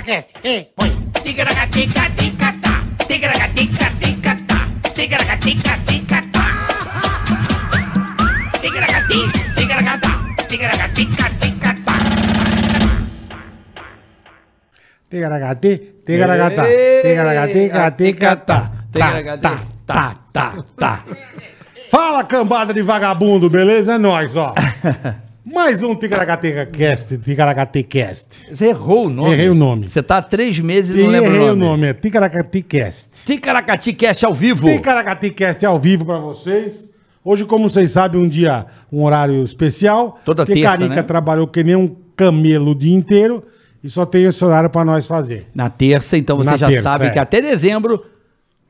Cast. E põe. Ticaracatica-ticatá. Ticaracatica-ticatá. Ticaracatica-ticatá. Ticaracati, ticaracatá. Ticaracatica-ticatá. Tigaragati, tigaragata, tigaragatega, ticatá, tá, tá, tá, tá, tá. Fala, cambada de vagabundo, beleza? É nóis, ó. Mais um Tigaragatega Cast, Tigaragate Cast. Você errou o nome. Errei o nome. Você tá há três meses e E não lembra errei o nome. o nome, é Tigaragati Cast. Ticaracati Cast ao vivo. Tigaragati Cast ao vivo pra vocês. Hoje, como vocês sabem, um dia, um horário especial. Toda porque terça, Carica né? trabalhou que nem um camelo o dia inteiro e só tem esse horário pra nós fazer. Na terça, então você Na já terça, sabe é. que até dezembro,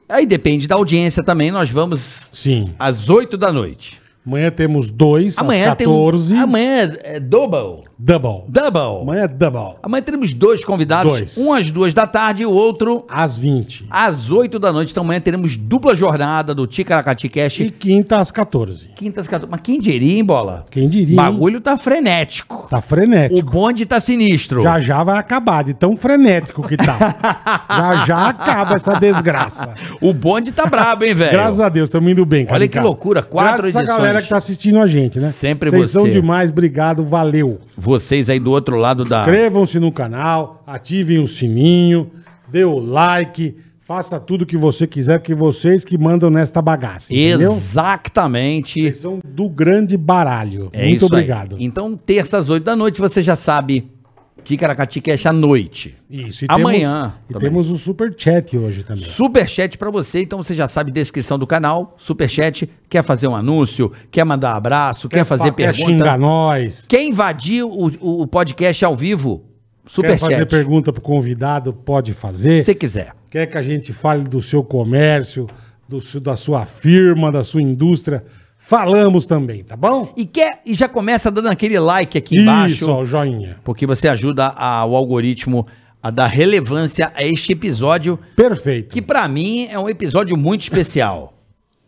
aí depende da audiência também, nós vamos Sim. às oito da noite. Amanhã temos dois, Amanhã às 14. tem um, Amanhã é double. Double. Double. Amanhã é double. Amanhã teremos dois convidados, Dois. um às duas da tarde e o outro Às 20. às oito da noite. Então amanhã teremos dupla jornada do Ticaracati Cast. E quinta às 14. Quintas, 14. Mas quem diria, hein, bola? Quem diria? O hein? bagulho tá frenético. Tá O frenético. bonde tá sinistro. Já já vai acabar de tão frenético que tá. já já acaba essa desgraça. O bonde tá brabo, hein, velho? Graças a Deus, estamos indo bem. Olha que Carica. loucura, quatro Graças a edições. galera que tá assistindo a gente, né? Sempre Vocês você. são demais, obrigado, valeu. Vocês aí do outro lado da. Inscrevam-se no canal, ativem o sininho, dê o like, faça tudo que você quiser, porque vocês que mandam nesta bagaça, entendeu? Exatamente. Vocês são do grande baralho. É Muito isso aí. obrigado. Então, terça às oito da noite, você já sabe. Ticaracati Cash à noite. Isso, e Amanhã Temos, e também. temos o super chat hoje também. Superchat pra você, então você já sabe, descrição do canal, superchat, quer fazer um anúncio, quer mandar um abraço, quer, fazer Fa- quer pergunta. xingar nós, Quer invadir o, o- o podcast ao vivo? quer fazer Superchat. pergunta pro convidado, pode fazer. Se você quiser. Quer que a gente fale do seu comércio, do su- da sua firma, da sua indústria, falamos também, tá bom? E quer e já começa dando aquele like aqui Isso, embaixo. ó, o joinha. porque você ajuda a- o algoritmo a dar relevância a este episódio, Perfeito. que pra mim é um episódio muito especial.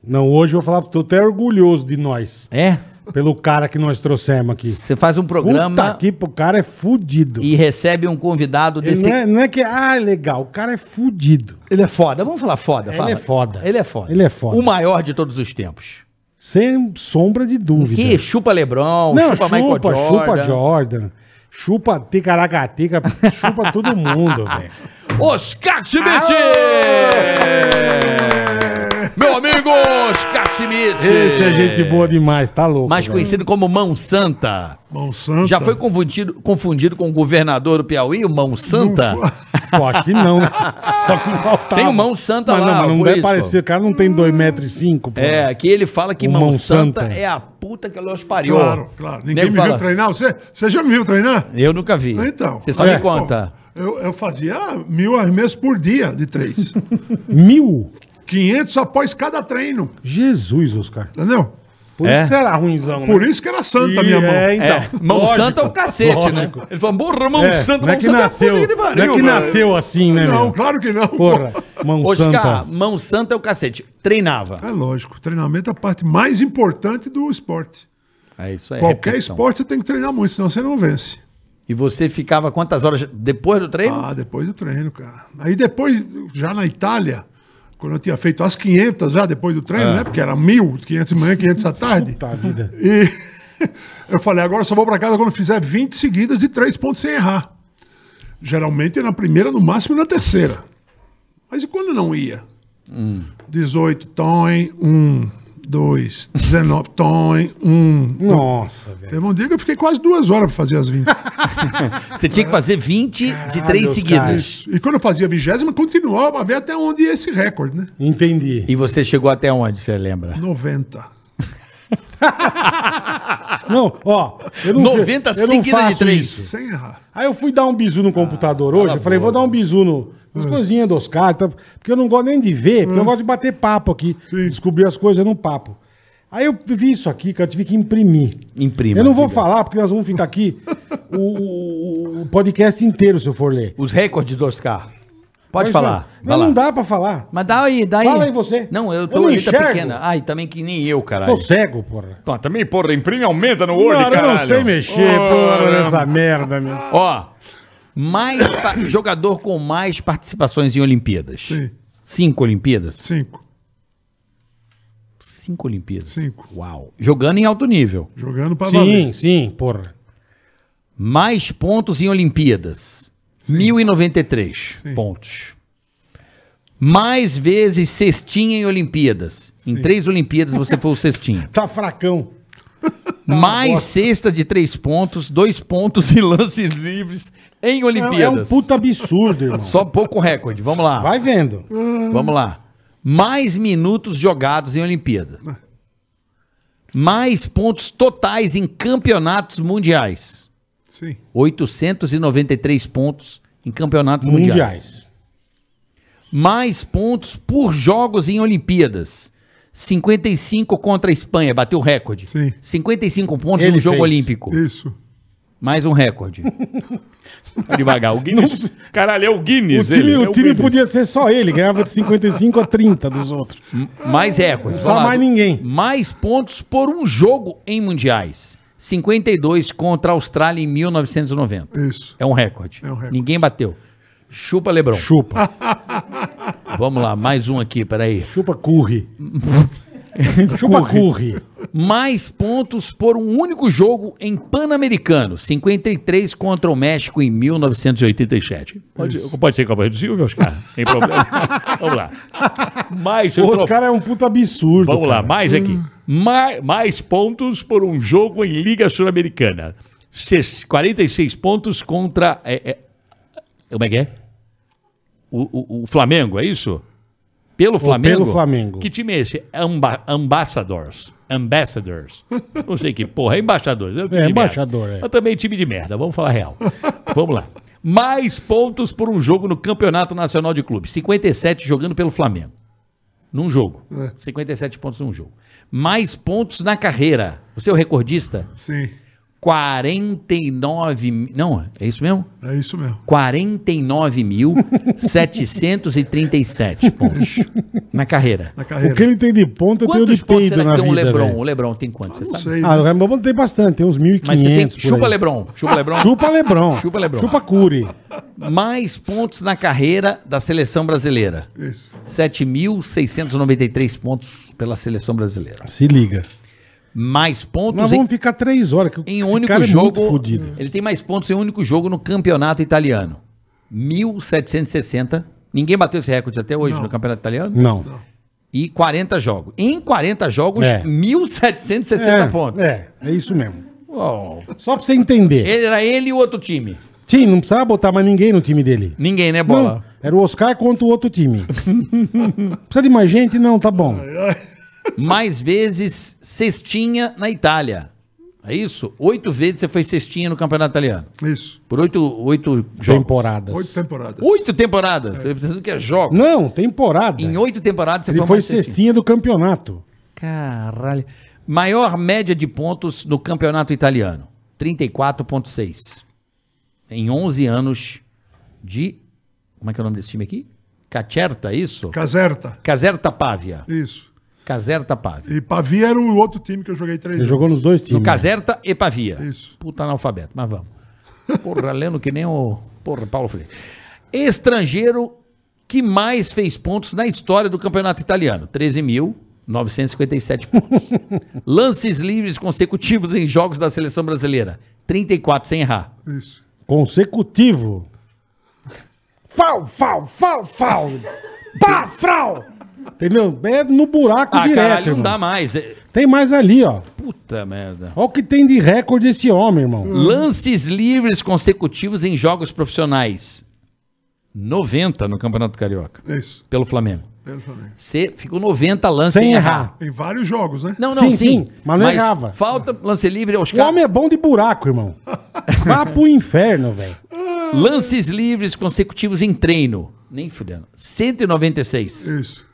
Não, hoje eu vou falar, tô até é orgulhoso de nós, É? pelo cara que nós trouxemos aqui. Você faz um Puta programa que o cara é fudido. e recebe um convidado Ele desse. não, é, não é que, ah, é legal, o cara é fudido. Ele é foda, vamos falar foda. Ele fala. é foda. Ele é foda. Ele é foda. O maior de todos os tempos. Sem sombra de dúvida. Que chupa Lebron, Não, chupa, chupa, Michael chupa Jordan. Jordan, chupa Ticaracatica, chupa todo mundo, velho. Oscar Schmidt! Meu amigo Oscar Schmidt! Esse é gente boa demais, tá louco. mais velho. conhecido como Mão Santa. Mão Santa. Então. Já foi confundido, confundido com o governador do Piauí, o Mão Santa? Pô, acho que não, né? Só que faltava. Tem o Mão Santa mas lá, Não, mas não o deve político. parecer, o cara não tem 2,5m, pô. É, que ele fala que O Mão, Mão Santa, Santa. é a puta que ela os pariu. Claro, claro. Ninguém Nego me fala, viu treinar. Você, você já me viu treinar? Eu nunca vi. Então. Você só É, me conta. pô, Eu, eu fazia mil arremessos por dia de três. Mil? 500 após cada treino, Jesus, Oscar. entendeu? Por É? isso que você era ruinzão, né? Por isso que era santa a minha mão. É, É, então. Mão Lógico, Santa é o cacete, lógico. né? Ele falou, porra, Mão É, Santa, não é Mão que Santa nasceu, puta que não pariu, é que mano. nasceu assim, né, não, meu? claro que não. pô. Porra, Mão Oscar, Santa. Mão Santa é o cacete. Treinava. É lógico, treinamento é a parte mais importante do esporte. É isso aí. Qualquer repetição. esporte você tem que treinar muito, senão você não vence. E você ficava quantas horas depois do treino? Ah, depois do treino, cara. Aí depois, já na Itália, quando eu tinha feito as 500 já depois do treino, né? Porque era mil, 500 de manhã, 500 à tarde. Puta vida. E eu falei, agora eu só vou pra casa quando fizer 20 seguidas de três pontos sem errar. Geralmente na primeira, no máximo na terceira. Mas e quando não ia? 18, tom, 1, 2, 19, tom, 1. Nossa, velho. Teve um dia que eu fiquei quase duas horas pra fazer as 20. Ah, Você tinha que fazer 20 de três Oscar. seguidas. e quando eu fazia a vigésima, continuava a ver até onde ia esse recorde, né? Entendi. E você chegou até onde, você lembra? 90. Não, ó, eu não 90 eu não seguidas de faço três. Ah, tá isso. Sem errar. Aí eu fui dar um bisu no computador hoje, eu falei, vou dar um bisu no, nas coisinhas dos caras, tá? porque eu não gosto nem de ver, porque eu gosto de bater papo aqui, descobrir as coisas no papo. Aí eu vi isso aqui, cara, eu tive que imprimir. Imprima. eu não vou diga. falar, porque nós vamos ficar aqui o, o- o podcast inteiro, se eu for ler. Os recordes do Oscar. Pode Mas, falar. ó, vai Não, lá. não dá pra falar. Mas dá aí, dá aí. Fala aí você. Não, eu Eu tô não letra enxergo. pequena. Ai, também que nem eu, caralho. Tô cego, porra. Pô, Ah, também, porra, imprime aumenta no Tá Cara, eu não sei mexer, porra, nessa merda, meu. Ó, Mais pa- jogador com mais participações em Olimpíadas. Sim. Cinco Olimpíadas? Cinco. Cinco Olimpíadas. Cinco. Uau. Jogando em alto nível. Jogando pra Sim, valer. sim, porra. Mais pontos em Olimpíadas. 1093 Sim. pontos. Mais vezes cestinha em Olimpíadas. Em três Olimpíadas você foi o cestinha. Tá É um fracão. Tá, Mais cesta de três pontos, dois pontos e lances livres em É, é um Olimpíadas. puta absurdo, irmão. Só pouco recorde. Vamos lá. Vai vendo. Vamos lá. Mais minutos jogados em Olimpíadas. Ah. Mais pontos totais em campeonatos mundiais. Sim. 893 pontos em campeonatos mundiais. Mundiais. Mais pontos por jogos em Olimpíadas. 55 contra a Espanha, bateu o recorde. Sim. 55 pontos Ele no jogo fez. olímpico. Isso. Mais um recorde. Tá Devagar, o Guinness. Caralho, é o O Guinness. time, ele, é o time podia ser só ele, ganhava de 55 a 30 dos outros. Mais recordes. precisa vamos lá. mais ninguém. Mais pontos por um jogo em mundiais. 52 contra a Austrália em 1990. Isso. É um recorde. É um recorde. Ninguém bateu. Chupa, Lebron. Chupa. Vamos lá, mais um aqui, peraí. Chupa curre. Chupa curre. Mais pontos por um único jogo em Pan-Americano. 53 contra o México em 1987. Pode, pode ser Cavaleiro do Silvio, Oscar. Tem problema. Vamos lá. Mais um Pô, trof- Os caras é um puta absurdo. Vamos lá, cara. mais aqui. Mais, mais pontos por um jogo em Liga Sul-Americana. Ses- 46 pontos contra. é, é, como é que é? O, o- o Flamengo, é isso? Pelo Flamengo? pelo Flamengo. Que time é esse? Amba ambassadors. Ambassadors. Não sei que porra, é embaixadores. um time É, de embaixador, merda. é. Mas também time de merda, vamos falar real. vamos lá. Mais pontos por um jogo no Campeonato Nacional de Clube. 57 jogando pelo Flamengo. Num jogo. 57 pontos num jogo. Mais pontos na carreira. Você é o recordista? Sim. 49. mi- Não, é isso mesmo? É isso mesmo. 49.737 pontos na carreira. Na O que carreira. ele tem de ponto, eu tenho Quantos de pontos peido será na que tem vida. o Lebron? velho. O Lebron tem quantos, você Não sabe? sei. né? Ah, o Rembrandt tem bastante, tem uns 1.500. Mas você tem por chupa aí. Lebron, chupa Lebron. Chupa Lebron. Chupa Lebron. Chupa Curi. Mais pontos na carreira da seleção brasileira. Isso. 7.693 pontos pela seleção brasileira. Se liga. Mais pontos Nós em, vamos ficar três horas. Que em esse único cara é jogo. muito fudido. ele tem mais pontos em um único jogo no campeonato italiano. 1.760. Ninguém bateu esse recorde até hoje no campeonato italiano. Não. E 40 jogos. Em 40 jogos, É. 1.760 é, pontos. É, é isso mesmo. Uau. Só pra você entender. Ele era ele e o outro time. Sim, não precisava botar mais ninguém no time dele. Ninguém, né, Não, bola? era o Oscar contra o outro time. Precisa de mais gente? Não, tá bom. Mais vezes cestinha na Itália. É isso? Oito vezes você foi cestinha no campeonato italiano. Isso. Por oito, oito jogos. Temporadas. Oito temporadas. Oito temporadas. Você precisa do que é jogos. Não, temporada. Em oito temporadas você Ele foi mais cestinha do campeonato. Caralho. Maior média de pontos no campeonato italiano. 34.6. Em 11 anos de... Como é que é o nome desse time aqui? Cacerta, é isso? Caserta. Caserta Pávia. Isso. Caserta Pávia. E Pavia era o outro time que eu joguei três Ele jogou nos dois times. No Caserta e Pavia. Isso. Puta analfabeto, mas vamos. Porra, lendo que nem o. Porra, Paulo Freire. Estrangeiro que mais fez pontos na história do campeonato italiano: 13.957 pontos. Lances livres consecutivos em jogos da seleção brasileira: 34 sem errar. Isso. Consecutivo. Fal, fal, fal, fal. Pá, frau. Entendeu? É no buraco Ah, direto. caralho, não irmão. dá mais. É- Tem mais ali, ó. Puta merda. Olha o que tem de recorde esse homem, irmão. Hum. Lances livres consecutivos em jogos profissionais: 90 no Campeonato Carioca, Isso. pelo Flamengo. Pelo Flamengo. Você ficou 90 lances Sem sem errar. errar. Em vários jogos, né? Não, Sim, sim, mas não errava. Falta lance livre aos O caras. homem é bom de buraco, irmão. Vá pro inferno, velho. é- Lances livres consecutivos em treino. Nem fudendo. 196 Isso.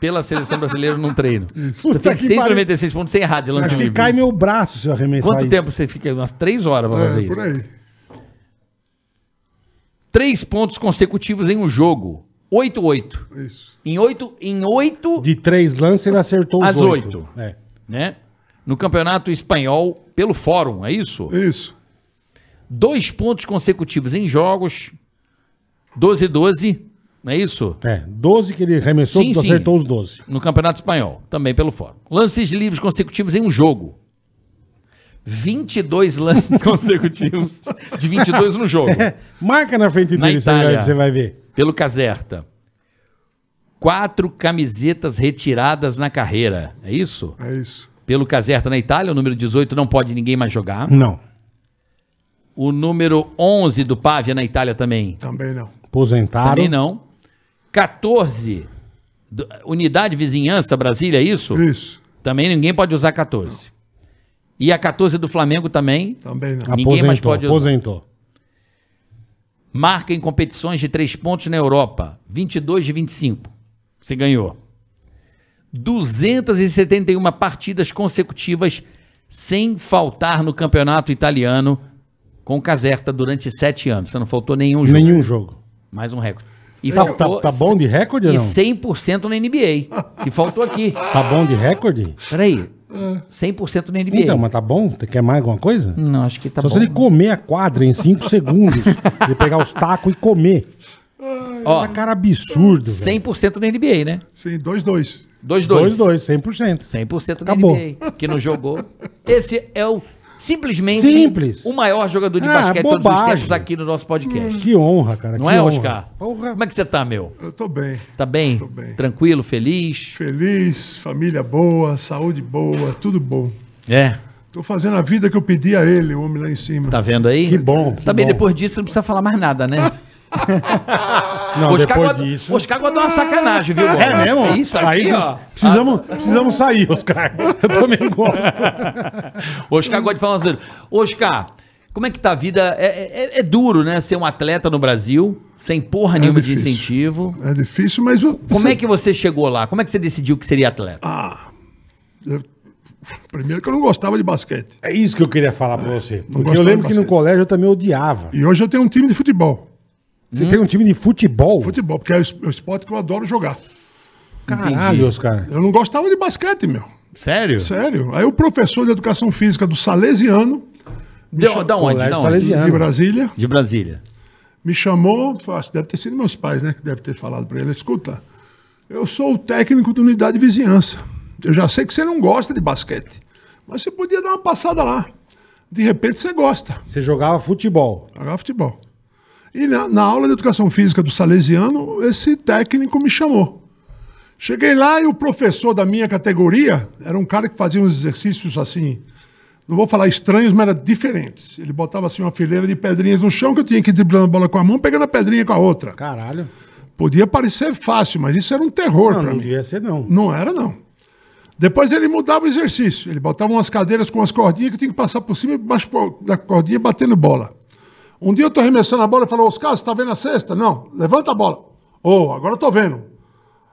pela seleção brasileira num treino. Você Puta fez que 196 pontos sem errar de lance Acho que livre. cai meu braço se eu arremessar Quanto isso. tempo você fica? Umas 3 horas pra fazer É, isso. por aí. Três pontos consecutivos em um jogo. 8-8. Isso. Em 8, em 8, De três lances, ele acertou os As oito. oito. É. né? No Campeonato Espanhol pelo Fórum, é isso? Isso. Dois pontos consecutivos em jogos. 12 12, não é isso? É, 12 que ele remessou, Sim, tu sim. acertou os 12. No Campeonato Espanhol, também pelo fórum. Lances livres consecutivos em um jogo. 22 lances consecutivos de 22 no jogo. É, Marca na frente Na dele, você vai, Itália. você vai ver. Pelo Caserta. Quatro camisetas retiradas na carreira. É isso? É isso. Pelo Caserta na Itália, o número 18 não pode ninguém mais jogar. Não, O número 11 do Pávia na Itália também. Também não. aposentaram. Também não. 14 do- unidade vizinhança Brasília, é isso? Isso. Também ninguém pode usar 14. E a 14 do Flamengo também Também não. Aposentou, Ninguém mais pode usar. aposentou. marca em competições de 3 pontos na Europa. 22 de 25. Você ganhou. 271 partidas consecutivas sem faltar no campeonato italiano com Caserta durante 7 anos. Você não faltou nenhum jogo. Nenhum jogo. Mais um recorde. E Tá, tá, tá bom de recorde ou E não? 100% na NBA. Que faltou aqui. Tá bom de recorde? Peraí. 100% na NBA. Então, mas tá bom? Você quer mais alguma coisa? Não, acho que tá Só bom. se ele comer a quadra em 5 segundos, ele pegar os tacos e comer. Ó, Uma cara absurdo. velho. 100% na NBA, né? Tá. Sim, dois, dois. 2-2. 2-2, 100%. 100% da Acabou. NBA, que não jogou. Esse é o simplesmente Simples. o maior jogador de Ah, basquete de todos os bobagem. tempos aqui no nosso podcast. Que honra, cara. Não que é, honra. Oscar? Porra. Como é que você tá, meu? Eu tô bem. Tá bem? Tô bem. Tranquilo, feliz? Feliz, família boa, saúde boa, tudo bom. É. Tô fazendo a vida que eu pedi a ele, o homem lá em cima. Tá vendo aí? Que bom. que Também bom. depois disso não precisa falar mais nada, né? Não, depois gosta- disso. Oscar gosta de uma sacanagem, viu? Bola? É mesmo? Isso aqui, Aí ó. nós Precisamos, precisamos sair, Oscar. Eu também gosto. Oscar gosta de falar assim. Oscar, como é que tá a vida? É, é- é duro, né? Ser um atleta no Brasil, sem porra nenhuma de É difícil. incentivo. É difícil, mas. eu- Como é que você chegou lá? Como é que você decidiu que seria atleta? Ah, eu- Primeiro que eu não gostava de basquete. É isso que eu queria falar pra você. Porque eu gostou lembro do que no basquete. colégio eu também odiava. E hoje eu tenho um time de futebol. Você tem um time de futebol? Futebol, porque é o es- é o esporte que eu adoro jogar. Caralho, Entendi. Oscar. Eu não gostava de basquete, meu. Sério? Sério. Aí o professor de educação física do Salesiano, De, da onde? Colégio Da onde? Salesiano. de Brasília, De Brasília. me chamou, falou, acho que deve ter sido meus pais, né, que deve ter falado para ele, escuta, eu sou o técnico da unidade de vizinhança. Eu já sei que você não gosta de basquete, mas você podia dar uma passada lá. De repente você gosta, Você jogava futebol. jogar futebol. E na, na aula de educação física do Salesiano, esse técnico me chamou. Cheguei lá e o professor da minha categoria era um cara que fazia uns exercícios assim, não vou falar estranhos, mas era diferentes. Ele botava assim uma fileira de pedrinhas no chão que eu tinha que ir driblando a bola com a mão, pegando a pedrinha com a outra. Caralho. Podia parecer fácil, mas isso era um terror Não, para não mim. devia ser, não. Não era, não. Depois ele mudava o exercício. Ele botava umas cadeiras com umas cordinhas que tinha que passar por cima e baixo po- da cordinha batendo bola. Um dia eu tô arremessando a bola e falou, Oscar, você tá vendo a cesta? Não, levanta a bola. Ô, agora eu tô vendo.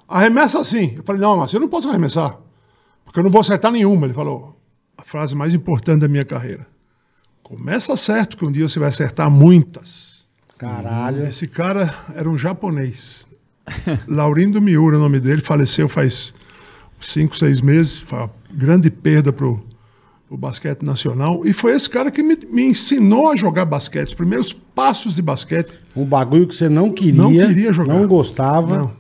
Arremessa assim. Eu falei, não, mas eu não posso arremessar. Porque eu não vou acertar nenhuma. Ele falou, a frase mais importante da minha carreira. Começa certo que um dia você vai acertar muitas. Caralho. Esse cara era um japonês. Laurindo Miura, o nome dele, faleceu faz cinco, seis meses. Foi uma grande perda pro, pro basquete nacional. E foi esse cara que me, me ensinou a jogar basquete, os primeiros passos de basquete. Um bagulho que você não queria. Não queria jogar. Não gostava. Não.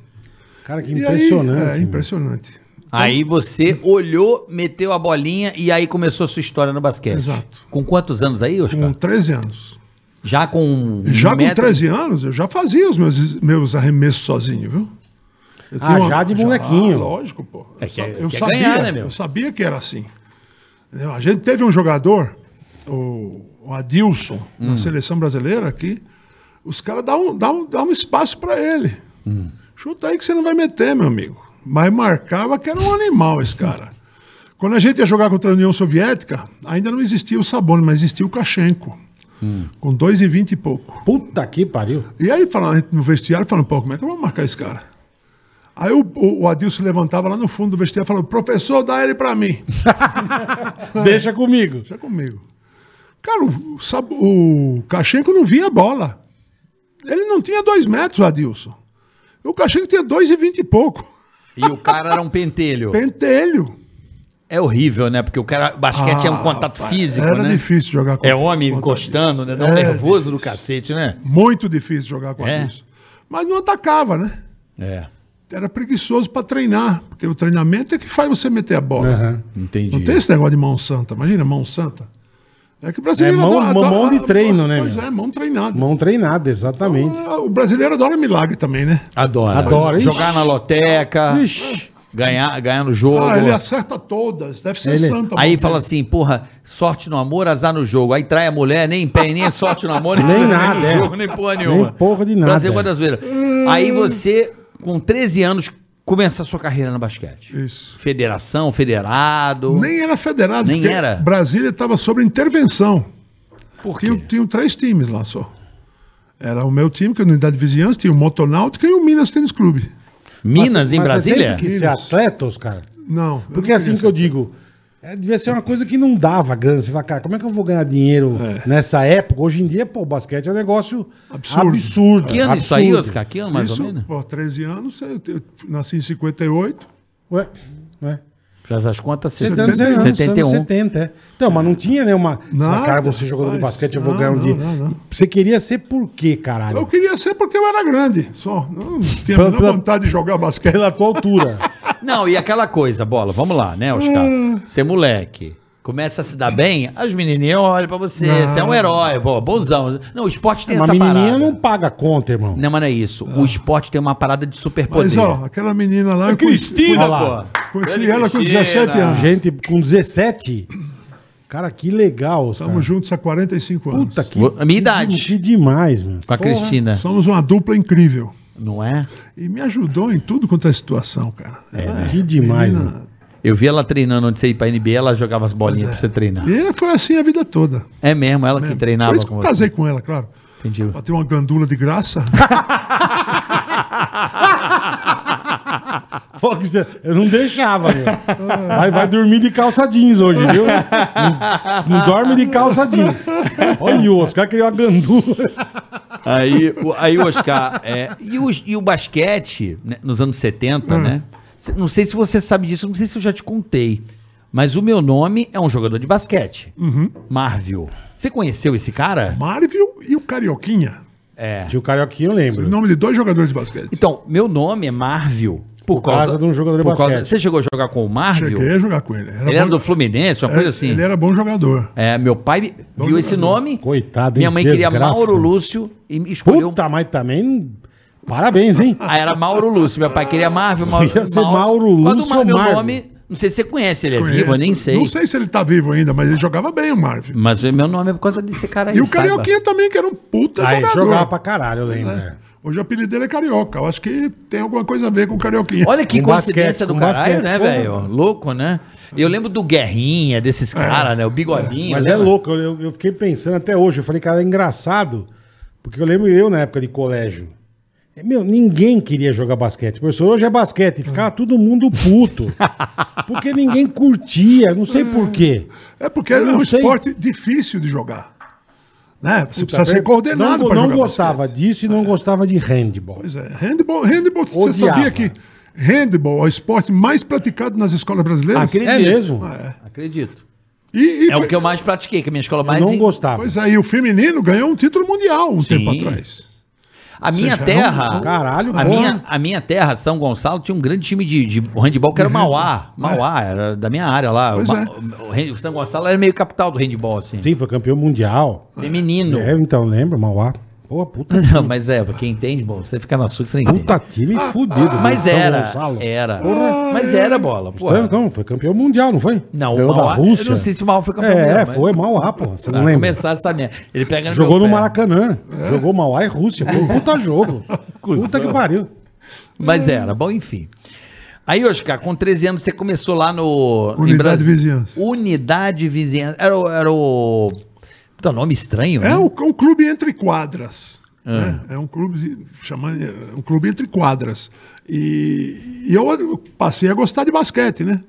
Cara, que E aí, impressionante. né? é, impressionante. Aí você olhou, meteu a bolinha e aí começou a sua história no basquete. Exato. Com quantos anos aí, Com Oscar? 13 anos. Já com. Já um com metro- 13 anos, eu já fazia os meus, meus arremessos sozinho, viu? Eu Ah, tinha já de molequinho. lógico, pô. Eu, sa- é- eu quer sabia, ganhar, né, meu? eu sabia que era assim. Entendeu? A gente teve um jogador, o, o Adilson, na Hum. seleção brasileira aqui, os caras dão, dão, dão um espaço pra ele. Hum. Chuta aí que você não vai meter, meu amigo. Mas marcava que era um animal esse cara. Quando a gente ia jogar contra a União Soviética, ainda não existia o Sabonis, mas existia o Kachenko. Hum. Com 2,20 e pouco. Puta que pariu. E aí, falando no vestiário, falando, pô, como é que eu vou marcar esse cara? Aí o, o, o Adilson levantava lá no fundo do vestiário e falava, professor, dá ele pra mim. Deixa comigo. Já comigo. Cara, o, o Sab- o Cachenco não via a bola. Ele não tinha dois metros, Adilson. O Cachenco tinha dois e vinte e pouco. E o cara era um pentelho. Pentelho. É horrível, né? Porque o cara. Basquete é um Ah, contato rapaz, físico, Era né? difícil jogar contra É homem contra encostando, isso. né? Dá um É, nervoso do cacete, né? Muito difícil jogar contra É. isso. Mas não atacava, né? É. Era preguiçoso pra treinar, porque o treinamento é que faz você meter a bola. Aham. Entendi. Não tem esse negócio de mão santa. Imagina, mão santa. É que o brasileiro É mão- mão de treino, né, Pois meu? é, mão treinada. Ah, Mão treinada, exatamente. O brasileiro adora milagre também, né? Adora. Adora, ixi. Jogar na loteca, Ixi. é ganhar, ganhar no jogo. Ah, ele acerta todas. Deve ser Ele- santa. Aí mano. fala assim, porra, sorte no amor, azar no jogo. Aí trai a mulher, nem pé, nem é sorte no amor, Nem no nada, é. jogo, nem porra nenhuma. Nem porra de nada. é. Hum. Prazer da zoeira. Aí você, com 13 anos, começa a sua carreira no basquete. Isso. Federação, federado. Nem era federado. Nem porque era? Brasília estava sob intervenção. Por quê? Tinha, tinham três times lá só. Era o meu time, que é a unidade de vizinhança, tinha o Motonáutica e o Minas Tênis Clube. Minas, em Mas é você Brasília? sempre quis ser atleta, Oscar? Não. eu Porque não assim queria que eu digo, é, devia ser uma coisa que não dava grana. Você fala, cara, como é que eu vou ganhar dinheiro É. nessa época? Hoje em dia, pô, o basquete é um negócio absurdo. Absurdo. absurdo Que ano isso aí, Oscar? Que ano mais Isso, ou menos? pô, 13 anos, eu, eu nasci em 58. Ué, né? Faz as contas, 70, 70, 71. 71. 70, é. Então, mas não tinha, né, uma... você fala, Nada, cara, você é jogador de rapaz, basquete, eu vou não, ganhar um não, dinheiro. não, não. Você queria ser por quê, Eu caralho? queria ser porque eu era grande, só. Não tinha a Pela- menor pela- vontade de jogar basquete. Pela tua altura. Não, e aquela coisa, bola, vamos lá, né, Oscar? Hum. Você é moleque. Começa a se dar bem, as menininhas olham pra você, você é um herói, pô, bonzão. Não, o esporte tem Uma essa menininha parada. não Não... paga conta, irmão. mas não é isso. O esporte tem uma parada de superpoder. Mas, ó, aquela menina lá... eu conheci- Olha conheci- lá. Conheci ela com 17 anos. Gente com 17. Cara, que legal, Oscar. Estamos juntos há 45 anos. Puta que... Vou- a minha idade. Que demais, meu. Com a Cristina, Somos uma dupla incrível. não é? E me ajudou em tudo quanto é situação, cara. Ela É, né? Que demais, menina- Eu vi ela treinando antes de você ir pra NBA, ela jogava as bolinhas pra você treinar. é. E foi assim a vida toda. É mesmo, ela que treinava Por isso que eu com casei com ela, claro. Entendi. Pra ter uma gandula de graça. Pô, que você- Eu não deixava, meu. Vai, vai dormir de calça jeans hoje, viu? Não, não dorme de calça jeans. Olha o Oscar criou a gandula. Aí, o- aí o Oscar, é, e, o, e o basquete, né, nos anos 70, Hum. né? Cê- Não sei se você sabe disso, não sei se eu já te contei, mas o meu nome é um jogador de basquete. Uhum. Marvel. Você conheceu esse cara? Marvel e o Carioquinha. É. Tinha o Carioquinha, eu lembro. Nome de dois jogadores de basquete. Então, meu nome é Marvel por, causa de um jogador de por causa- basquete. Você chegou a jogar com o Marvel? Cheguei a jogar com ele. Ele era bom- do Fluminense, É, uma coisa assim. Ele era bom jogador. É, meu pai viu esse nome. Coitado, hein? Minha mãe queria Desgraça. Mauro Lúcio e me escolheu. um Puta, mas também... não- Parabéns, hein? Ah, era Mauro Lúcio. Meu pai queria Marvel. Mauro, Ia ser Mauro Qual do Lúcio Mar- ou meu Marvel? nome, não sei se você conhece, ele é Conheço. vivo, eu nem sei. Não sei se ele tá vivo ainda, mas ele jogava bem o Marvel. Mas o meu nome é por causa desse cara aí, E o é saiba. Carioquinha também, que era um puta Aí jogador. Ah, jogava pra caralho, eu lembro. é. Hoje o apelido dele é Carioca. Eu acho que tem alguma coisa a ver com o Carioquinha. Olha que Um coincidência basquete, do um caralho, basquete, né, porra. velho? Louco, né? E Eu lembro do Guerrinha, desses caras, né? O Bigodinho. É. Mas é lembra? louco, eu- eu, eu fiquei pensando até hoje. Eu falei, cara, é engraçado, porque eu lembro eu na época de colégio. E, Meu, ninguém queria jogar basquete. Professor, hoje é Ah. basquete. Ficava todo mundo puto. Porque ninguém curtia, não sei por quê. É porque é um não sei. esporte difícil de jogar. Né? Você precisa ser Não- coordenado Não, pra não jogar gostava basquete. É. disso e não gostava de handball. Pois é. Handball, handball você Odiava. sabia que handball é o esporte mais praticado nas escolas brasileiras? Acredito. É mesmo? Ah, é. Acredito. E, e É o foi- que eu mais pratiquei, que a minha escola mais... não em- gostava. é. Pois aí, o feminino ganhou um título mundial um tempo atrás. A minha Você já terra... não- Caralho, a porra. minha, a minha terra, São Gonçalo, tinha um grande time de, de handball que era o Uhum. Mauá. Mauá, É. era da minha área lá. Pois o, é. o- o hand- o São Gonçalo era meio capital do handball, assim. Sim, foi campeão mundial. Feminino. É, então, lembra, Mauá? Pô, puta, Não, mas é, pra quem entende, bom, você fica na sua que você não entende. puta time Ah, fudido. Mas São era, Gonçalo. é, era. Mas era bola, pô. Então, então, foi campeão mundial, não foi? Não, Ganhou o Mauá, da Rússia. eu não sei se o Mauá foi campeão É, mundial, é, mas- foi Mauá, pô. Você não Ah, lembra? começar essa merda. Ele pega Jogou meu no pé. Maracanã. Jogou Mauá e Rússia. Foi um puta jogo. puta que pariu. Mas era, bom, enfim. Aí, Oscar, com 13 anos, você começou lá no. Unidade em Brasi- de Vizinhança. Unidade Vizinhança. Era o. Era o... Puta, nome estranho, É né? um, um clube entre quadras. né? É um clube de- chama, é um clube entre quadras. E, e eu passei a gostar de basquete, né?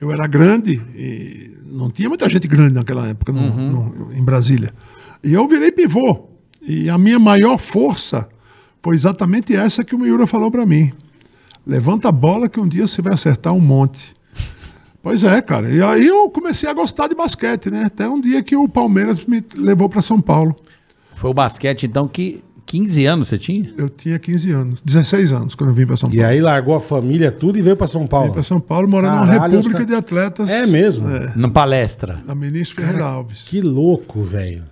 Eu era grande e não tinha muita gente grande naquela época no- no- em Brasília. E eu virei pivô. E a minha maior força foi exatamente essa que o Miura falou para mim. Levanta a bola que um dia você vai acertar um monte. Pois é, cara. E aí eu comecei a gostar de basquete, né? Até um dia que o Palmeiras me levou para São Paulo. Foi o basquete, então, que 15 anos você tinha? Eu tinha 15 anos, 16 anos quando eu vim para São E Paulo. aí largou a família, tudo e veio pra São Vim Paulo. para São Paulo morando numa Caralho, os república ca- de atletas. É mesmo? Na palestra. Na ministra Ferreira Alves. Que louco, velho.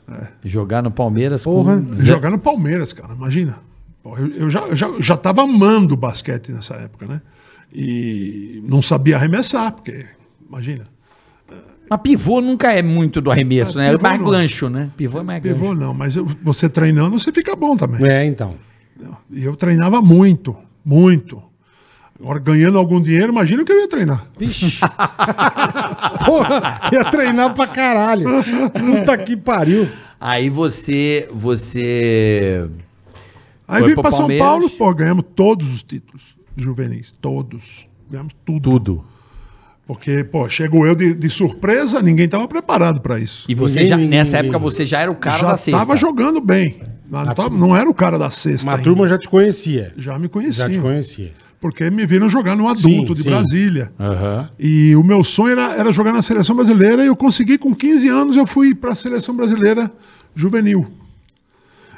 Jogar no Palmeiras Porra. com... Zé- Jogar no Palmeiras, cara, imagina. Pô, Eu, eu já, eu já, eu já tava amando o basquete nessa época, né? E não sabia arremessar, porque, imagina. Mas pivô nunca é muito do arremesso, Ah, né? É pivô mais não. gancho, né? Pivô é mais gancho. Pivô não, mas eu- você treinando, você fica bom também. É, então. E eu treinava muito, muito. Agora, ganhando algum dinheiro, imagina o que eu ia treinar. Vixe. Porra, ia treinar pra caralho. Puta que pariu. Aí você, você... Aí Foi vim pro pra São Palmeiras. Paulo, pô, ganhamos todos os títulos juvenis, todos. Ganhamos tudo. Tudo. Porque, pô, chegou eu de, de surpresa, ninguém tava preparado pra isso. E você Ninguém, já, ninguém, nessa ninguém. época você já era o cara já da sexta. tava jogando bem. Não, não tava- não era o cara da sexta. Uma ainda. turma já te conhecia. já me conhecia. Já te conhecia. Porque me viram jogar no adulto Sim, de sim. Brasília. Aham. E o meu sonho era, era jogar na seleção brasileira e eu consegui, com 15 anos, eu fui para a seleção brasileira juvenil.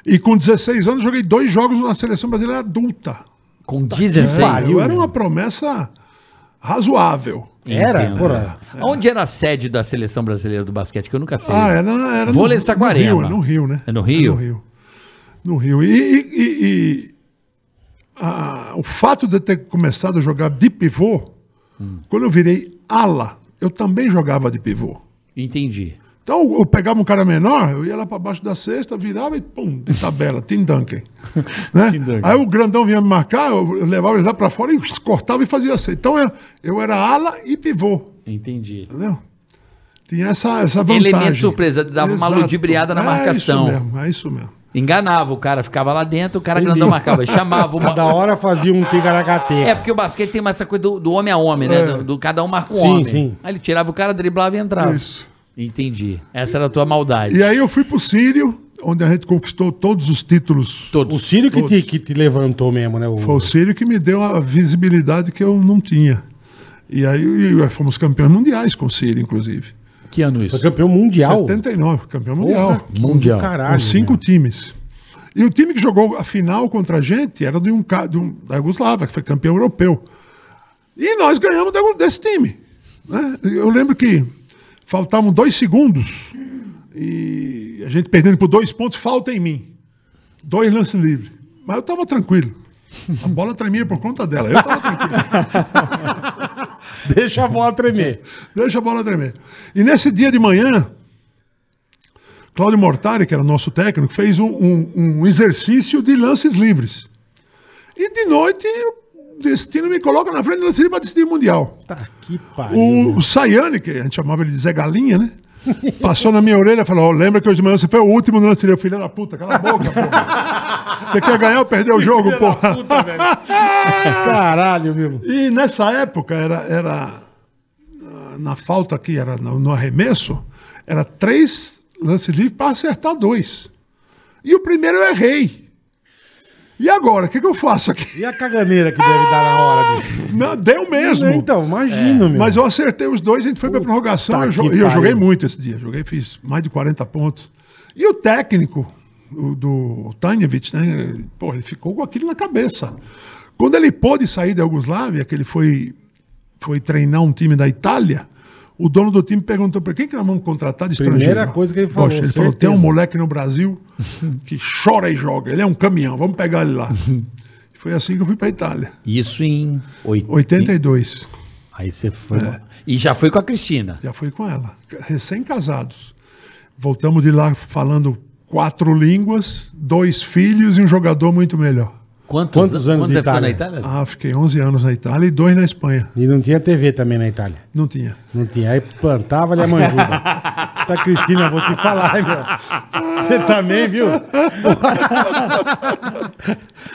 E com 16 anos, joguei dois jogos na seleção brasileira adulta. Com Tá 16. pariu. Eu era uma promessa razoável. Era? Entendo. Porra. Onde era a sede da seleção brasileira do basquete? Que eu nunca sei. Ah, é. era, era no, Vôlei no Saquarema. Rio, no Rio, né? É no Rio? no Rio. No Rio. E, e- e- e, ah, o fato de eu ter começado a jogar de pivô, quando eu virei ala, eu também jogava de pivô. Entendi. Então eu pegava um cara menor, eu ia lá pra baixo da cesta, virava e pum, de tabela, Tim Duncan. né? Aí o grandão vinha me marcar, eu eu levava ele lá pra fora e cortava e fazia assim. Então eu, eu era ala e pivô, Entendi. entendeu? Tinha essa, essa vantagem. Elemento surpresa, dava uma ludibriada na marcação. É isso mesmo, é isso mesmo. Enganava o cara, ficava lá dentro, o cara Entendi. grandão marcava, chamava uma... Cada hora fazia um tigaracate. É porque o basquete tem mais essa coisa do, do homem a homem, né? Do, do cada um marca um É. Sim, homem. sim. Aí ele tirava o cara, driblava e entrava. é Isso. Entendi. Essa era a tua maldade. E aí eu fui pro Sírio, onde a gente conquistou todos os títulos. O Todos. Círio que te, que te levantou mesmo, né? O... Foi o Sírio que me deu a visibilidade que eu não tinha. E aí e fomos campeões mundiais com o Sírio, inclusive. Que ano isso? Foi campeão mundial. 79, campeão mundial. Porra, Mundial. Caralho. um. Com cinco né? times. E o time que jogou a final contra a gente era de um, ca- de um- da Yugoslávia, que foi campeão europeu. E nós ganhamos da- desse time. né? Eu lembro que faltavam dois segundos e a gente perdendo por dois pontos, falta em mim. Dois lances livres. Mas eu estava tranquilo. A bola tremia por conta dela. Eu estava tranquilo. Deixa a bola tremer. Deixa a bola tremer. E nesse dia de manhã, Cláudio Mortari, que era nosso técnico, fez um, um- um exercício de lances livres. E de noite, o destino me coloca na frente do lance livre para decidir o Mundial. Tá que pariu. O, o Saiane, que a gente chamava ele de Zé Galinha, né? Passou na minha orelha e falou: "Ó, lembra que hoje de manhã você foi o último no lance livre. Eu falei, Filha da puta, cala a boca, porra. Você quer ganhar ou perder o jogo, porra? Caralho, meu. E nessa época era, era ah, na falta aqui, era no, no arremesso, era três lances livres para acertar dois. E o primeiro eu errei. E agora, o que, que eu faço aqui? E a caganeira que deve dar na hora, bicho? Não, deu mesmo. É, Então, imagino, meu. Mas eu acertei os dois, a gente foi pra prorrogação Puta eu jo- que e eu, pariu. joguei muito esse dia. Joguei, fiz mais de 40 pontos. E o técnico o, do Tanjevic, né? Pô, ele ficou com aquilo na cabeça. Quando ele pôde sair da Iugoslávia, que ele foi, foi treinar um time da Itália, o dono do time perguntou para quem que nós vamos contratar de Primeira estrangeiro. coisa que ele falou, ele falou, tem um certeza. moleque no Brasil que chora e joga. Ele é um caminhão, vamos pegar ele lá. Foi assim que eu fui para Itália. Isso em... oit- 82. Aí você foi... É. E já foi com a Cristina. Já fui com ela, recém-casados. Voltamos de lá falando quatro línguas, dois filhos e um jogador muito melhor. Quantos, Quantos anos de você ficou na Itália? Itália? Ah, fiquei 11 anos na Itália e dois na Espanha. E não tinha TV também na Itália. Não tinha. Não tinha. Aí plantava ali a manjuba. Tá, Cristina, vou te falar, hein, meu. Você também, viu?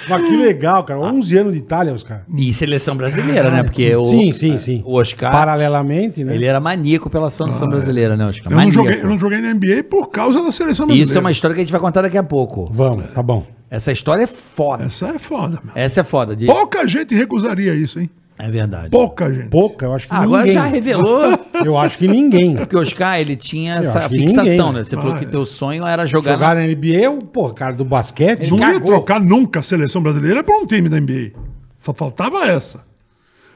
Mas que legal, cara. 11 anos de Itália, os caras. E seleção brasileira, né? Porque o, Ah, é. Sim, sim, sim. Ah, é. o Oscar, Paralelamente, né? ele é era maníaco pela seleção brasileira, né, Oscar? Eu não, Maníaco. joguei, eu não joguei na NBA por causa da seleção brasileira. Isso é uma história que a gente vai contar daqui a pouco. Vamos, tá bom. Essa história é foda. Essa é foda, meu. Essa é foda. De... Pouca gente recusaria isso, hein? É verdade. Ah, Pouca gente. Pouca, eu Ah, acho que Agora ninguém. já revelou Eu acho que ninguém. que o Oscar, ele tinha Eu essa acho que fixação, ninguém. Ah, é. né? Você falou que teu sonho era jogar, Jogar na NBA, eu, pô, cara do basquete. Não ia cagou. trocar nunca a seleção brasileira por um time da NBA. Só faltava essa.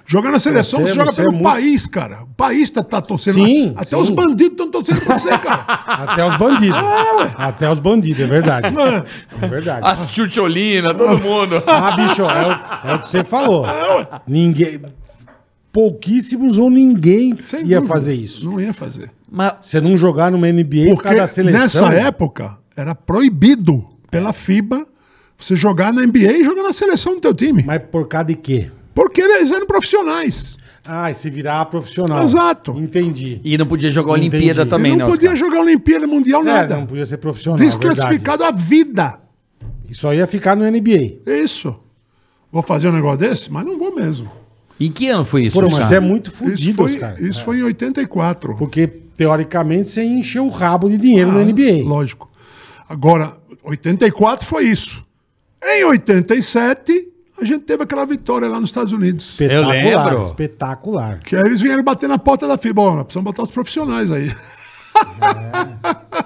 Jogar na seleção, Você- você, joga você é pelo muito- país, cara. O país tá, tá torcendo. Sim, Até sim. os bandidos estão torcendo pra você, cara. Até os bandidos. Ah, Até os bandidos, é verdade. É verdade. as tchutcholina, todo mundo. Ah, bicho, é o, é o que você falou. Ah, Ninguém. Pouquíssimos ou ninguém Sem ia dúvida. fazer isso. Não ia fazer. Mas Você não jogar numa NBA por Porque causa da seleção. nessa época era proibido pela FIBA você jogar na NBA e jogar na seleção do teu time. Mas por causa de quê? Porque eles eram profissionais. Ah, e se virar profissional. Exato. Entendi. e não podia jogar a Entendi. Olimpíada Ele também, Ele não né, podia Oscar? jogar Olimpíada Mundial, É, nada. não podia ser profissional. Desclassificado. Desclassificado a vida. Isso aí ia ficar no NBA. Isso. Vou fazer um negócio desse? Mas não vou mesmo. Em que ano foi isso, Pô, mas Oscar? é muito Isso, fodido, foi, cara. isso foi em 84. É. Porque, teoricamente, você encheu o rabo de dinheiro no Ah, NBA. Lógico. Agora, 84 foi isso. Em 87, a gente teve aquela vitória lá nos Estados Unidos. Eu lembro. Espetacular. Que aí eles vieram bater na porta da FIBA. Ó, nós precisamos botar os profissionais aí.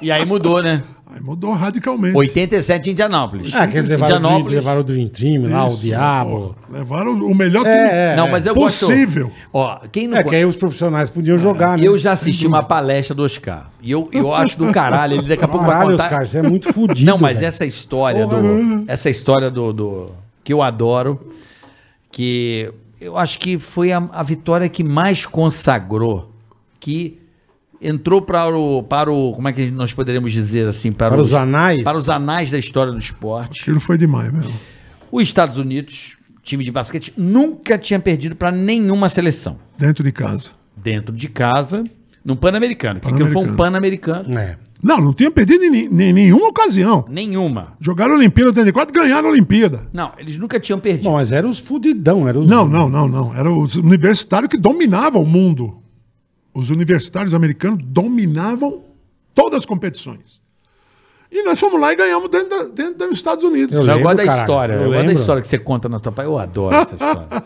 E aí mudou, né? Aí mudou radicalmente. 87 em Indianápolis. Ah, que eles levaram o, Dream, levaram o Dream Team lá, o Isso, Diabo. ó, levaram o melhor É, é. Não, mas eu gosto... possível. Ó, quem não É con- que aí os profissionais podiam jogar, né? Eu já assisti uma palestra do Oscar. E eu, eu acho do caralho. Ele daqui a pouco vai Caralho, contar... os caras, você é muito fodido. Não, mas velho. essa história do. Essa história do, do- Que eu adoro. Que eu acho que foi a, a vitória que mais consagrou. Que entrou para o. Para o como é que nós poderíamos dizer assim? Para, Para os anais? Para os anais da história do esporte. Aquilo foi demais mesmo. Os Estados Unidos, time de basquete, nunca tinha perdido para nenhuma seleção. Dentro de casa. Dentro de casa, num Pan-Americano. Que aquilo foi um Pan-Americano. Pan-Americano. É. Não, não tinha perdido em, ni- em nenhuma ocasião. Nenhuma. Jogaram a Olimpíada 84, ganharam a Olimpíada. Não, eles nunca tinham perdido. Bom, mas eram os fudidão, eram os... Não, não, não, não. Era os universitários que dominavam o mundo. Os universitários americanos dominavam todas as competições. E nós fomos lá e ganhamos dentro, da- dentro dos Estados Unidos. Eu Eu, lembro, gosto da caralho. história. Eu Eu, gosto da lembro. história que você conta na tua pai. Eu adoro essa história.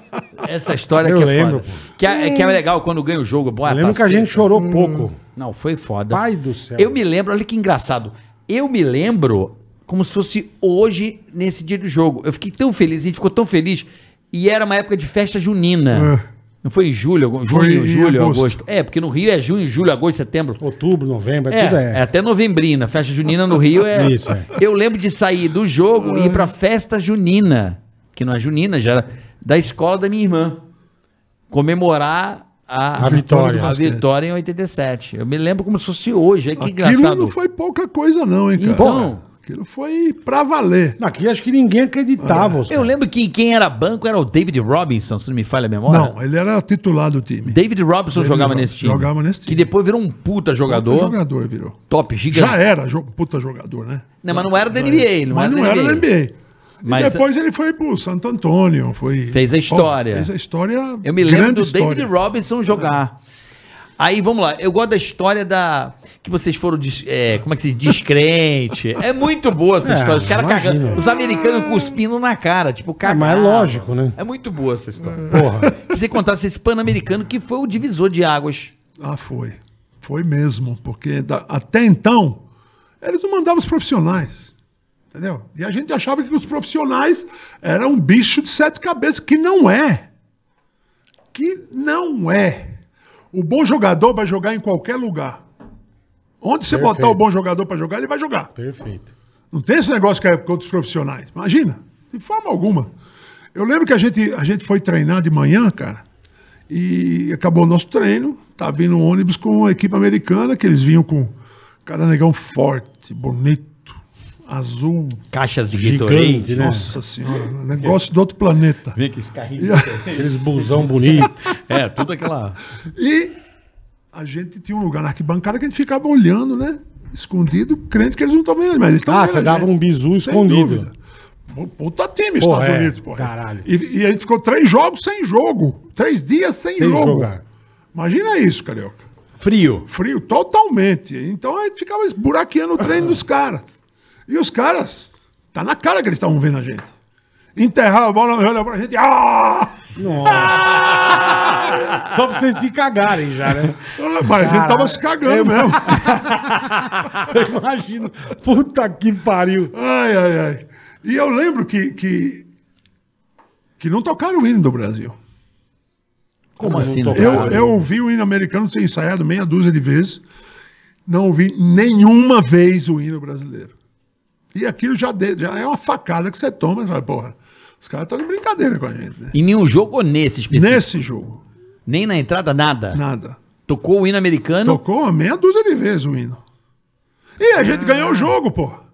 essa história Eu que é lembro, foda. Que é, que é legal quando ganha o jogo. Boa, Eu lembro tá que a gente sexta. chorou pouco. Não, foi foda. Pai do céu. Eu me lembro, olha que engraçado. Eu me lembro como se fosse hoje, nesse dia do jogo. Eu fiquei tão feliz, a gente ficou tão feliz. E era uma época de festa junina. É. Não foi em julho, algum- junho, Foi em julho, agosto. agosto. É, porque no Rio é junho, julho, agosto, setembro. Outubro, novembro, é, tudo É, é é. até novembrina. Festa junina no Rio é. Isso, é. Eu lembro de sair do jogo e ir Hum. pra festa junina, que não é junina, já era da escola da minha irmã. Comemorar a, A vitória. A vitória em 87. Eu me lembro como se fosse hoje. É que Aquilo não engraçado. foi pouca coisa, não, hein, cara? Então. Aquilo foi pra valer. Não, Aqui acho que ninguém acreditava, Oscar. Eu lembro que quem era banco era o David Robinson, se não me falha a memória. Não, ele era titular do time. David Robinson David jogava Robinson nesse time. jogava nesse Que time. depois virou um puta jogador. Puta jogador virou. Top, gigante. Já era jo- puta jogador, né? Não, mas não era da NBA. Não Mas era não da era NBA. na NBA. Mas- e depois ele foi pro Santo Antônio. Foi... Fez a história. Pô, fez a história. Eu me lembro grande do história. David Robinson jogar. Aí, vamos lá. Eu gosto da história da... Que vocês foram, des- é, como é que se diz? Descrente. É muito boa essa É, história. Os caras imagino. cagando. Os americanos cuspindo na cara. Tipo, cara. mas é lógico, né? É muito boa essa história. Porra. Que você contasse esse pan-americano que foi o divisor de águas. Ah, foi. Foi mesmo, porque da- até então eles não mandavam os profissionais. Entendeu? E a gente achava que os profissionais eram um bicho de sete cabeças, que não é. Que não é. O bom jogador vai jogar em qualquer lugar. Onde você Perfeito. botar o bom jogador pra jogar, ele vai jogar. Perfeito. Não tem esse negócio que é contra os profissionais. Imagina, de forma alguma. Eu lembro que a gente, a gente foi treinar de manhã, cara, e acabou o nosso treino. Tá vindo um ônibus com a equipe americana, que eles vinham com um cara negão forte, bonito, azul. Caixas de Gatorade. Gigante, né? Nossa senhora, um É. negócio do outro planeta. Vê que esse carrinho. Aqueles busão bonito. É, tudo aquela... E a gente tinha um lugar na arquibancada que a gente ficava olhando, né? Escondido, crente que eles não estavam vendo, mas eles Ah, estavam vendo você a dava gente. um bizu Sem escondido. dúvida. Pô, Puta time, Porra, Estados é. Unidos, porra. Caralho. E, e a gente ficou três jogos sem jogo. Três dias sem, Sem jogo. jogar. Imagina isso, carioca. Frio. Frio totalmente. Então a gente ficava esburaqueando o treino dos caras. E os caras, tá na cara que eles estavam vendo a gente. Enterrava a bola, olhava pra gente. Ah! Nossa. Só pra vocês se cagarem já, né? Ah, mas ele Caralho. tava se cagando mesmo. Eu imagino. Puta que pariu. Ai, ai, ai. E eu lembro que, que, que não tocaram o hino do Brasil. Como assim? não não né? Eu, tocaram? eu ouvi o hino americano ser ensaiado meia dúzia de vezes. Não ouvi nenhuma vez o hino brasileiro. E aquilo já, de- já é uma facada que você toma e você fala, porra, os caras estão de brincadeira com a gente, né? Em nenhum jogo ou nesse específico? Nesse jogo, Nem na entrada, nada. nada. Tocou o hino americano. Tocou uma meia dúzia de vezes o hino. E a gente Ah. ganhou o jogo, porra.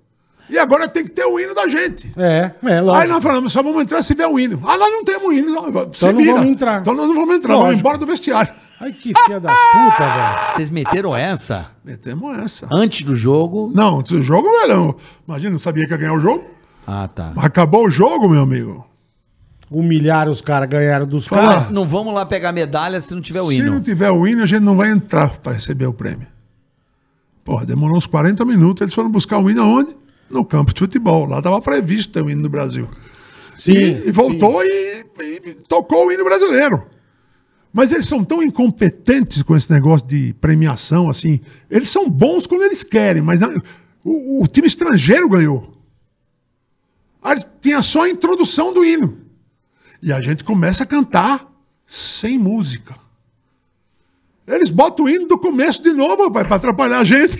E agora tem que ter o hino da gente. É, é Aí lógico. nós falamos, só vamos entrar se tiver um hino. Ah, nós não temos hino. Então se não vira. vamos entrar. Então nós não vamos entrar, vamos Lógico. embora do vestiário. Ai, que filha das putas, velho. Vocês meteram essa Metemos essa. antes do jogo. Não, antes do jogo, velho. Imagina, não sabia que ia ganhar o jogo. Ah, tá. Acabou o jogo, meu amigo. Humilharam os caras, ganharam dos Fala. caras. Não vamos lá pegar medalha se não tiver o Se hino. não tiver o hino, a gente não vai entrar para receber o prêmio. Porra, demorou uns 40 minutos. Eles foram buscar o hino aonde? No campo de futebol. Lá estava previsto ter o hino do Brasil. Sim. E, e voltou e, e tocou o hino brasileiro. Mas eles são tão incompetentes com esse negócio de premiação, assim. Eles são bons quando eles querem, mas não- o, o time estrangeiro ganhou. Aí eles- tinha só a introdução do hino. E a gente começa a cantar sem música. Eles botam o hino do começo de novo, rapaz, pra atrapalhar a gente.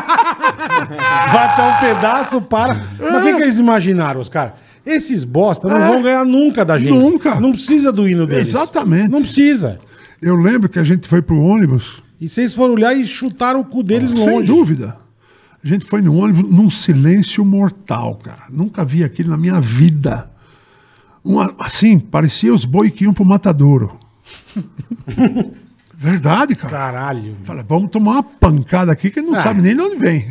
Vai até um pedaço, para. Mas o que, que eles imaginaram, os caras? Esses bosta não É. vão ganhar nunca da gente. Nunca. Não precisa do hino deles. Exatamente. Não precisa. Eu lembro que a gente foi pro ônibus. E vocês foram olhar e chutaram o cu deles Sem longe. dúvida. A gente foi no ônibus num silêncio mortal, cara. Nunca vi aquilo na minha vida. Uma- assim, parecia os boi que iam pro matadouro. Verdade, cara. Caralho. Fala, vamos tomar uma pancada aqui que não sabe nem de onde vem.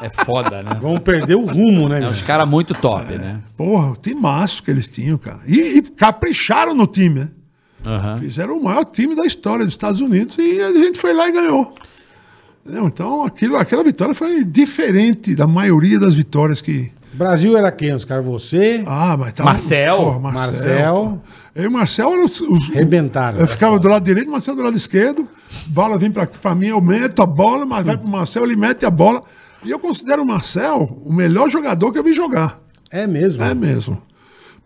É foda, né? Vão perder o rumo, né, É meu? uns caras muito top, né? Porra, o timaço que eles tinham, cara. E, e capricharam no time, né? Fizeram o maior time da história dos Estados Unidos e a gente foi lá e ganhou. Entendeu? Então, aquilo, aquela vitória foi diferente da maioria das vitórias que, Brasil era quem, os caras? Você. Ah, mas tava... Marcel. Marcel. Marcel. Eu e o Marcel eram os. os- Arrebentaram. Eu ficava do lado direito, Marcel do lado esquerdo. Bola vem pra, pra mim, eu meto a bola, mas vai pro Marcel, ele mete a bola. E eu considero o Marcel o melhor jogador que eu vi jogar. É mesmo. É mesmo.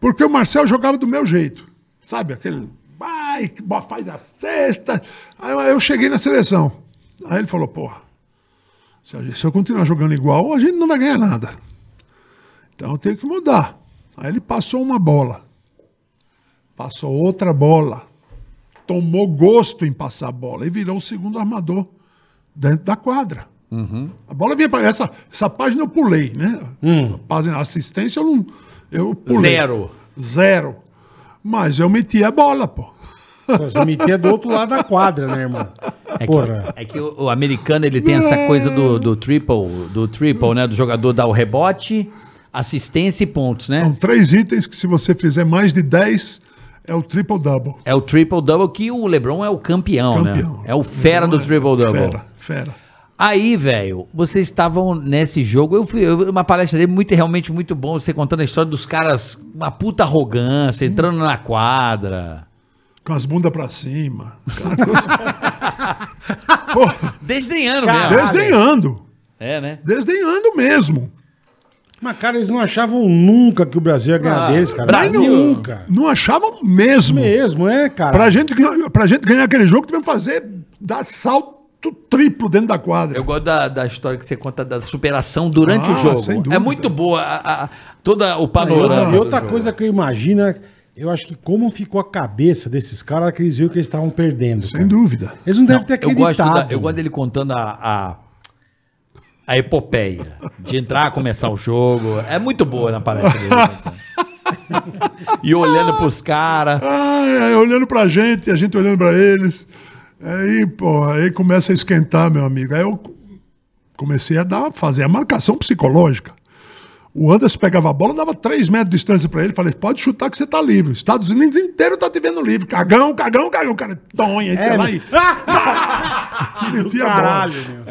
Porque o Marcel jogava do meu jeito. Sabe? Aquele. Vai, que bo- faz a cesta. Aí eu- eu cheguei na seleção. Aí ele falou: porra, se a gente- se eu continuar jogando igual, a gente não vai ganhar nada. Então eu tenho que mudar. Aí ele passou uma bola. Passou outra bola. Tomou gosto em passar a bola e virou o segundo armador dentro da quadra. Uhum. A bola vinha para essa, essa página eu pulei, né? Página assistência eu não eu pulei. Zero. Zero. Mas eu meti a bola, pô. Pô, Você metia do outro lado da quadra, né, irmão? Porra. É que o, o americano ele tem essa coisa do, do triple, do triple, né? Do jogador dar o rebote, assistência e pontos, né? São três itens que se você fizer mais de 10 é o triple double. É o triple double que o LeBron é o campeão, Campeão. né? É o fera do triple double. Fera, fera. Aí, velho, vocês estavam nesse jogo. Eu fui eu- uma palestra dele muito realmente muito bom, você contando a história dos caras, uma puta arrogância, entrando na quadra. Com as bundas pra cima. Aquela coisa- Pô, Desdenhando mesmo. desdenhando. É, né? Desdenhando mesmo. Mas, cara, eles não achavam nunca que o Brasil ia ganhar Ah, deles, cara. Brasil. Mas Nunca. Não achavam mesmo. Mesmo, é, cara? Pra gente, ganhar- pra gente ganhar aquele jogo, tivemos que fazer dar salto triplo dentro da quadra. Eu gosto da, da história que você conta da superação durante Ah, o jogo. sem dúvida. É muito boa a, a- todo o E outra, panorama. e outra do jogo. coisa que eu imagino, é- eu acho que como ficou a cabeça desses caras, na hora que eles viram que eles estavam perdendo. Sem cara. dúvida. Eles não, devem ter é eu acreditado. gosto, da- eu gosto dele contando a, a, a epopeia de entrar, começar o jogo. É muito boa na palestra dele. né, então. e olhando pros caras. Ai, ai, olhando pra gente, a gente olhando pra eles. Aí, pô, aí começa a esquentar, meu amigo. Aí eu co- comecei a dar, fazer a marcação psicológica. O Anderson pegava a bola, dava 3 metros de distância pra ele. Falei, pode chutar que você tá livre. Estados Unidos inteiro tá te vendo livre. Cagão, cagão, cagão. O cara, é tonha, entra lá e... Que É, né? metia a bola. Caralho, meu.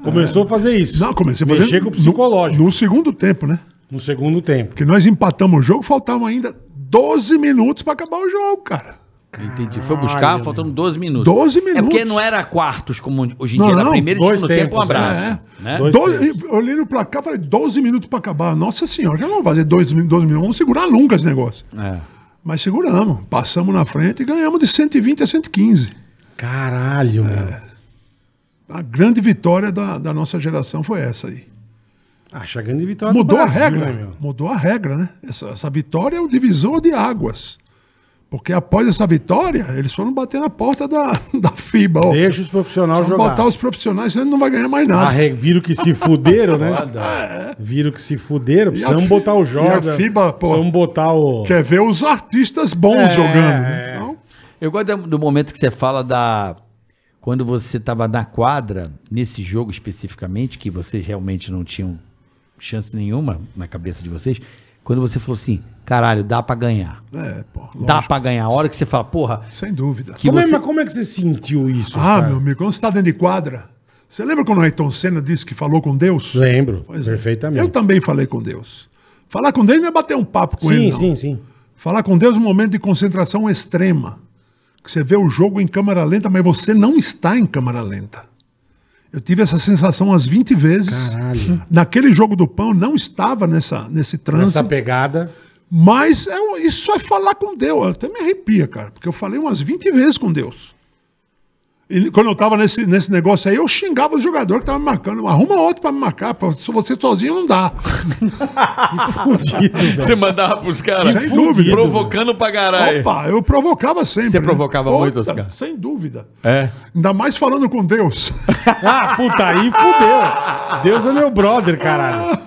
Começou a fazer isso. Não, comecei a Mexer fazer... com o psicológico. No, no segundo tempo, né? No segundo tempo. Porque nós empatamos o jogo, faltavam ainda 12 minutos pra acabar o jogo, cara. Entendi. Foi buscar, faltando 12 minutos. 12 minutos. É porque não era quartos como hoje em dia, Não, era não, primeiro e dois segundo tempo, um tempos, abraço. é. né? Dois Doze- tempos. eu olhei no placar e falei, 12 minutos pra acabar. Nossa senhora, que não vamos fazer 12, min- 12 minutos, vamos segurar nunca esse negócio. É. Mas seguramos, passamos na frente e ganhamos de 120 a 115. Caralho, meu. A grande vitória da, da nossa geração foi essa aí. Ah, chegando de vitória do Mudou Brasil, a regra. né, meu? Mudou a regra, né? Essa, essa vitória é o divisor de águas. Porque após essa vitória, eles foram bater na porta da, da FIBA. ó. Deixa os profissionais Vamos jogar. botar os profissionais, senão não vai ganhar mais Ah, nada. re- viram que se fuderam, né? Viram que se fuderam. É. E a Precisamos fi- botar e o a Jordan. FIBA, pô. é- Precisamos botar o... Quer ver os artistas bons É, jogando. né? é. Então, Eu gosto da- do momento que você fala da. Quando você estava na quadra, nesse jogo especificamente, que vocês realmente não tinham chance nenhuma na cabeça de vocês, quando você falou assim, caralho, dá pra ganhar. é, pô, lógico, Dá pra ganhar. A hora que você fala, porra, Sem dúvida. que como, é, você- mas como é que você sentiu isso? Ah, meu amigo, quando você está dentro de quadra, você lembra quando o Ayrton Senna disse que falou com Deus? Lembro, Pois é. Eu perfeitamente. também falei com Deus. Falar com Deus não é bater um papo com ele. Sim, não. sim, sim. Falar com Deus é um momento de concentração extrema. Que você vê o jogo em câmera lenta, mas você não está em câmera lenta. Eu tive essa sensação umas 20 vezes. Caralho. Naquele jogo do pão, não estava nessa, nesse trânsito. Essa pegada. Mas é um- isso é falar com Deus. Eu Até me arrepia, cara, porque eu falei umas 20 vezes com Deus. E quando eu tava nesse, nesse negócio aí, eu xingava o jogador que tava me marcando. Arruma outro pra me marcar, pô. se você sozinho não dá. Fudido, velho. você mandava pros caras Sem dúvida. provocando pra caralho. Opa, eu provocava sempre. Você né? provocava Puta, muito, Oscar? Sem dúvida. É. Ainda mais falando com Deus. Ah, puta, aí fudeu. Deus é meu brother, caralho.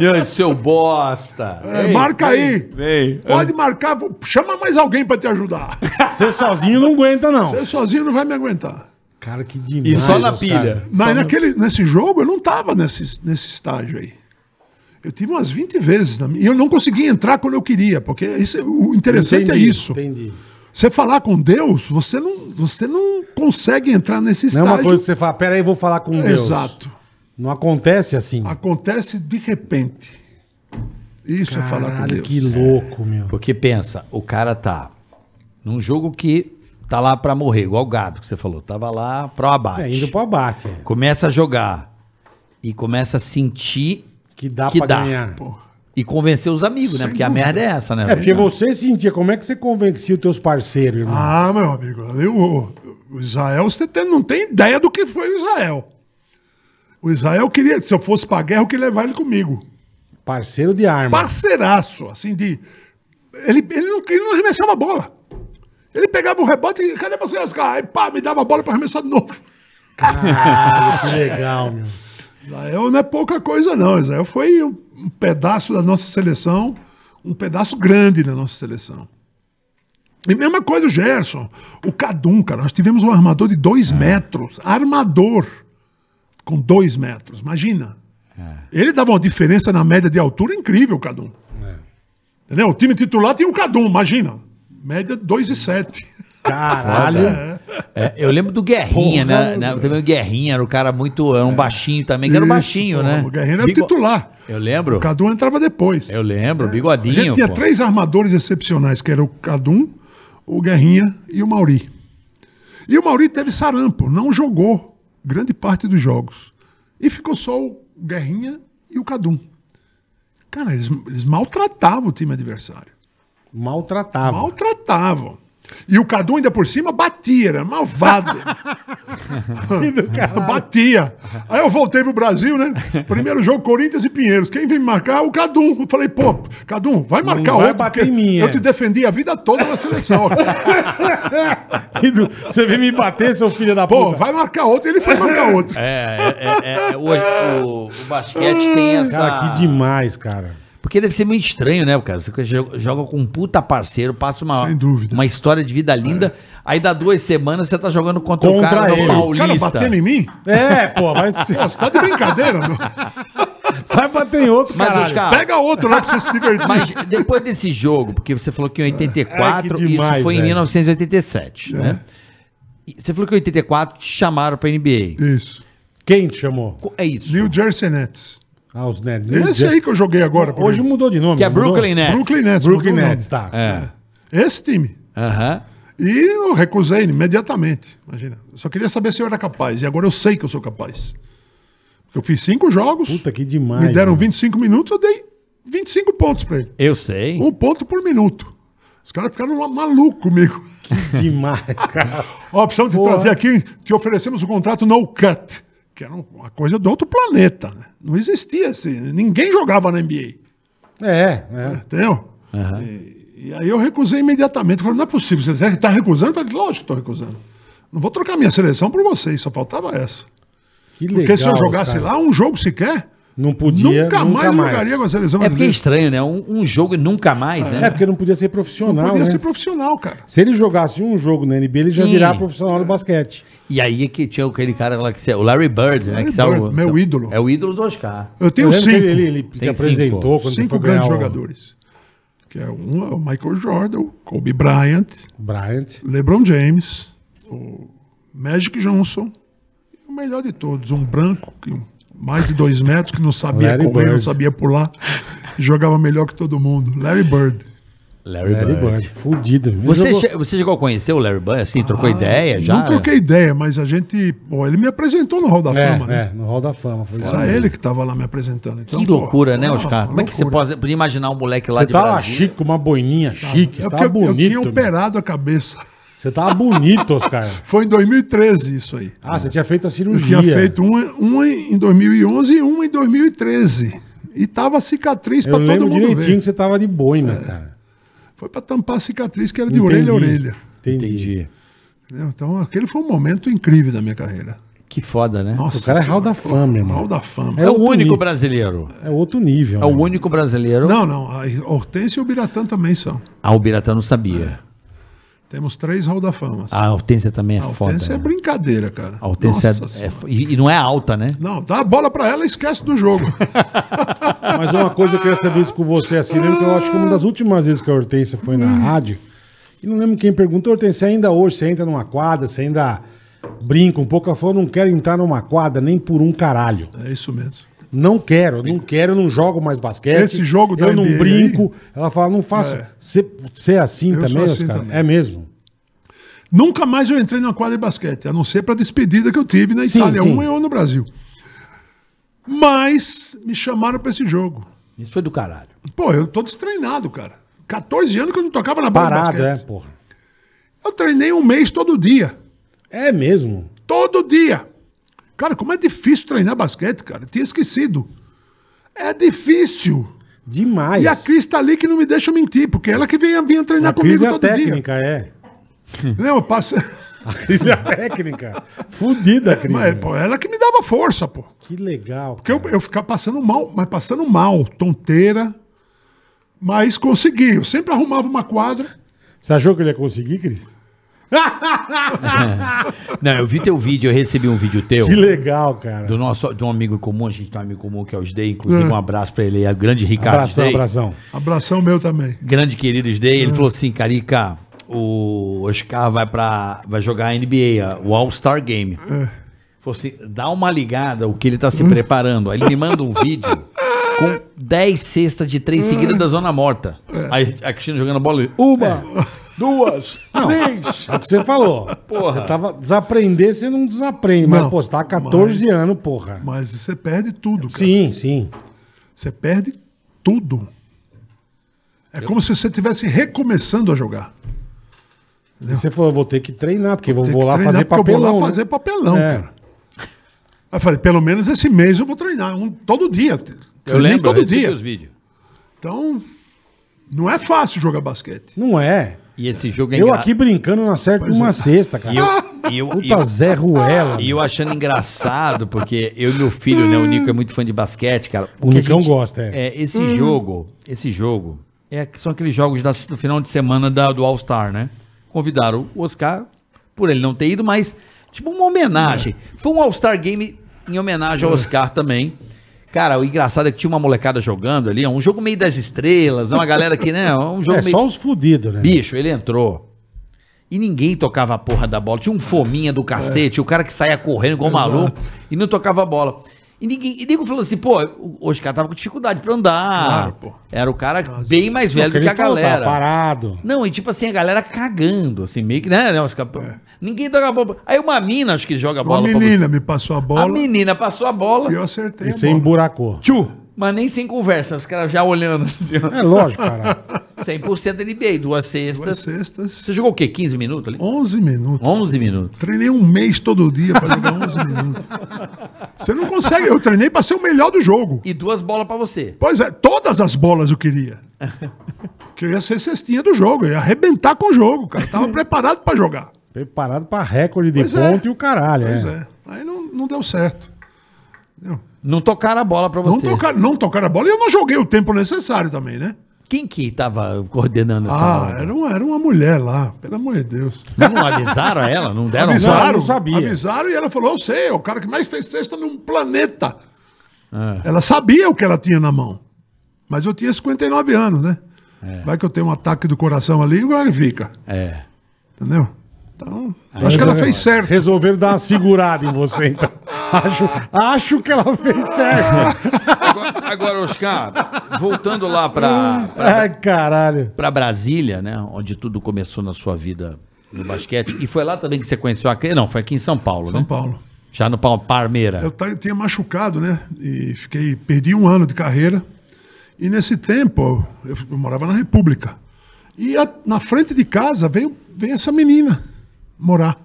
E aí, seu bosta. É, marca aí. Vem. Pode marcar, vou- chama mais alguém pra te ajudar. Você sozinho não aguenta, não. Você sozinho não vai me aguentar. Cara, que demais. E só na os pilha. caras. Mas naquele, nesse jogo eu não estava nesse, nesse estágio aí. Eu tive umas 20 vezes. na minha- E eu não conseguia entrar quando eu queria, porque isso, é- o interessante é Entendi, isso. Entendi. Você falar com Deus, você não, você não consegue entrar nesse Não estágio. é uma coisa que você fala, peraí, vou falar com Deus. Exato. Não acontece assim. Acontece de repente. Isso é falar com Caralho, Deus. que louco, meu. Porque pensa, o cara tá num jogo que tá lá pra morrer, igual o gado que você falou, tava lá pro abate. É, indo pro abate. é. Começa a jogar e começa a sentir Que dá Que pra dá. ganhar. Pô, e convencer os amigos, né? Sem Porque a dúvida. merda é essa, né? É, porque você sentia, como é que você convencia os teus parceiros, irmão? Ah, meu amigo, ali o, o Israel, você tem- não tem ideia do que foi o Israel. O Israel queria, se eu fosse pra guerra, eu queria levar ele comigo. Parceiro de arma. parceiraço, assim, de. Ele, ele, não, ele não arremessava a bola. Ele pegava o rebote e cadê você, Oscar? Aí pá, me dava a bola pra arremessar de novo. Caralho, que legal, meu. Israel não é pouca coisa, não. Israel foi um, um pedaço da nossa seleção, um pedaço grande da nossa seleção. E mesma coisa o Gerson, o Cadum, cara. Nós tivemos um armador de dois metros. Armador com dois metros, imagina. Ele dava uma diferença na média de altura incrível, Cadum. Entendeu? O time titular tinha o Cadum, imagina. Média 2,7. Caralho. É, eu lembro do Guerrinha, né? né? Também o Guerrinha era um cara muito. Era um baixinho também, que era um É. Isso, baixinho, porra, né? O Guerreiro era Bigo- titular. Eu lembro. O Cadum entrava depois. Eu lembro, A bigodinho. gente tinha pô. três armadores excepcionais, que era o Cadum, o Guerrinha e o Mauri. E o Mauri teve sarampo, não jogou grande parte dos jogos. E ficou só o Guerrinha e o Cadum. Cara, eles, eles maltratavam o time adversário. Maltratava. Maltratavam. E o Cadum ainda por cima batia, era malvado. batia. Aí eu voltei pro Brasil, né? Primeiro jogo, Corinthians e Pinheiros. Quem vem me marcar? O Cadum. Eu falei, pô, Cadum, vai marcar vai outro. bater porque em mim, é. Eu te defendi a vida toda na seleção. Filho, Você veio me bater, seu filho da pô, puta. vai marcar outro. Ele foi marcar outro. É, é, é, o, o- o Ah, basquete tem essa. Cara, que demais, cara. Porque deve ser meio estranho, né, cara? Você jo- joga com um puta parceiro, passa uma, Sem dúvida. É. uma história de vida linda, aí dá duas semanas você tá jogando contra, o Contra cara ele. no O cara Paulista. batendo em mim? É, pô, vai, se- Você tá de brincadeira, meu. vai bater em outro, Mas, caralho. Oscar, Pega outro lá pra você se divertir. mas depois desse jogo, porque você falou que em 84, Ai, que demais, isso foi em velho. 1987, né? E Você falou que em 84 te chamaram pra NBA. Isso. Quem te chamou? Co- É isso. New Jersey Nets. Ah, os Nets. Esse aí que eu joguei agora. por Hoje exemplo. mudou de nome. Que é não mudou? Brooklyn Nets. É, Brooklyn Nets. Brooklyn mudou o Nets, tá. É. nome. Esse time. Aham. E eu recusei imediatamente. Imagina. Eu só queria saber se eu era capaz. E agora eu sei que eu sou capaz. Porque eu fiz cinco jogos. Puta que demais. me deram mano. 25 minutos, eu dei 25 pontos pra ele. Eu sei. Um ponto por minuto. Os caras ficaram lá malucos comigo. Demais, cara. Ó, A opção de Porra. trazer aqui, te oferecemos um contrato no cut, que era uma coisa do outro planeta. né? Não existia assim. Ninguém jogava na NBA. É, é. Entendeu? E, e aí eu recusei imediatamente. Falei, não é possível, você está recusando? Eu Falei, lógico que estou recusando. Não vou trocar minha seleção por vocês, só faltava essa. Que legal. Porque se eu jogasse cara. lá um jogo sequer, Não podia. nunca, mais, jogaria com a seleção É porque é brasileira. estranho, né? Um, um jogo e nunca mais, né? É, porque não podia ser profissional. Não podia né? ser profissional, cara. Se ele jogasse um jogo na NBA, ele já Sim. virava profissional no basquete. E aí é que tinha aquele cara lá que se- o Larry Bird, né? Larry que se- Bird, o- meu ídolo. É o ídolo do Oscar. Eu tenho Eu lembro que cinco. Ele, ele, ele te Tem apresentou cinco. quando ele cinco foi ganhar grandes o jogadores. Que é um é o Michael Jordan, o Kobe Bryant, Bryant. LeBron James, o Magic Johnson, e o melhor de todos, um branco, que um- mais de dois metros, que não sabia Larry correr, não Bird. sabia pular, e jogava melhor que todo mundo. Larry Bird. Larry, Larry Bird. Fudido. Ele Você, jogou- Ah, che- você chegou a conhecer o Larry Bird, assim, trocou ideia já? não troquei ideia, mas a gente. Pô, ele me apresentou no Hall da Fama, É, né? é, no Hall da Fama. Foi isso Era aí. ele que estava lá me apresentando. Então, Que pô, loucura, né, uma Oscar? Como é que você loucura. pode, podia imaginar um moleque lá Ah, Você de tava Brasília? chique, com uma boininha chique. Tá Você tava É porque eu, eu bonito. tinha né? meu. operado a cabeça. Você tava bonito, Oscar. Foi em 2013 isso aí. Ah, você tinha feito a Eu cirurgia. tinha feito uma, uma em 2011 e uma em 2013. E tava a cicatriz Eu pra todo lembro mundo direitinho ver. que você tava de boina, cara. Foi pra tampar a cicatriz que era de orelha a orelha. Entendi. Entendi. entendeu? Então aquele foi um momento incrível da minha carreira. Que foda, né? Nossa O cara é Hall Senhora, da pô, Fama, irmão. Hall da Fama. É o outro único nível. brasileiro. É outro nível. É o né? único brasileiro. Não, não. A Hortência e o Biratã também são. A Ubirata não sabia. Temos três Hall da Famas. Ah, A Hortência também é a foda. Hortência é né? brincadeira, cara. A Hortência Nossa é, é Senhora. fo- e, e não é alta, né? Não, dá a bola pra ela e esquece do jogo. Mas uma coisa que eu queria saber isso com você, assim, lembro que eu acho que uma das últimas vezes que a Hortência foi Hum. na rádio, e não lembro quem perguntou, Hortência, você ainda hoje você entra numa quadra, você ainda brinca um pouco, ela falou, não quero entrar numa quadra nem por um caralho. é isso mesmo. Não quero, não quero, eu não jogo mais basquete. Esse jogo da Eu não NBA brinco. Ela fala, não faço. É. Você você é assim Eu sou também, assim Oscar? também. É mesmo. Nunca mais eu entrei numa quadra de basquete, a não ser para despedida que eu tive na Sim, Itália, sim. uma e uma no Brasil. Mas me chamaram para esse jogo. Isso foi do caralho. Pô, eu tô destreinado, cara. 14 anos que eu não tocava na bola de Parado, é, basquete. porra. Eu treinei um mês todo dia. É mesmo. Todo dia. Cara, como é difícil treinar basquete, cara. Eu tinha esquecido. É difícil. Demais. E a Cris tá ali que não me deixa mentir, porque ela que vinha, vinha treinar A Cris comigo é a todo dia. técnica, é. Não, eu passei... A Cris é a técnica. Fudida, Cris. Mas, pô, ela que me dava força, pô. Que legal. Porque Porque eu, eu ficava passando mal, mas passando mal, tonteira. Mas consegui. Eu sempre arrumava uma quadra. Você achou que ele ia conseguir, Cris? Não, eu vi teu vídeo, eu recebi um vídeo teu. Que legal, cara. Do nosso, de um amigo comum, a gente tem um amigo comum que é o Sdei, Hum. inclusive um abraço pra ele, é o grande Ricardo Abração, Sdey. abração. Abração meu também. grande querido Sdei, Hum. ele falou assim, Carica, o Oscar vai para vai jogar a NBA, o All-Star Game. É. Falou assim, dá uma ligada o que ele tá se preparando. Aí ele me manda um vídeo com 10 cestas de Hum. três seguidas da zona morta. É. Aí a Cristina jogando bola, ele, uma, duas, três. É o que você falou. Porra. Você tava. Desaprender, você não desaprende. Mas, Não. pô, você tá há 14 anos, porra. Mas você perde tudo, cara. Sim, sim. Você perde tudo. É como se você estivesse recomeçando a jogar. E você falou, eu vou ter que treinar, porque eu vou, Tem vou que lá treinar, fazer porque papelão. Eu vou lá né? fazer papelão, É. cara. Aí eu falei, pelo menos esse mês eu vou treinar. um- todo dia. Eu Treinei lembro, eu é todo recebi dia. os vídeos. Então, não é fácil jogar basquete. Não é. E esse jogo é Eu engra- aqui brincando na certa Pois uma é. cesta, E cara. eu, e eu, e Puta eu- Zé Ruela. E eu achando engraçado, porque eu e meu filho, né? O Nico é muito fã de basquete, cara. O que a Nicão gosta, é. Esse jogo, esse jogo, é, que são aqueles jogos da- do final de semana da- do All-Star, né? Convidaram o Oscar, por ele não ter ido, mas, tipo, uma homenagem. É. Foi um All-Star Game em homenagem ao Oscar também. Cara, o engraçado é que tinha uma molecada jogando ali, é um jogo meio das estrelas, é uma galera que, né? É um jogo é meio. só os fudidos, né? Bicho, ele entrou. E ninguém tocava a É. porra da bola. Tinha um fominha do cacete, o cara que saía correndo igual um maluco e não tocava a bola. E ninguém, e nego falando assim, pô, o Oscar tava com dificuldade pra andar. Claro, pô. Era o cara bem mais velho Porque do que ele a falou, tava galera. tá parado. Não, e tipo assim, a galera cagando, assim, meio que, né? né os cap- Ninguém toca bola. Aí uma mina, acho que joga É. Uma bola pra menina me passou a você. A bola menina passou a bola, e eu acertei E a você bola. emburacou. mas nem sem conversa, os caras já olhando. Assim, ó. É lógico, cara. 100% NBA, duas cestas. Duas sextas, Você jogou o quê? 15 minutos ali? 11 minutos. 11 minutos. Treinei um mês todo dia pra jogar 11 minutos. Você não consegue. Eu treinei pra ser o melhor do jogo. E duas bolas pra você. Pois é, todas as bolas eu queria. Queria ser cestinha do jogo, ia arrebentar com o jogo, cara. Tava preparado pra jogar. Preparado pra recorde de Pois é. ponto e o caralho. Pois é. é. Aí não, não deu certo. Não tocaram a bola pra Não você. tocaram, não tocaram a bola e eu não joguei o tempo necessário também, né? Quem que tava coordenando essa Ah, hora? era uma, era uma mulher lá, pelo amor de Deus. é. Mas Não avisaram a ela? Não deram um Não, Avisaram, eu não sabia. avisaram e ela falou, eu sei, é o cara que mais fez cesta no planeta. É. Ela sabia o que ela tinha na mão. Mas eu tinha 59 anos, né? É. Vai que eu tenho um ataque do coração ali, agora fica. É. Entendeu? Então, eu acho que ela fez certo. Resolveram dar é uma segurada em você, então. Acho, acho que ela fez certo. Agora, agora, Oscar, voltando lá pra, Ai, caralho. Pra Brasília, né? Onde tudo começou na sua vida no basquete. E foi lá também que você conheceu a... Não, foi aqui em São Paulo, São né? Paulo. Já no Pal- Parmeira. Eu ta- tinha machucado, né? E fiquei, perdi um ano de carreira. E nesse tempo, eu, f- eu morava na República. E a- na frente de casa veio, veio essa menina morar.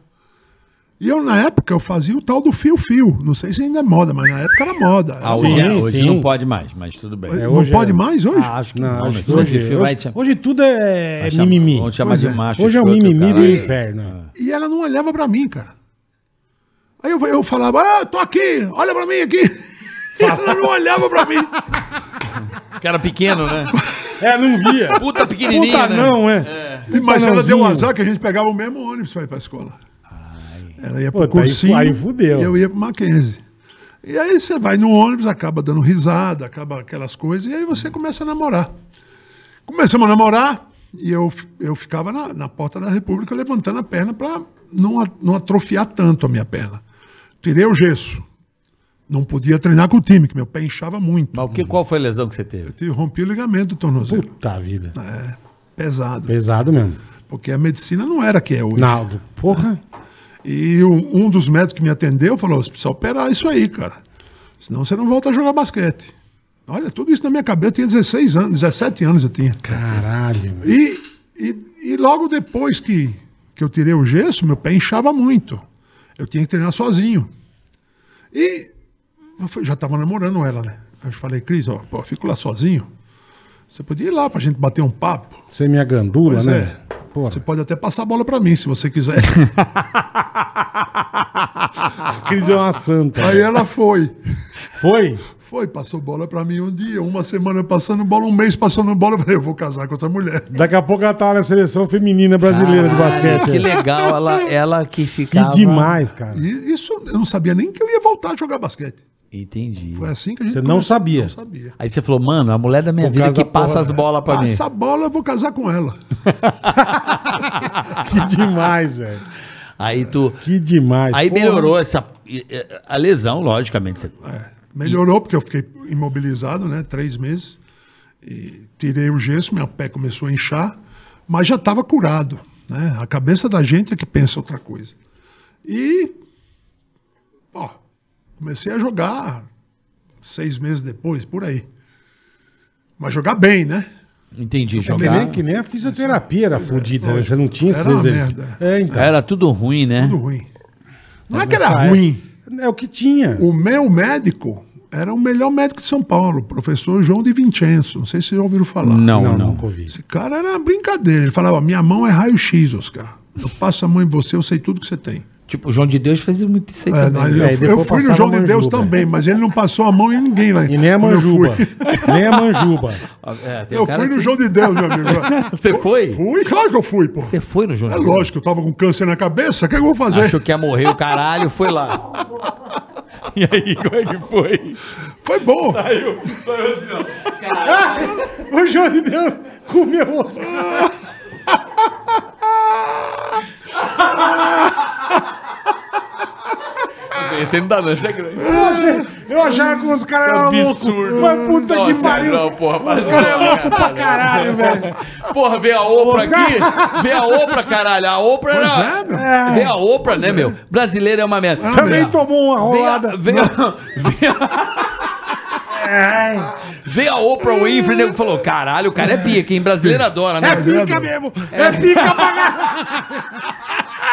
E eu, na época, eu fazia o tal do fio-fio. Não sei se ainda é moda, mas na época era moda. Ah, Eu- hoje, é, Sim, hoje sim. é não pode mais, mas tudo bem. Não pode mais hoje? Ah, acho que não. não, acho mas que hoje hoje, filho vai te- hoje, hoje tudo é, Vai chamar- mimimi. Vamos chamar de Pois é. macho. Hoje é um escroto, mimimi do cara. inferno. E ela não olhava pra mim, cara. Aí eu, eu falava, ah, tô aqui, olha pra mim aqui. E ela não olhava pra mim. Cara pequeno, né? É, não via. Puta pequenininha, Puta né? não, é. Puta Mas ela deu um nãozinho. azar que a gente pegava o mesmo ônibus pra ir pra escola. Ela ia pro Puta, tá aí cursinho. fu- aí fudeu. E eu ia pro Mackenzie. E aí você vai no ônibus, acaba dando risada, acaba aquelas coisas, e aí você começa a namorar. Começamos a namorar, e eu, f- eu ficava na, na porta da República levantando a perna pra não, a- não atrofiar tanto a minha perna. Tirei o gesso. Não podia treinar com o time, que meu pé inchava muito. Mas o que, qual foi a lesão que você teve? Eu rompi o ligamento do tornozelo. Puta vida. Pesado. Pesado mesmo. Porque a medicina não era que é hoje. Naldo, porra. E um, um dos médicos que me atendeu falou: você precisa operar isso aí, cara. Senão você não volta a jogar basquete. Olha, tudo isso na minha cabeça. Eu tinha 16 anos, 17 anos eu tinha. Caralho, velho. E, e, e logo depois que, que eu tirei o gesso, meu pé inchava muito. Eu tinha que treinar sozinho. E eu fui- já estava namorando ela, né? Aí Eu falei, Cris, ó, pô, eu fico lá sozinho. Você podia ir lá pra gente bater um papo. Você é minha gandula, Pois né? é. Porra. Você pode até passar a bola pra mim, se você quiser. A Cris é uma santa. Aí ela foi. Foi? Foi, passou bola pra mim um dia, uma semana passando bola, um mês passando bola. Eu falei, eu vou casar com essa mulher. Daqui a pouco ela tava na seleção feminina brasileira É, de Que basquete. legal ela, ela que Que, ficava. demais, cara. E isso eu não sabia nem que eu ia voltar a jogar basquete. Entendi. Foi assim que a gente. Você não começou. sabia. Não sabia. Aí você falou, mano, a mulher da minha Por vida é causa que da passa porra, as né? bolas pra mim. Passa a bola, eu vou casar com ela. Que demais, velho. Aí tu. Que demais. Aí Porra. melhorou né? essa. e- e- A lesão, logicamente. Você... É, melhorou, porque eu fiquei imobilizado, né? Três meses. E tirei o gesso, meu pé começou a inchar, mas já estava curado. Né? A cabeça da gente é que pensa outra coisa. E ó, comecei a jogar seis meses depois, por aí. Mas jogar bem, né? Entendi, Que jogar. nem, que nem a fisioterapia era fodida, né? Você não tinha Era esses uma exercícios. merda. É, então. Ah, Era tudo ruim, né? Tudo ruim. Não é que Nessa era época- ruim. É o que tinha. O meu médico era o melhor médico de São Paulo, o professor João de Vincenzo. Não sei se vocês já ouviram falar. Não, não. nunca ouvi. Esse cara era uma brincadeira. Ele falava: minha mão é raio-x, Oscar. Eu passo a mão em você, eu sei tudo que você tem. Tipo, o João de Deus fez muito isso aí É, também. não, é, e eu, eu depois fui no passava João de a Deus manjuba. também, mas ele não passou a mão em ninguém lá. E nem a quando eu manjuba. fui. nem a manjuba. É, tem Eu cara fui no que- João de Deus, meu amigo. Você foi? Fui, claro que eu fui, pô. Você foi no João É de Deus? lógico, eu tava com câncer na cabeça, o que, é que eu vou fazer? Achou que ia morrer o caralho, foi lá. E aí, como é que foi? Foi bom. O João de Deus comeu o Oscar. Esse esse não dá, não. Esse é grande. Eu achava que os caras eram loucos. Absurdo. Mas puta que Nossa, pariu. Não, porra, os passou, caras é louco pra cara. caralho, velho. Porra, vê a Oprah aqui. Vê a Oprah, caralho. A Oprah é, meu. era... Vê a Oprah, né, meu? Brasileiro é uma merda. Também Vê a- tomou uma Vê a, rolada. vê, a, vê, a, vê a Oprah Winfrey, nego falou, caralho, o cara é pica, hein? Brasileiro adora, né? É pica mesmo. É pica pra caralho. É.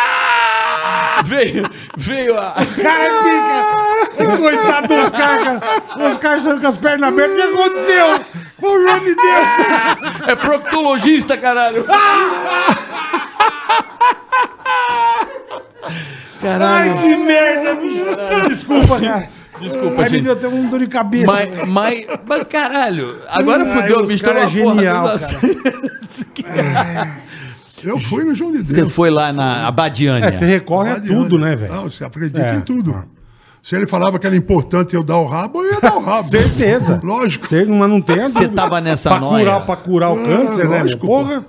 Veio, veio a... Cara, é pica. Coitado dos caras, cara. Os caras estão com as pernas abertas. O que aconteceu? Por nome de Deus. É proctologista, caralho. Ai, que merda, bicho. Desculpa, cara. Desculpa, Aí me gente. deu até um dor de cabeça. Mas, velho. mas, mas, caralho, agora Ai, fudeu, os bicho. cara é genial, Eu fui no João de Deus. Você foi lá na Abadiânia. É, você recorre a Não adianta. tudo, né, velho? Não, você acredita É. em tudo. Se ele falava que era importante eu dar o rabo, eu ia dar o rabo. Certeza. Lógico. Você, mas não tem a Você dúvida. tava nessa pra noia. Curar, pra curar o câncer, né? meu? lógico, Porra.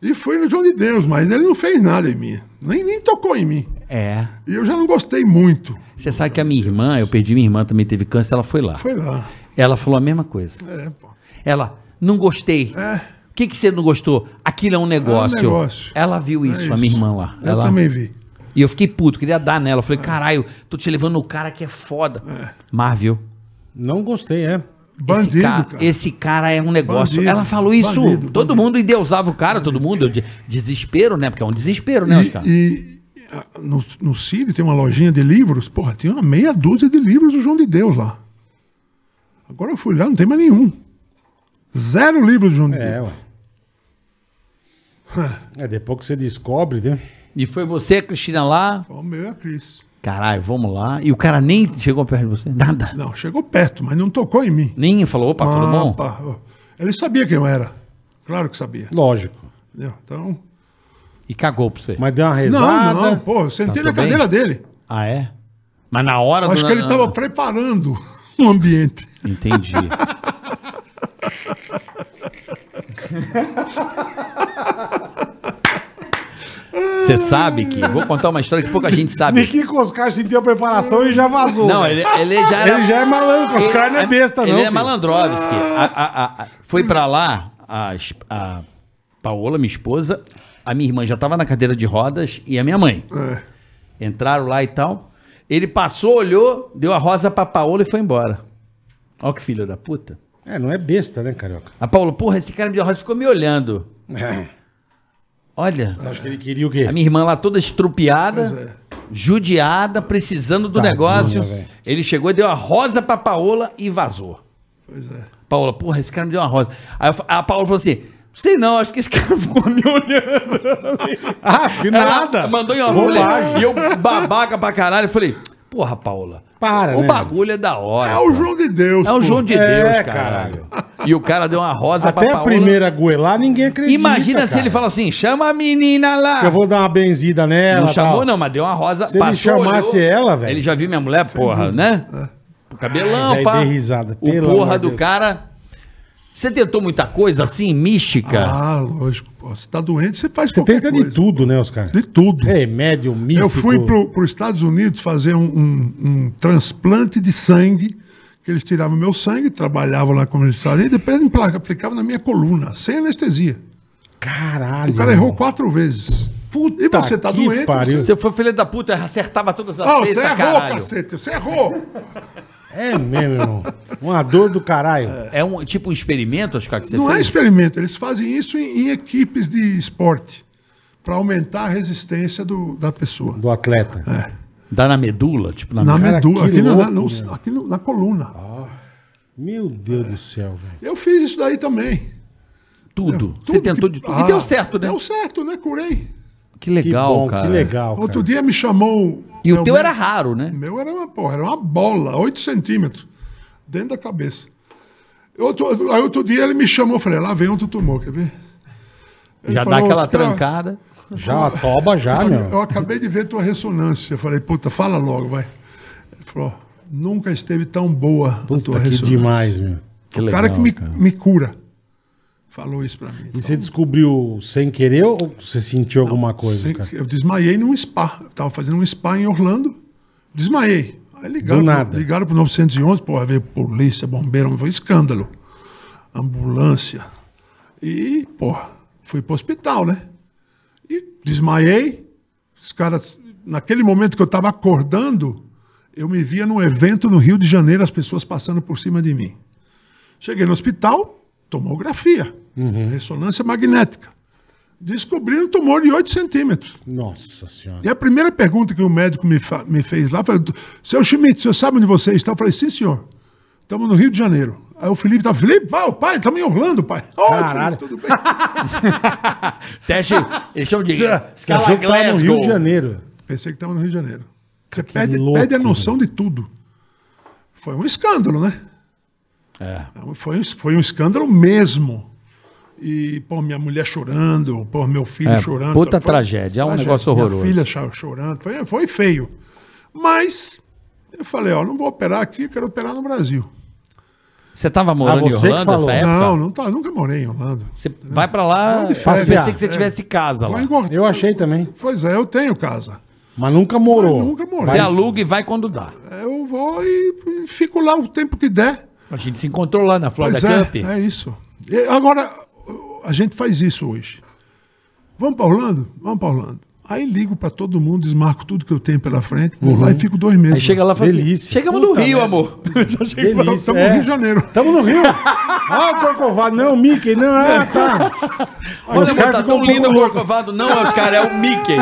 E fui no João de Deus, mas ele não fez nada em mim. Nem, nem tocou em mim. É. E eu já não gostei muito. Você sabe que a minha irmã, eu perdi minha irmã, também teve câncer, ela foi lá. Foi lá. Ela falou a mesma coisa. É, pô. Ela, não gostei. É. O que, que você não gostou? Aquilo é um negócio. negócio. É Ela viu isso, a isso. minha irmã lá. Eu Ela- também vi. E eu fiquei puto, queria dar nela. Eu falei, caralho, tô te levando no cara que é foda. Mas viu? Não gostei, é. Bandido, esse, cara, cara. esse cara é um negócio. Bandido, Ela falou isso. bandido, todo bandido. mundo endeusava o cara, todo mundo. de- Desespero, né? Porque é um desespero, né, Oscar? E, e ah, no, no Círio tem uma lojinha de livros. Porra, tem uma meia dúzia de livros do João de Deus lá. Agora eu fui lá, não tem mais nenhum. Zero livros do João de É, Deus. ué. É, depois que você descobre, né? E foi você, Cristina, lá. O meu é a Cris. Caralho, vamos lá. E o cara nem chegou perto de você. Nada. Não, chegou perto, mas não tocou em mim. Nem falou, opa, Tá, tudo bom? Opa, ó. Ele sabia quem eu era. Claro que sabia. Lógico. entendeu? Então. E cagou pra você. Mas deu uma Não, rezada. não, pô, eu sentei Tá, na tô bem? cadeira dele. Ah, é? Mas na hora Acho que ele estava preparando o ambiente. Entendi. Você sabe que. Vou contar uma história que pouca gente sabe. Niki Coscar sentiu a preparação e já vazou. Não, velho. ele, ele já era. Ele já é malandro, Coscar não é besta, ele não. é filho. malandrovski. A- a- a- a- foi pra lá, a, es- a Paola, minha esposa, a minha irmã já tava na cadeira de rodas e a minha mãe. É, Entraram lá e tal. Ele passou, olhou, deu a rosa pra Paola e foi embora. Ó que filho da puta. É, não é besta, né, carioca? A Paola, porra, esse cara me deu a rosa ficou me olhando. É. Olha, Acho que ele queria o quê? a minha irmã lá toda é. estrupiada, judiada, precisando do negócio. velho. Ele chegou, deu a rosa pra Paola e vazou. Pois é. Paola, porra, esse cara me deu uma rosa. Aí eu fa- a Paola falou assim: sei não, acho que esse cara ficou me olhando. Ah, que Ela nada. Mandou em uma Bobagem. folha. E eu babaca pra caralho. Eu falei: porra, Paola. Para, o né? bagulho é da hora. É o João de Deus. É o pô. João de É, Deus, caralho. E o cara deu uma rosa Até a Paola. primeira goelá, ninguém acredita. Imagina se cara. ele fala assim: chama a menina lá. Eu vou dar uma benzida nela. Não chamou, tal. não, mas deu uma rosa. Se ele chamasse ela, velho. Ele já viu minha mulher, porra, né? O cabelão, Ai, velho, pá. dei risada, o pelo amor porra de do Deus. cara. Você tentou muita coisa assim, mística? Ah, lógico. pô. Você tá doente, você faz Você qualquer tenta coisa. de tudo, né, os caras? De É tudo. Remédio, místico. Eu fui para os Estados Unidos fazer um, um- um transplante de sangue, que eles tiravam meu sangue, trabalhavam lá como eles faziam, e depois impla- aplicavam na minha coluna, sem anestesia. Caralho. O cara errou quatro vezes. Puta e você tá que doente. pariu. Você... Você foi filho da puta, acertava todas as Ah, você vezes, errou, Tá caralho. cacete, você errou. É mesmo, irmão. Uma dor do caralho. É um tipo um experimento, acho que você Não é fez? experimento, eles fazem isso em, em equipes de esporte, para aumentar a resistência do- da pessoa. Do atleta. Dá na medula, tipo na Na medula. Ah, Cara, medula, que aqui, na- na, louco, no- velho. Ah. aqui no- na coluna. Meu Deus do céu, velho. Eu fiz isso daí também. tudo. Você Tudo tentou que- de tudo. Ah, e deu certo, né? Deu certo, né? Curei. Que legal, que bom, cara. Que legal, Ah, cara. Outro dia me chamou. E o meu teu mé- era raro, né? Meu era uma, porra, era uma bola, 8 centímetros, dentro da cabeça. Outro, aí outro dia ele me chamou, eu falei, lá vem outro tumor, quer ver? Ele Já dá falou, aquela "Cara, trancada. Já, toba já, olha, Eu meu. acabei de ver tua ressonância. Eu falei, puta, fala logo, vai. Ele falou, ó, nunca esteve tão boa a tua Puta que ressonância. demais, meu. Que O legal, cara que me, cara. me cura. Falou isso pra mim. então. E você descobriu sem querer ou você sentiu alguma coisa, Sem- cara? Eu desmaiei num spa. Eu tava fazendo um spa em Orlando. Desmaiei. Aí ligaram, Do pro- nada. ligaram pro 911, porra, veio polícia, bombeiro, foi um escândalo. Ambulância. E, porra, fui pro hospital, né? E desmaiei. Os caras, naquele momento que eu tava acordando, eu me via num evento no Rio de Janeiro, as pessoas passando por cima de mim. Cheguei no hospital, tomografia, Uhum. ressonância magnética. Descobri um tumor de 8 centímetros. Nossa senhora. E a primeira pergunta que o médico me, fa- me fez lá foi: Seu Schmidt, o senhor sabe onde você está? Eu falei: Sim, senhor. Estamos no Rio de Janeiro. Aí o Felipe estava: Felipe, vai, pai, estamos em Orlando, pai. Ó, Caralho. Felipe, tudo bem? Teste, eles chamam de Você achou que tava no Rio de Janeiro. Pensei que estava no Rio de Janeiro. Você perde, louco, perde a noção de tudo. Foi um escândalo, né? É. Foi, um- foi um escândalo mesmo. E, pô, minha mulher chorando, pô, meu filho É, chorando. puta Foi- tragédia, é um negócio Minha horroroso. filha cho- chorando, foi, foi feio. Mas eu falei, ó, não vou operar aqui, eu quero operar no Brasil. Você tava morando Ah, em você que Orlando falou. nessa época? Não, não tá, nunca morei em Orlando. Você vai pra lá, de eu férias. pensei que você É. tivesse casa Tá lá. Vai engordar. Eu achei também. Pois é, eu tenho casa. Mas nunca morou. Mas nunca morou. é Você aluga e vai quando dá. Eu vou e e fico lá o tempo que der. A gente se encontrou lá na Florida Pois é, Camp. é isso. E agora, a gente faz isso hoje. Vamos para Orlando? Vamos para Orlando. Aí ligo para todo mundo, desmarco tudo que eu tenho pela frente, Uhum. vou lá e fico dois meses. Aí chega lá e fala assim, Delícia. Chegamos Puta no Rio, merda. amor. Delícia, Estamos no é. Rio de Janeiro. Tamo no Rio. Ah, o Corcovado. Não, Mickey. Não, ah, tá. Aí Olha, os amor, caras tá ficam tão um lindo pouco o loucos. Corcovado. Não, é os caras, é o Mickey.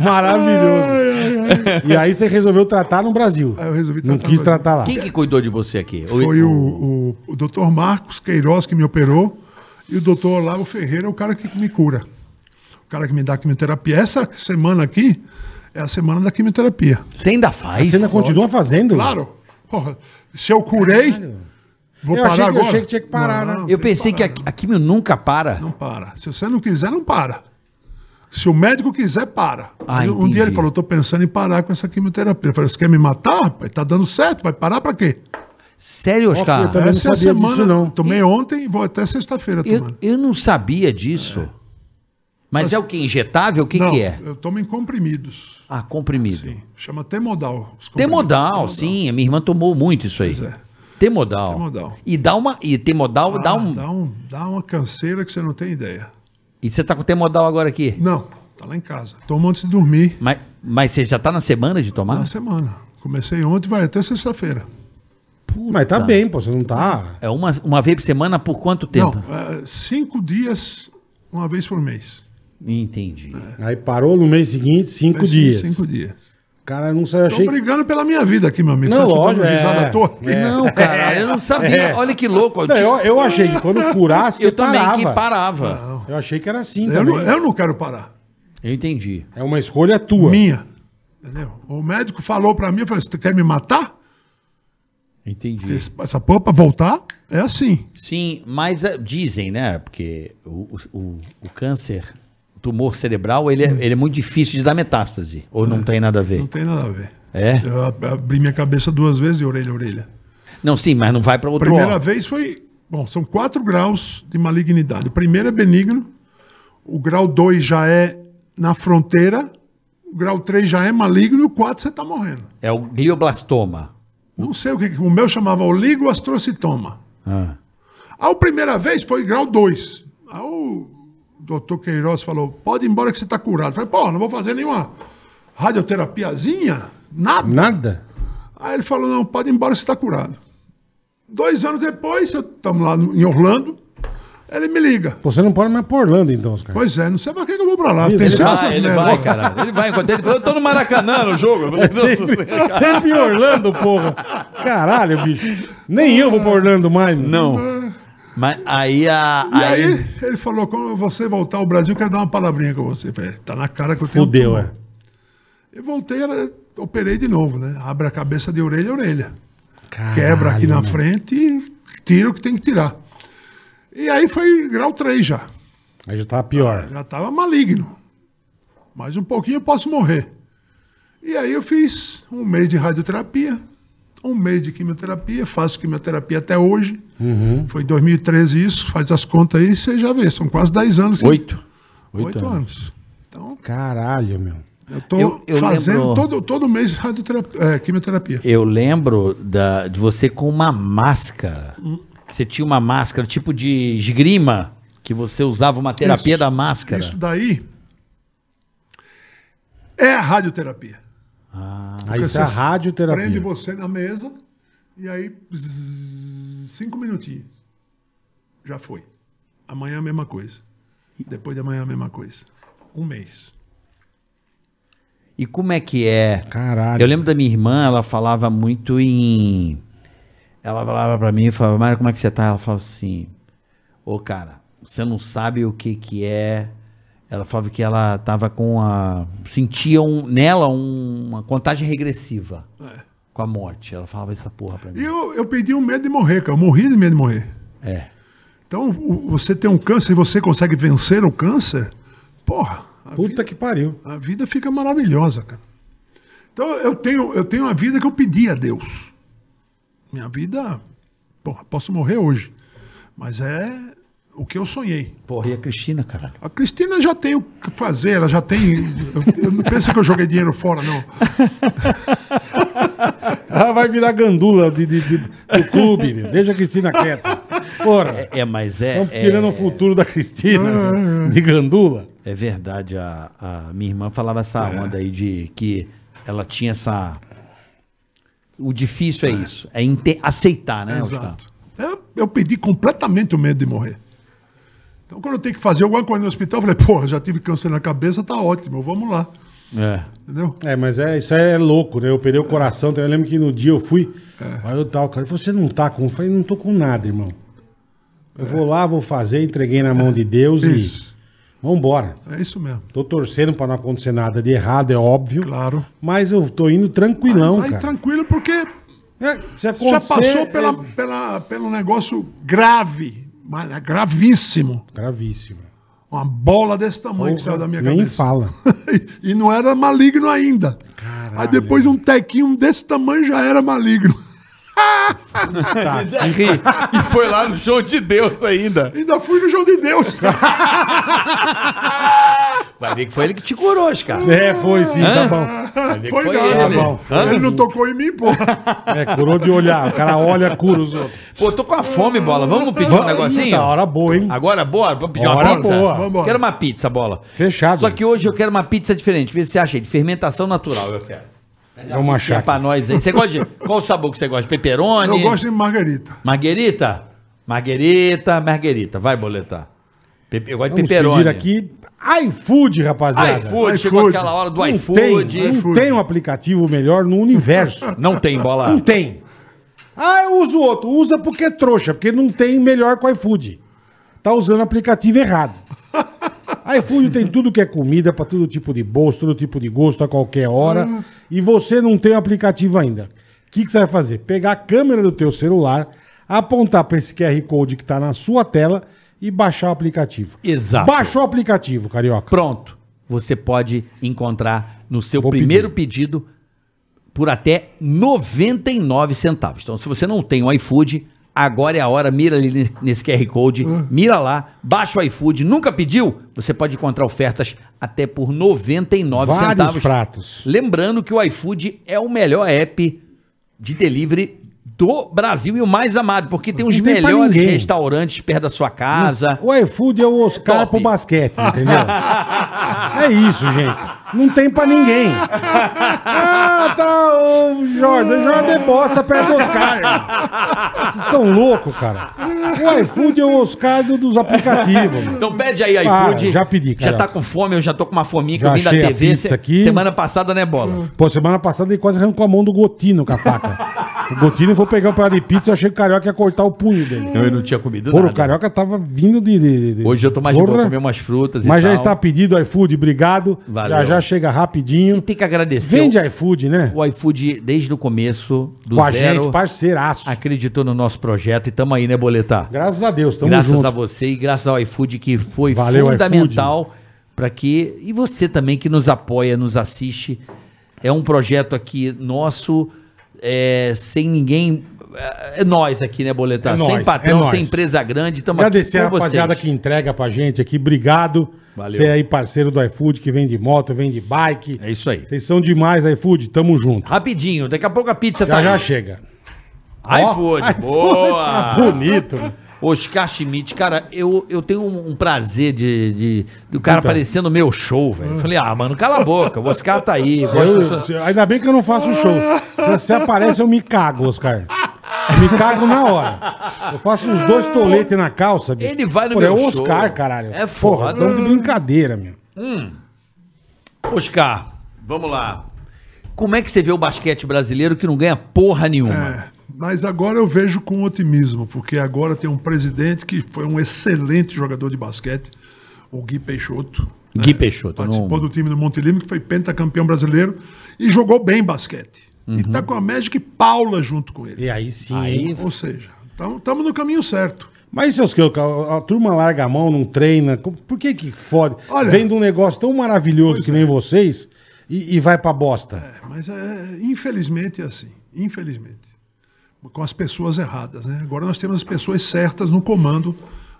Maravilhoso. E aí você resolveu tratar no Brasil. Aí Ah, eu resolvi Não tratar no quis Brasil. tratar lá. Quem que cuidou de você aqui? Foi o, o, o doutor Marcos Queiroz que me operou e o doutor Olavo Ferreira é o cara que me cura. O cara que me dá quimioterapia. Essa semana aqui é a semana da quimioterapia. Você ainda faz? Você ainda continua fazendo? Claro. Porra, se eu curei, vou Eu parar achei que- eu agora. achei que tinha que parar, né? Eu tem pensei que parar, a, a quimio nunca para. Não para. Se você não quiser, não para. Se o médico quiser, para. Ah, um entendi. dia ele falou, tô pensando em parar com essa quimioterapia. Eu falei, você quer me matar, rapaz? Tá dando certo, vai parar pra quê? Sério, Oscar? eu também- não Essa é a sabia disso, semana, não. tomei ontem e vou até sexta-feira tomando. Eu, eu não sabia disso. Mas é o que? Injetável? O que, É. não, que é? Eu tomo em comprimidos. Ah, comprimido. Chama temodal. os comprimidos. Temodal, sim. A minha irmã tomou muito isso aí. Pois é. Temodal. Temodal. E dá uma. E temodal Ah, dá um. Dá, um, dá uma canseira que você não tem ideia. E você tá com temodal agora aqui. Não, tá lá em casa. Tomo antes de dormir. Mas, mas você já tá na semana de tomar? Na semana. Comecei ontem, vai até sexta-feira. Mas tá bem, pô. Você não tá... É uma, uma vez por semana por quanto Não, tempo? é, cinco dias, uma vez por mês. Entendi. Aí parou no mês seguinte, cinco Mas dias. Cinco dias. Cara, eu não sei, eu Estão achei que... brigando pela minha vida aqui, meu amigo. Não, Você acha que eu tô lógico, dando risada é. à toa? É. Não, cara, eu não sabia. É. Olha que louco. Eu, Não, eu, eu achei que quando curasse, eu você também parava. que parava. Eu achei que era assim Eu, também. não, eu não quero parar. Eu entendi. É uma escolha tua. Minha. Entendeu? O médico falou pra mim, eu falei, você quer me matar? Entendi. Esse- Essa porra pra voltar é assim. Sim, mas eh, dizem, né? Porque o, o, o- o câncer, o tumor cerebral, ele é, ele é muito difícil de dar metástase. Ou não tem nada a Não ver? tem nada a ver. É? Eu ab- abri minha cabeça duas vezes de orelha a orelha. Não, sim, mas não vai para outro Primeira órgão. vez foi. Bom, são quatro graus de malignidade. O primeiro é benigno, o grau 2 já é na fronteira, o grau 3 já é maligno e o 4 você está morrendo. É o glioblastoma. Não sei o que. que- O meu chamava oligoastrocitoma. Ah. A primeira vez foi grau 2. Aí o doutor Queiroz falou: pode ir embora que você está curado. Eu falei: pô, não vou fazer nenhuma radioterapiazinha, nada. Nada. Aí ele falou: não, pode ir embora, você está curado. Dois anos depois, estamos lá no- em Orlando, ele me liga. Pô, você não pode mais por Orlando, então, Oscar. Pois é, não sei pra que que eu vou pra lá. Ele Tem vai, sempre Ah, essas ele merda. vai, cara. Ele vai enquanto ele falou, eu tô no Maracanã no jogo. Eu falei, É não, não sempre, sei. sempre em Orlando, porra. Caralho, bicho. Nem eu vou pra Orlando mais. meu. Não. Mas aí a. E aí, aí- ele falou: quando você voltar ao Brasil, eu quero dar uma palavrinha com você. Eu Falei, tá na cara que eu tenho. Fudeu, tumor. é. Eu voltei, era- operei de novo, né? Abre a cabeça de orelha a orelha. Caralho, Quebra aqui na mano. frente e tira o que tem que tirar. E aí foi grau 3 já. Aí já tava pior. Já estava maligno. Mais um pouquinho eu posso morrer. E aí eu fiz um mês de radioterapia, um mês de quimioterapia, faço quimioterapia até hoje. Foi em 2013 isso, faz as contas aí, você já vê, são quase 10 anos. Oito. Oito anos. Então, Caralho, meu. Eu tô Eu- eu fazendo lembro- todo, todo mês radioterapia, é, quimioterapia. Eu lembro da- de você com uma máscara. Que você tinha uma máscara, tipo de esgrima, que você usava uma terapia Isso. da máscara. Isso daí é a radioterapia. Ah. Aí isso é você radioterapia. Prende você na mesa e aí zzz, cinco minutinhos. Já foi. Amanhã a mesma coisa. Depois de amanhã a mesma coisa. Um mês. E como é que é? Caralho. Eu lembro da minha irmã, ela falava muito em. Ela falava pra mim, eu falava, Mário, como é que você tá? Ela falava assim: Ô, cara, você não sabe o que que é. Ela falava que ela tava com a. Sentia um- nela um- uma contagem regressiva É. com a morte. Ela falava essa porra pra E mim. eu, eu perdi o medo de morrer, cara. Eu morri de medo de morrer. É. Então, o- você tem um câncer e você consegue vencer o câncer, porra, a, Puta vida, que pariu. a vida fica maravilhosa, cara. Então, eu tenho, eu tenho a vida que eu pedi a Deus. Minha vida, porra, posso morrer hoje, mas é o que eu sonhei. Porra, e a Cristina, caralho? A Cristina já tem o que fazer, ela já tem. Eu, eu não penso que eu joguei dinheiro fora, não. Ela Ah, vai virar gandula de, de- de- do clube, meu. Deixa a Cristina quieta. Porra. É, mas é. Estamos é- tirando o futuro da Cristina de gandula. É verdade, a, a minha irmã falava essa onda aí de que ela tinha essa. O difícil é isso, é inte- aceitar, né? Exato. Eu, É, eu perdi completamente o medo de morrer. Então, quando eu tenho que fazer alguma coisa no hospital, eu falei, porra, já tive câncer na cabeça, tá ótimo, vamos lá. Gustavo? É. Entendeu? É, mas é, isso é louco, né? Eu operei o coração. Eu lembro que no dia eu fui. É. Aí eu tal, cara. ele falou, Você não tá com. Eu falei, não tô com nada, irmão. Eu vou lá, vou fazer, entreguei na mão de Deus Isso. e. Vambora. É isso mesmo. Tô torcendo pra não acontecer nada de errado, é óbvio. Claro. Mas eu tô indo tranquilão, Vai cara. tranquilo, porque É, se já acontecer, passou pela, É pela, pelo negócio grave, mas é gravíssimo. gravíssimo. Uma bola desse tamanho que Porra, saiu da minha nem cabeça. fala. e não era maligno ainda. Caralho. Aí depois um tequinho desse tamanho já era maligno. Tá. E foi lá no show de Deus ainda. Ainda fui no jogo de Deus. Vai ver que foi ele que te curou, cara. É, foi sim, tá Ah. bom. Foi foi nada. ele. Tá Ele não tocou em mim, porra. É, curou de olhar. O cara olha, cura os outros. Pô, tô com a fome, bola. Vamos pedir um negocinho? tá, Puta, hora boa, hein? Agora, bora? Vamos pedir Hora uma pizza? boa. Vambora. Quero uma pizza, bola. Fechado. Só que hoje eu quero uma pizza diferente. Vê se você acha aí. de Fermentação natural, eu quero. Vamos achar. É pra nós aí. Você gosta de. Qual o sabor que você gosta? Peperoni? Eu gosto de margarita. Marguerita? Marguerita, Marguerita. Vai boletar. Pepe- Eu gosto de Vamos peperoni. pedir aqui iFood, rapaziada. iFood, chegou iFood. aquela hora do Não iFood. tem, não iFood. tem um aplicativo melhor no universo. Não tem bola. Não tem. Ah, eu uso outro. Usa porque é trouxa, porque não tem melhor que o iFood. Tá usando o aplicativo errado. iFood tem tudo que é comida, pra todo tipo de bolso, todo tipo de gosto, a qualquer hora. Ah. E você não tem o aplicativo ainda. O que, que você vai fazer? Pegar a câmera do teu celular, apontar pra esse QR Code que tá na sua tela e baixar o aplicativo. Exato. Baixou o aplicativo, Carioca. Pronto. Você pode encontrar no seu Vou primeiro pedido por até 99 centavos. Então, se você não tem o iFood, agora é a hora, mira ali ne- nesse QR Code, Hum. mira lá, baixa o iFood, nunca pediu? Você pode encontrar ofertas até por 99 Vários centavos. pratos. Lembrando que o iFood é o melhor app de delivery do Brasil e o mais amado, porque tem os Não tem pra melhores ninguém. restaurantes perto da sua casa. O iFood é o Oscar Top. pro basquete, entendeu? é isso, gente. Não tem pra ninguém. Ah, tá o Jordan. Jordan é bosta perto do Oscar. irmão. Vocês estão loucos, cara. O iFood é o Oscar do- dos aplicativos. mano. Então pede aí Ah, iFood. já pedi, Já cara. tá com fome, eu já tô com uma fominha que Já eu vim da achei a TV. pizza se- aqui. Semana passada, né, Bola? Pô, semana passada ele quase arrancou a mão do Gotino com a faca. O Gotino foi pegar um pedaço de pizza, eu achei que o Carioca ia cortar o punho dele. Eu não tinha comido Porra, o Carioca tava vindo de... de- de- Hoje eu tô mais de boa, Porra. comer umas frutas e Mas já tal. está pedido iFood, obrigado. Valeu. Já já chega rapidinho. Tem que agradecer Vende o- iFood, né? o iFood desde o começo, do Com a zero. gente, parceiraço. acreditou no nosso projeto e tamo aí, né, Boletar? Graças a Deus, tamo graças junto. a você e graças ao iFood que foi Valeu, fundamental para que e você também que nos apoia, nos assiste, é um projeto aqui nosso é, sem ninguém é nós aqui, né, Boletar? É sem nós, é patrão, nós. sem empresa grande. Estamos Agradecer a rapaziada que entrega pra gente aqui. Obrigado. Valeu. Você é aí, parceiro do iFood, que vende moto, vende bike. É isso aí. Vocês são demais, iFood. Tamo junto. Rapidinho, daqui a pouco a pizza tá Já já aí. chega. Ó, iFood, iFood. boa! Bonito. né? Oscar Schmidt, cara, eu, eu tenho um, um prazer de, de- do cara Então. Hum. aparecer no meu show, velho. Eu Falei, ah, mano, cala a boca, o Oscar tá aí. gosta do seu- Eu, ainda bem que eu não faço show. Se você aparece, eu me cago, Oscar. Eu Me cago na hora. Eu faço uns dois toletes na calça. bicho. Ele vai no Pô, meu é o show. Oscar, caralho. É Porra, foda. vocês estão de brincadeira, meu. Oscar, vamos lá. Como é que você vê o basquete brasileiro que não ganha porra nenhuma? É, mas agora eu vejo com otimismo, porque agora tem um presidente que foi um excelente jogador de basquete, o Gui Peixoto. né? Gui Peixoto. Participou do time do Monte Lima, que foi pentacampeão brasileiro e jogou bem basquete. E Uhum. tá com a Magic Paula junto com ele. E aí sim. hein? Ou seja, estamos no caminho certo. Mas seus que a, a turma larga a mão, não treina. como- Por que que fode? Olha- Vem de um negócio tão maravilhoso que nem vocês e, e vai pra bosta. É, mas é, infelizmente é assim. Infelizmente. Com as pessoas erradas, né? Agora nós temos as pessoas certas no comando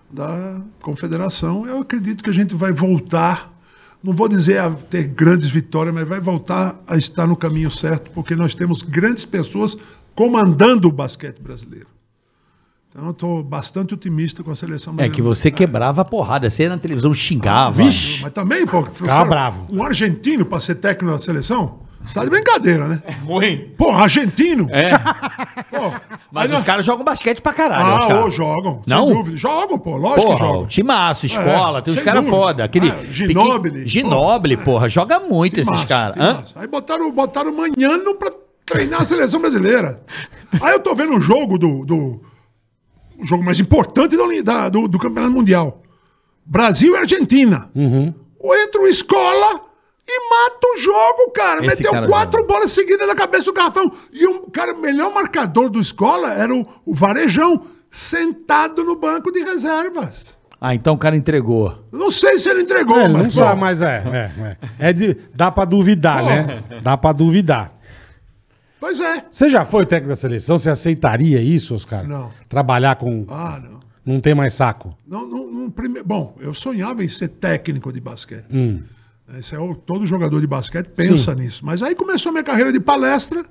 da confederação. Eu acredito que a gente vai voltar. Não vou dizer a ter grandes vitórias, mas vai voltar a estar no caminho certo, porque nós temos grandes pessoas comandando o basquete brasileiro. Então, eu estou bastante otimista com a seleção É que você quebrava a porrada, você ia na televisão xingava. Vixe! Mas também, pô, Ficava bravo. um argentino para ser técnico da seleção? Você tá de brincadeira, né? É ruim. Pô, argentino? É. Pô, Mas aí os não- caras jogam basquete pra caralho, Ah, Oscar. ô, jogam. Não? Sem dúvida. Jogam, pô. Lógico que Porra, jogam. o timaço, escola, É, tem uns sem caras dúvida. foda. Aquele Ah, É. Ginóbili. Ginóbili, porra, joga muito esses Timaço, caras. Hã? timaço. Aí botaram, botaram o Manhano pra treinar a seleção brasileira. Aí eu tô vendo o jogo do... do o jogo mais importante da Uni- da- do, do Campeonato Mundial. Brasil e Argentina. Uhum. Ou entra o Escola e mata o jogo, cara. Esse Meteu cara quatro joga. bolas seguidas na cabeça do Garrafão. E o cara, o melhor marcador do Escola era o, o Varejão, sentado no banco de reservas. Ah, então o cara entregou. Eu não sei se ele entregou, É, não mas... pô, sabe, mas é. é, é. É de- dá pra duvidar, né? Dá pra duvidar. Pois é. Você já foi técnico da seleção? Você aceitaria isso, Oscar? Não. Trabalhar com. Ah, não. Não tem mais saco. Não, não, não, prime- Bom, eu sonhava em ser técnico de basquete. Hum. Esse é o, todo jogador de basquete pensa nisso. Mas aí começou a minha carreira de palestra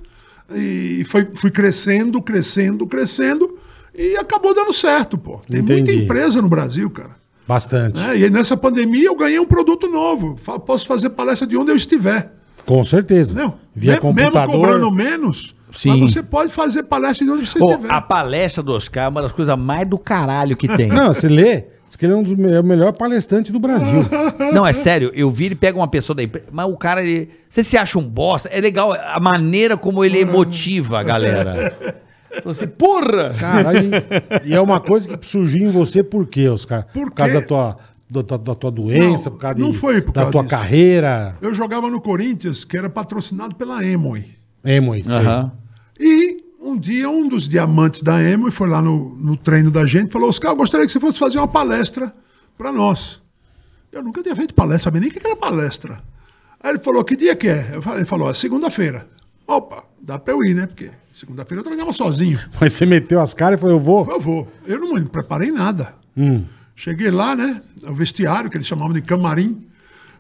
e foi, fui crescendo, crescendo, crescendo e acabou dando certo, pô. Tem muita Entendi. empresa no Brasil, cara. Bastante. né? E aí nessa pandemia eu ganhei um produto novo. Fa- Posso fazer palestra de onde eu estiver. Com certeza. Entendeu? Via Me- computador. Mesmo cobrando menos, Sim. mas você pode fazer palestra de onde você Pô, estiver. a palestra do Oscar é uma das coisas mais do caralho que tem. Não, você lê. Diz que ele é um dos me- é o melhor palestrante do Brasil. Não, é sério, eu vi ele pega uma pessoa da empresa, mas o cara, ele, você se acha um bosta, é legal a maneira como ele emotiva a galera. Então, assim, porra! Caralho. e é uma coisa que surgiu em você por quê, Oscar? Por Por causa quê? da tua, da, tua- da tua doença, Não, por causa não de- foi por da causa tua disso. carreira. Eu jogava no Corinthians, que era patrocinado pela Emoy. É, Moisés. Aham. E um dia um dos diamantes da Emory foi lá no, no treino da gente e falou: Oscar, eu gostaria que você fosse fazer uma palestra para nós. Eu nunca tinha feito palestra, sabia nem o que que era palestra. Aí ele falou: Que dia que é? Eu falei, ele falou: É segunda-feira. Opa, dá para eu ir, né? Porque segunda-feira eu treinava sozinho. Mas você meteu as caras e falou, eu vou. Eu vou. Eu não me preparei nada. Cheguei lá, né? O vestiário, que eles chamavam de camarim,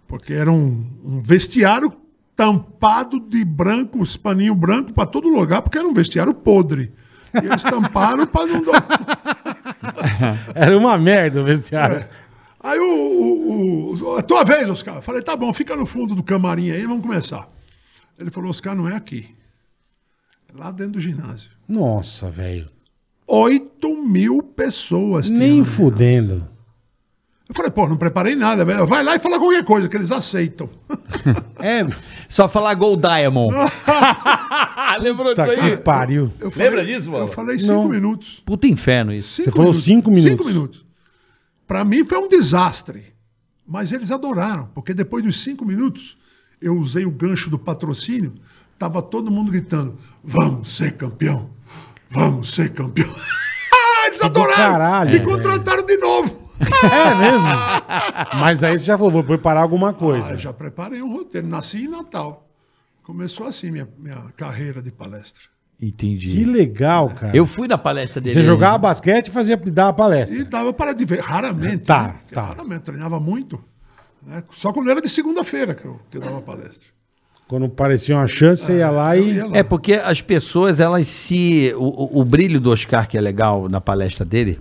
porque era um, um vestiário tampado de branco, os paninho branco para todo lugar, porque era um vestiário podre. E eles tamparam para não. dar- Era uma merda o vestiário. Aí o, o, o. A tua vez, Oscar. Eu falei, tá bom, fica no fundo do camarim aí, vamos começar. Ele falou, Oscar, não é aqui. É lá dentro do ginásio. Nossa, velho. 8 mil pessoas. tinham Nem ali. fudendo. Eu falei, pô, não preparei nada, velho. Vai lá e fala qualquer coisa, que eles aceitam. É, Só falar Gold Diamond. Lembrou tá que pariu. Eu falei- Lembra disso, mano? Eu falei cinco Não. minutos. Puta inferno isso. Cinco falou cinco minutos. Cinco minutos. Pra mim foi um desastre. Mas eles adoraram, porque depois dos cinco minutos, eu usei o gancho do patrocínio, tava todo mundo gritando, vamos ser campeão, vamos ser campeão. Ah, eles adoraram. caralho, Me velho. contrataram de novo. É mesmo? Mas aí você já falou, vou preparar alguma coisa. Ah, já preparei um roteiro. Nasci em Natal. Começou assim minha, minha carreira de palestra. Que Entendi. legal, cara. Eu né? fui na palestra dele. Você ainda. jogava basquete e fazia dava palestra. E dava para de ver, raramente. Tá, né? Porque tá. Raramente, treinava muito. né? Só quando era de segunda-feira que eu, que eu dava palestra. Quando parecia uma chance, você ia lá Eu e. ia lá. É porque as pessoas, elas se. O, o- o brilho do Oscar, que é legal na palestra dele,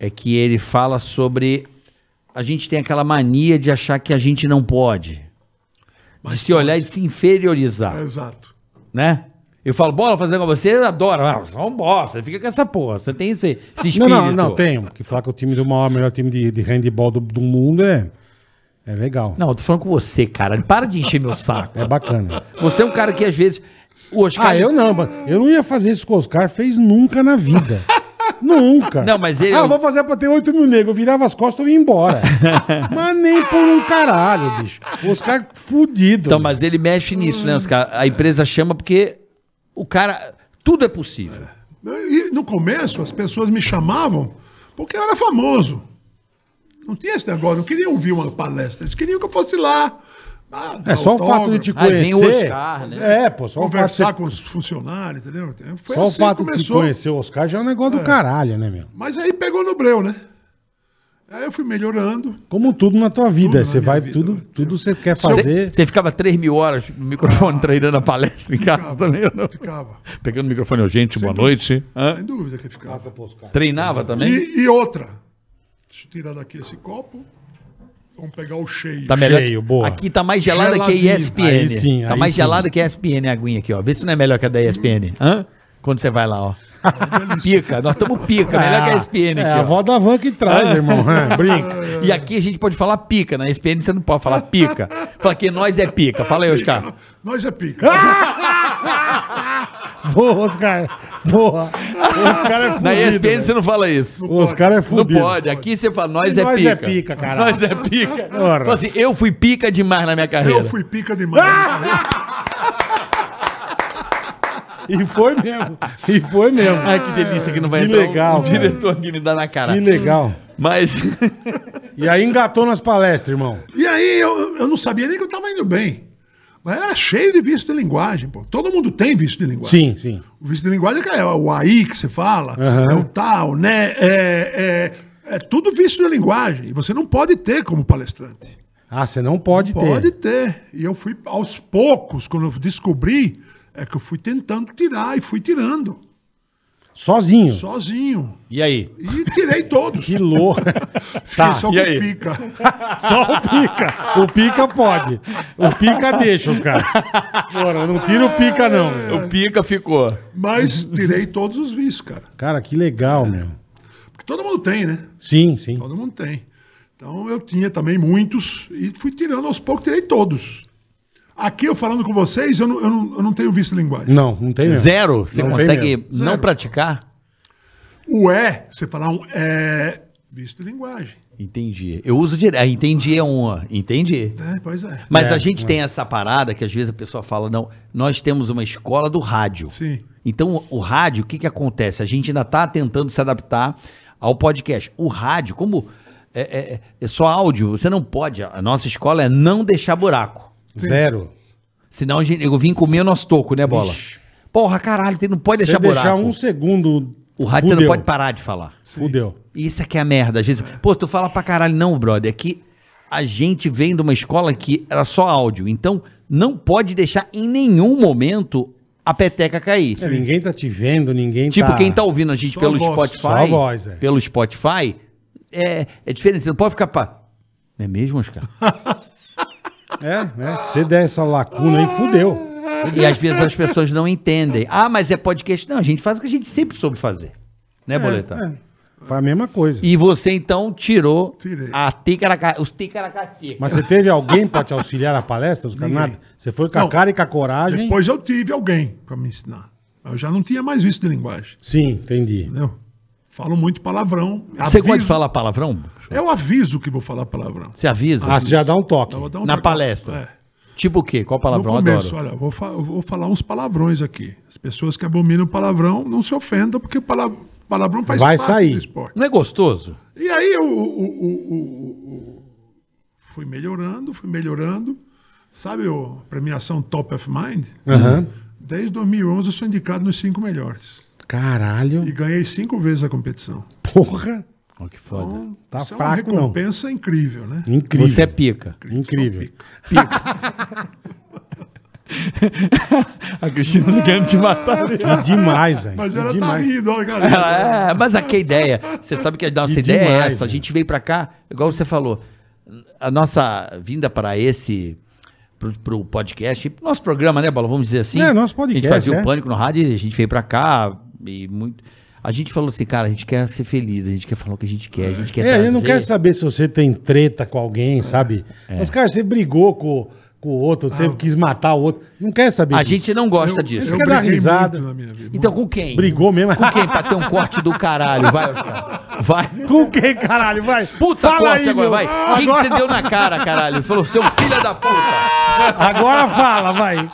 é que ele fala sobre. A gente tem aquela mania de achar que a gente não pode. de se olhar e de se inferiorizar. Tá. É, Exato. né? Eu falo, bola fazer com você, eu adoro. Ah, você é um bosta, você fica com essa porra. Você tem esse, esse Não, espírito. não, não, tem. Que falar que o time do maior, melhor time de, de handball do, do mundo é. É legal. Não, eu tô falando com você, cara. Para de encher meu saco. É bacana. Você é um cara que às vezes. O Oscar. Ah, eu não, mas eu não ia fazer isso com o Oscar, fez nunca na vida. nunca. Não, mas ele- Ah, vou fazer pra ter 8 mil negros. Eu virava as costas e ia embora. mas nem por um caralho, bicho. O Oscar fudido. Então, mas ele mexe nisso, né, Oscar? A empresa chama porque o cara. Tudo é possível. E no começo as pessoas me chamavam porque eu era famoso. Não tinha esse negócio, não queriam ouvir uma palestra, eles queriam que eu fosse lá. ah, É dar só o fato de te autógrafo, Aí vem conhecer. o Oscar, né? É, pô, só o fato de, conversar você- com os funcionários, entendeu? Foi só o assim que fato de te começou. conhecer o Oscar já é um negócio do caralho, né, meu? Mas aí pegou no breu, né? Aí eu fui melhorando. Como tudo na tua vida. na Você minha vai, vida, tudo, né? tudo você quer Você fazer. você ficava três mil horas no microfone treinando a palestra em casa também, ou não? Ficava. Pegando o microfone, "Ô, gente, boa noite. Hã? Sem dúvida que ficava. Treinava também? E, e outra. Deixa eu tirar daqui esse copo. Vamos pegar o cheio. Tá melhor. Cheio, boa. Aqui tá mais gelada que Geladinho. a ESPN. Aí sim, tá aí mais sim. gelada que a ESPN a aguinha aqui, ó. Vê se não é melhor que a da ESPN. Hã? Quando você vai lá, ó. pica, nós estamos pica, melhor que a ESPN É, aqui, a ó. Ah. avó da van que traz, irmão. É, Brinca. E aqui a gente pode falar pica, na ESPN você não pode falar pica. Fala que nós é pica. Fala aí, Oscar. Nós é Ah! pica. Boa, Oscar. Boa. O Oscar é fudido. Na ESPN velho. você não fala isso. O Oscar é Não fudido. pode, aqui você fala, nós E é nós pica. é pica, caralho. Nós é pica. Ora. Fala assim, eu fui pica demais na minha carreira. Eu fui pica demais. Ah! E foi mesmo. E foi mesmo. Ai, que delícia que não vai Que entrar um- legal, um cara. diretor aqui me dá na cara. Que legal. Mas E aí engatou nas palestras, irmão. E aí eu, eu não sabia nem que eu estava indo bem. Mas era cheio de vício de linguagem, pô. Todo mundo tem vício de linguagem. Sim, sim. O vício de linguagem é que é o aí que você fala, Aham. é o tal, né? É, é, é tudo vício de linguagem. E você não pode ter como palestrante. Ah, você não pode, Pode ter. ter. E eu fui aos poucos, quando eu descobri, é que eu fui tentando tirar e fui tirando, Sozinho. sozinho. e aí? E tirei todos. Que louco. Fiquei Tá, só e com aí? pica. Só o pica. O pica pode. O pica deixa os caras. Bora, não tira o pica, não. meu. O pica ficou. Mas tirei todos os vícios, cara. Cara, que legal, meu. Porque todo mundo tem, né? Sim, sim. Todo mundo tem. Então eu tinha também muitos e fui tirando aos poucos, tirei todos. Aqui eu falando com vocês, eu não, eu não, eu não tenho vício de linguagem. Não, não tem mesmo. Zero? Você É. Não tem consegue mesmo. não Zero. praticar? O é, você falar um é, vício de linguagem. Entendi. Eu uso direto. Entendi é uma. Entendi. É, pois é. Mas É, a gente tem essa parada que às vezes a pessoa fala, não, nós temos uma escola do rádio. Sim. Então, o rádio, o que, que acontece? A gente ainda está tentando se adaptar ao podcast. O rádio, como é, é- é só áudio, você não pode. A nossa escola é não deixar buraco. Zero. Senão a gente, eu vim comer o nosso toco, né, Bola? Porra, caralho, você não pode Se deixar deixar, buraco. um segundo. O rádio você fudeu. não pode parar de falar. Fudeu. Isso é que é a merda. Às vezes, pô, tu fala pra caralho. Não, brother, é que a gente vem de uma escola que era só áudio. Então, não pode deixar em nenhum momento a peteca cair. É, ninguém tá te vendo, ninguém tipo, tá. quem tá ouvindo a gente Só pelo a voz, Spotify. só a voz, é. Pelo Spotify, é, é diferente. Você não pode ficar pra. Não é mesmo, Oscar? É, é. Se der essa lacuna aí, fudeu. e às vezes as pessoas não entendem. Ah, mas é podcast. Não, a gente faz o que a gente sempre soube fazer. Né, Boletar? É. Faz a mesma coisa. E você, então, tirou Tirei. a ticaraca, os ticaracatica. Mas você teve alguém pra te auxiliar na palestra? Os caras nada. Você foi com a Não. cara e com a coragem. Depois eu tive alguém para me ensinar. Eu já não tinha mais vício de linguagem, Sim, entendi. entendeu? Falo muito palavrão. Você aviso- gosta de falar palavrão? Eu aviso que vou falar palavrão. Você avisa? Ah, você já dá um toque. Eu vou dar um Na toque- palestra. É. Tipo o quê? Qual No palavrão? Eu começo, Adoro. olha, eu vou, fa- eu vou falar uns palavrões aqui. As pessoas que abominam palavrão não se ofendam, porque pala- palavrão faz Vai sair. do esporte. Não é gostoso? E aí eu, o- o- o- o- fui É. melhorando, fui melhorando. Sabe o- a premiação Top of Mind? Aham. Desde 2011 eu sou indicado nos cinco melhores. E Caralho. ganhei cinco vezes a competição. Porra. Olha que foda. Tá Isso é uma fraco, não. recompensa incrível, né? Incrível. Você é pica. Incrível. A Cristina não quer te matar. Que demais, velho. Mas Que ela tá É demais. rindo, olha, cara. É, mas aqui a ideia. Você sabe que a nossa Que ideia demais, é essa. A né? gente veio pra cá, igual você falou, a nossa vinda para esse. Pro, pro podcast, pro nosso programa, né, Bola? Vamos dizer assim. É, nosso podcast, A gente fazia é. o pânico no rádio e a gente veio pra cá e muito. A gente falou assim, cara, a gente quer ser feliz, a gente quer falar o que a gente quer, a gente quer. É, ele não trazer- quer saber se você tem treta com alguém, sabe? É. Mas, cara, você brigou com, com o outro, você quis matar o outro. Não quer saber Ah. A disso. gente não gosta disso. Quer dar briguei risada. muito na minha vida. Então com quem? Brigou mesmo. Com quem? Pra ter um corte do caralho, vai, Oscar. Vai. Com quem, caralho? Vai. Puta corte agora, meu. vai. O que que Agora, você deu na cara, caralho? Falou, seu filho da puta. agora fala, vai.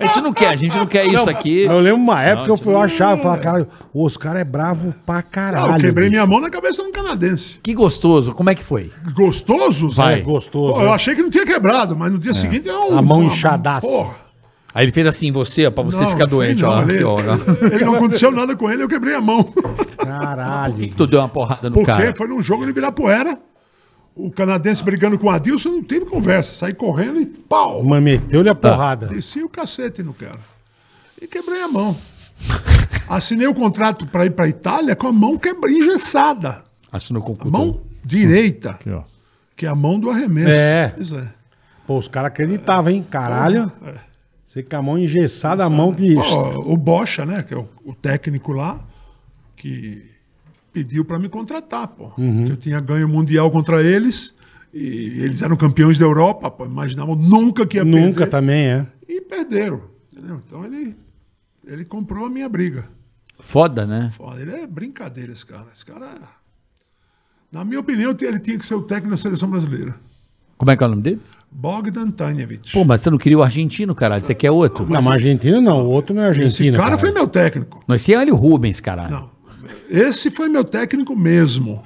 A gente não quer, a gente não quer isso aqui. Eu lembro uma época que eu tipo, fui eu achava, eu falava, caralho, o Oscar é bravo pra Ah, caralho. eu quebrei bicho. minha mão na cabeça de um canadense. Que gostoso, como é que foi? Gostoso? Vai. É gostoso. Pô, né? eu achei que não tinha quebrado, mas no dia seguinte é um. A mão uma- inchadaça. Porra. Aí ele fez assim em você, ó, pra você Não, ficar doente, filho, ó. Ele, Aqui, ó. ele não aconteceu nada com ele, eu quebrei a mão. Caralho. Tu deu uma porrada no Porque cara. foi num jogo no Ibirapuera. O canadense brigando com o Adilson, não teve conversa. Saí correndo e pau! Mas meteu-lhe a Tá. porrada. Desci o cacete no cara. E quebrei a mão. Assinei o contrato para ir para Itália com a mão quebra, engessada. Assinou com o cu. Mão direita, Aqui, ó. que é a mão do arremesso. É. Pois é. Pô, os caras acreditavam, hein? Caralho. Você com a mão engessada, a mão de. Ó, o Bocha, né, que é o, o técnico lá, que pediu para me contratar, pô. Que eu tinha ganho mundial contra eles. E eles eram campeões da Europa, pô. Imaginavam nunca que ia Nunca perder. também, é. E perderam. entendeu? Então ele, ele comprou a minha briga. Foda, né? Foda, ele é brincadeira esse cara. Esse cara. Na minha opinião, ele tinha que ser o técnico da seleção brasileira. Como é que é o nome dele? Bogdan Tanjevic. Pô, mas você não queria o argentino, caralho. Você quer outro? Não, mas argentino não, o outro não é esse argentino. cara caralho. foi meu técnico. Nós tínhamos ele o Rubens, caralho. Não. Esse foi meu técnico mesmo.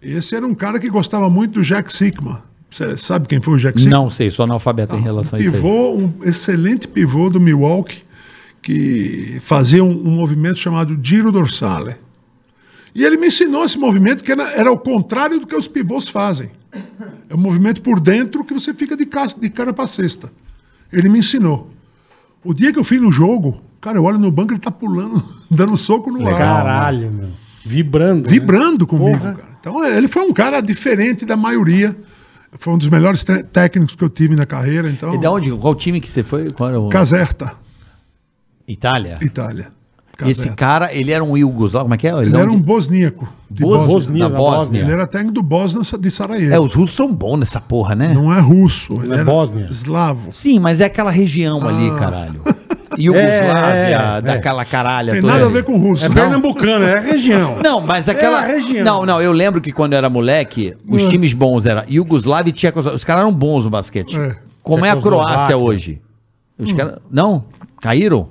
Esse era um cara que gostava muito do Jack Sigma. Você sabe quem foi o Jack Sigma? Não sei, sou analfabeto em relação a isso aí. Pivô, um excelente pivô do Milwaukee, que fazia um, um movimento chamado giro dorsale. E ele me ensinou esse movimento que era, era o contrário do que os pivôs fazem. É um movimento por dentro que você fica de, ca- de cara para cesta. Ele me ensinou. O dia que eu fui no jogo, cara, eu olho no banco, ele tá pulando, dando soco no ar. é Caralho, meu. Vibrando. né? Vibrando comigo, Porra. cara. Então, ele foi um cara diferente da maioria. Foi um dos melhores tre- técnicos que eu tive na carreira. Então, E da onde? Qual time que você foi? Qual era o... Caserta. Itália? Itália. Esse cara, ele era um Yugoslavo, como é que é? Ele é era um bosníaco. de Bos- Bósnia. Bosnia, da da Bósnia. Bósnia. Ele era técnico do Bosnia de Sarajevo. É, os russos são bons nessa porra, né? Não é russo. Ele Não é era Bósnia. eslavo. Sim, mas é aquela região Ah. ali, caralho. Iugoslávia, É, é, daquela caralha Tem toda nada a ali. ver com russo. É pernambucano, é região. Não, mas aquela. É a região. Não, não, eu lembro que quando eu era moleque, os Ah. times bons eram Iugoslávia e Tchecoslováquia. Os caras eram bons no basquete. É. Hum. Como é a Croácia Tchecoslováquia. hoje? Os caras. Não? Caíram?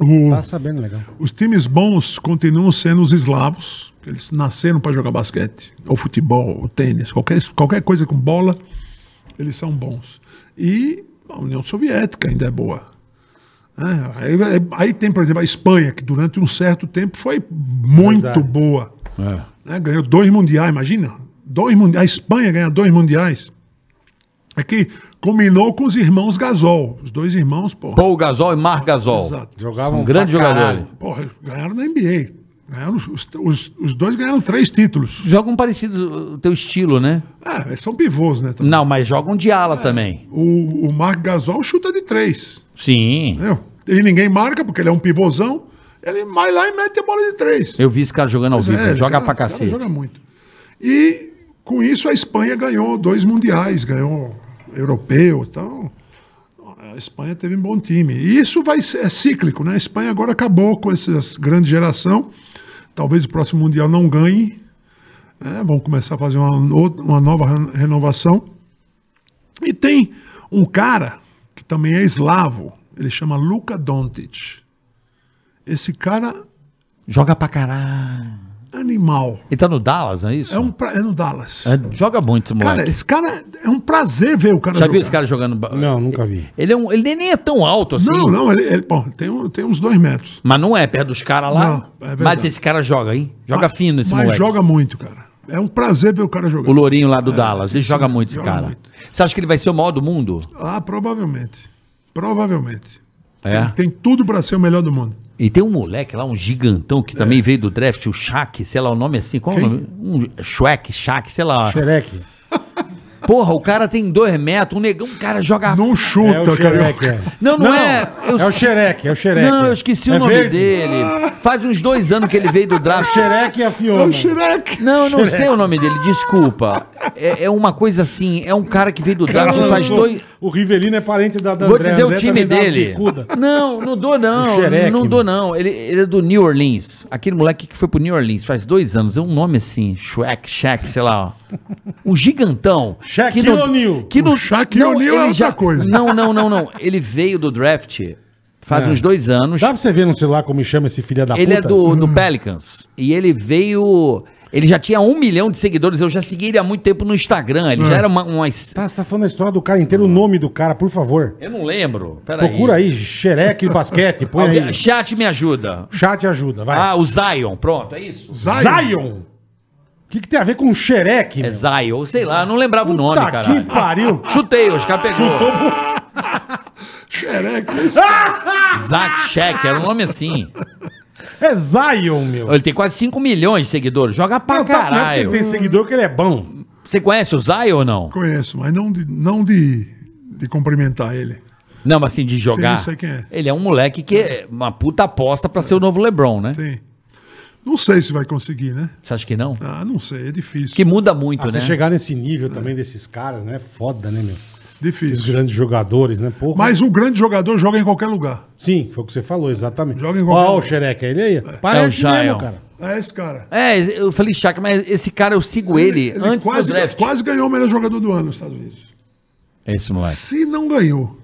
O- Tá sabendo legal. os times bons continuam sendo os eslavos. que Eles nasceram para jogar basquete, ou futebol, ou tênis, qualquer, qualquer coisa com bola, eles são bons. E a União Soviética ainda é boa. né? Aí, aí tem, por exemplo, a Espanha, que durante um certo tempo foi muito Verdade. boa. né? Ganhou dois mundiais, imagina. Dois mundi a Espanha ganha dois mundiais. É que combinou com os irmãos Gasol. Os dois irmãos, porra. Paul Gasol e Mar Gasol. Exato. Jogavam um grande jogador. Porra, ganharam na NBA. Ganharam os, os- os- os dois ganharam três títulos. Jogam parecido o teu estilo, né? Ah, eles são pivôs, né? também. Não, mas jogam de ala É. também. O, o Mark Gasol chuta de três. Sim. Entendeu? E ninguém marca, porque ele é um pivôzão. Ele vai lá e mete a bola de três. Eu vi esse cara jogando ao Mas vivo. é, joga cara, pra esse cara cacete. Joga muito. E com isso a Espanha ganhou dois mundiais, ganhou europeu, então a Espanha teve um bom time. E isso vai ser é cíclico, né? A Espanha agora acabou com essa grande geração. Talvez o próximo mundial não ganhe. né? Vão começar a fazer uma, no- uma nova ren- renovação. E tem um cara que também é eslavo. Ele chama Luka Doncic. Esse cara Joga pra caralho. animal. Ele tá no Dallas, não é isso? É, um pra- é no Dallas. É, joga muito esse moleque. Cara, esse cara é um prazer ver o cara Já viu jogar. esse cara jogando? ba- Não, nunca vi. Ele, é um, ele nem é tão alto assim. Não, não, ele, ele- bom, tem, um- tem uns dois metros. Mas não é perto dos caras lá. Não, é verdade. mas esse cara joga, hein? Joga fino esse Mas moleque. joga muito, cara. É um prazer ver o cara jogar. O Lourinho lá do Dallas. Ele joga muito esse joga cara. muito. Você acha que ele vai ser o maior do mundo? Ah, provavelmente. Provavelmente. É. Tem, tem tudo pra ser o melhor do mundo. E tem um moleque lá, um gigantão, que também veio do draft, o Shaq, sei lá o nome é assim. Qual é o É. Quem? nome? Um Shaq, Shaq, sei lá. Xereque. Porra, o cara tem dois metros, um negão, o cara joga. Não É o chuta, xereque. cara. É. Não, não, é. eu é o sei- xereque, é o xereque. Não, eu esqueci É o nome verde? dele. Ah. Faz uns dois anos que ele veio do draft. Xereque e a É Fiona. o Shrek. Não, eu não sei o nome dele, desculpa. É, é uma coisa assim, é um cara que veio do draft Ela faz lançou- dois. O Rivelino é parente da, da Vou André. dizer André o time também dá umas dele. bicuda. Não, não dou não. O xereque, não meu. dou não. Ele, ele é do New Orleans. Aquele moleque que foi pro New Orleans faz dois anos. É um nome assim, Shrek, Shaq, sei lá. ó. Um gigantão. Shaquille Que não- O'Neal. Que não, O Shaquille não, O'Neal é ele outra coisa. Não, não, não, não. Ele veio do draft faz uns dois anos. É. Dá pra você ver no celular como chama esse filho da Ele puta? Hum. é do, do Pelicans. E ele veio. Ele já tinha um milhão de seguidores. Eu já segui ele há muito tempo no Instagram. Hum. Ele já era uma. uma- Tá, você tá falando a história do cara inteiro, o nome do cara, por favor. Eu não lembro. Peraí. Procura aí, xereque basquete, põe Alguém- aí. Chat me ajuda. O chat ajuda, vai. Ah, o Zion. Pronto, é isso? Zion! O que, que tem a ver com xereque, É meu? Zion. Sei lá, eu não lembrava o Puta nome, que cara. pariu! Chutei, os caras pegou. Chutou. Shrek. Zack Sheck, era um nome assim. É Zion, meu! Ele tem quase 5 milhões de seguidores. Joga pra Não, tá- não é porque caralho. Né? tem seguidor que ele é bom. Você conhece o Zion ou não? Conheço, mas não de, não de, de cumprimentar ele. Não, mas assim, de jogar. sei quem é. Ele é um moleque que é uma puta aposta pra ser o novo LeBron, né? Sim. Não sei se vai conseguir, né? Você acha que não? Ah, não sei, é difícil. Que muda muito, Ah, né? Você chegar nesse nível também desses caras, né? É foda, né, meu? Esses Difícil. grandes jogadores, né? Porra. Mas um grande jogador joga em qualquer lugar. Sim, foi o que você falou, exatamente. Joga em qualquer Ó, o lugar. xereque, é ele aí. Parece É o mesmo, Zion. cara. É esse cara. É, eu falei, Chaka, mas esse cara eu sigo ele, antes quase, do draft. quase ganhou o melhor jogador do ano nos Estados Unidos. É isso, moleque. Se não ganhou.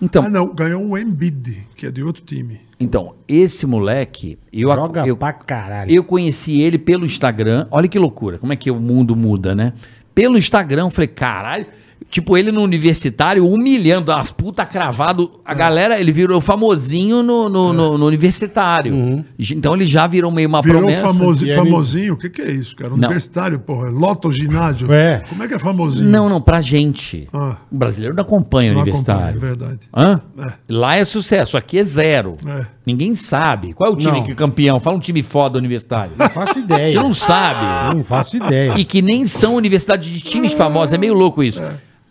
Então, Ah, não, ganhou o Embiid, que é de outro time. então esse moleque, eu, ac- Joga eu, pra caralho. eu conheci ele pelo Instagram. Olha que loucura, como é que o mundo muda, né? Pelo Instagram, eu falei, caralho. Tipo, ele no universitário, humilhando as putas cravado. Ah. A galera, ele virou famosinho no, no, no- no universitário. Então ele já virou meio uma Uhum. Virou promessa. famoso, e ele- famosinho? O que, que é isso, cara? Universitário, porra. Lota o ginásio. É. Como é que é famosinho? Não, não, pra gente. Ah. O brasileiro não acompanha o Não universitário. acompanha, é verdade. Hã? É. Lá é sucesso, aqui é zero. É. Ninguém sabe. Qual é o time Não. É que é campeão? Fala um time foda universitário. Não faço Você ideia. não sabe. Não faço ideia. E que nem são universidades de times famosos. É meio louco isso.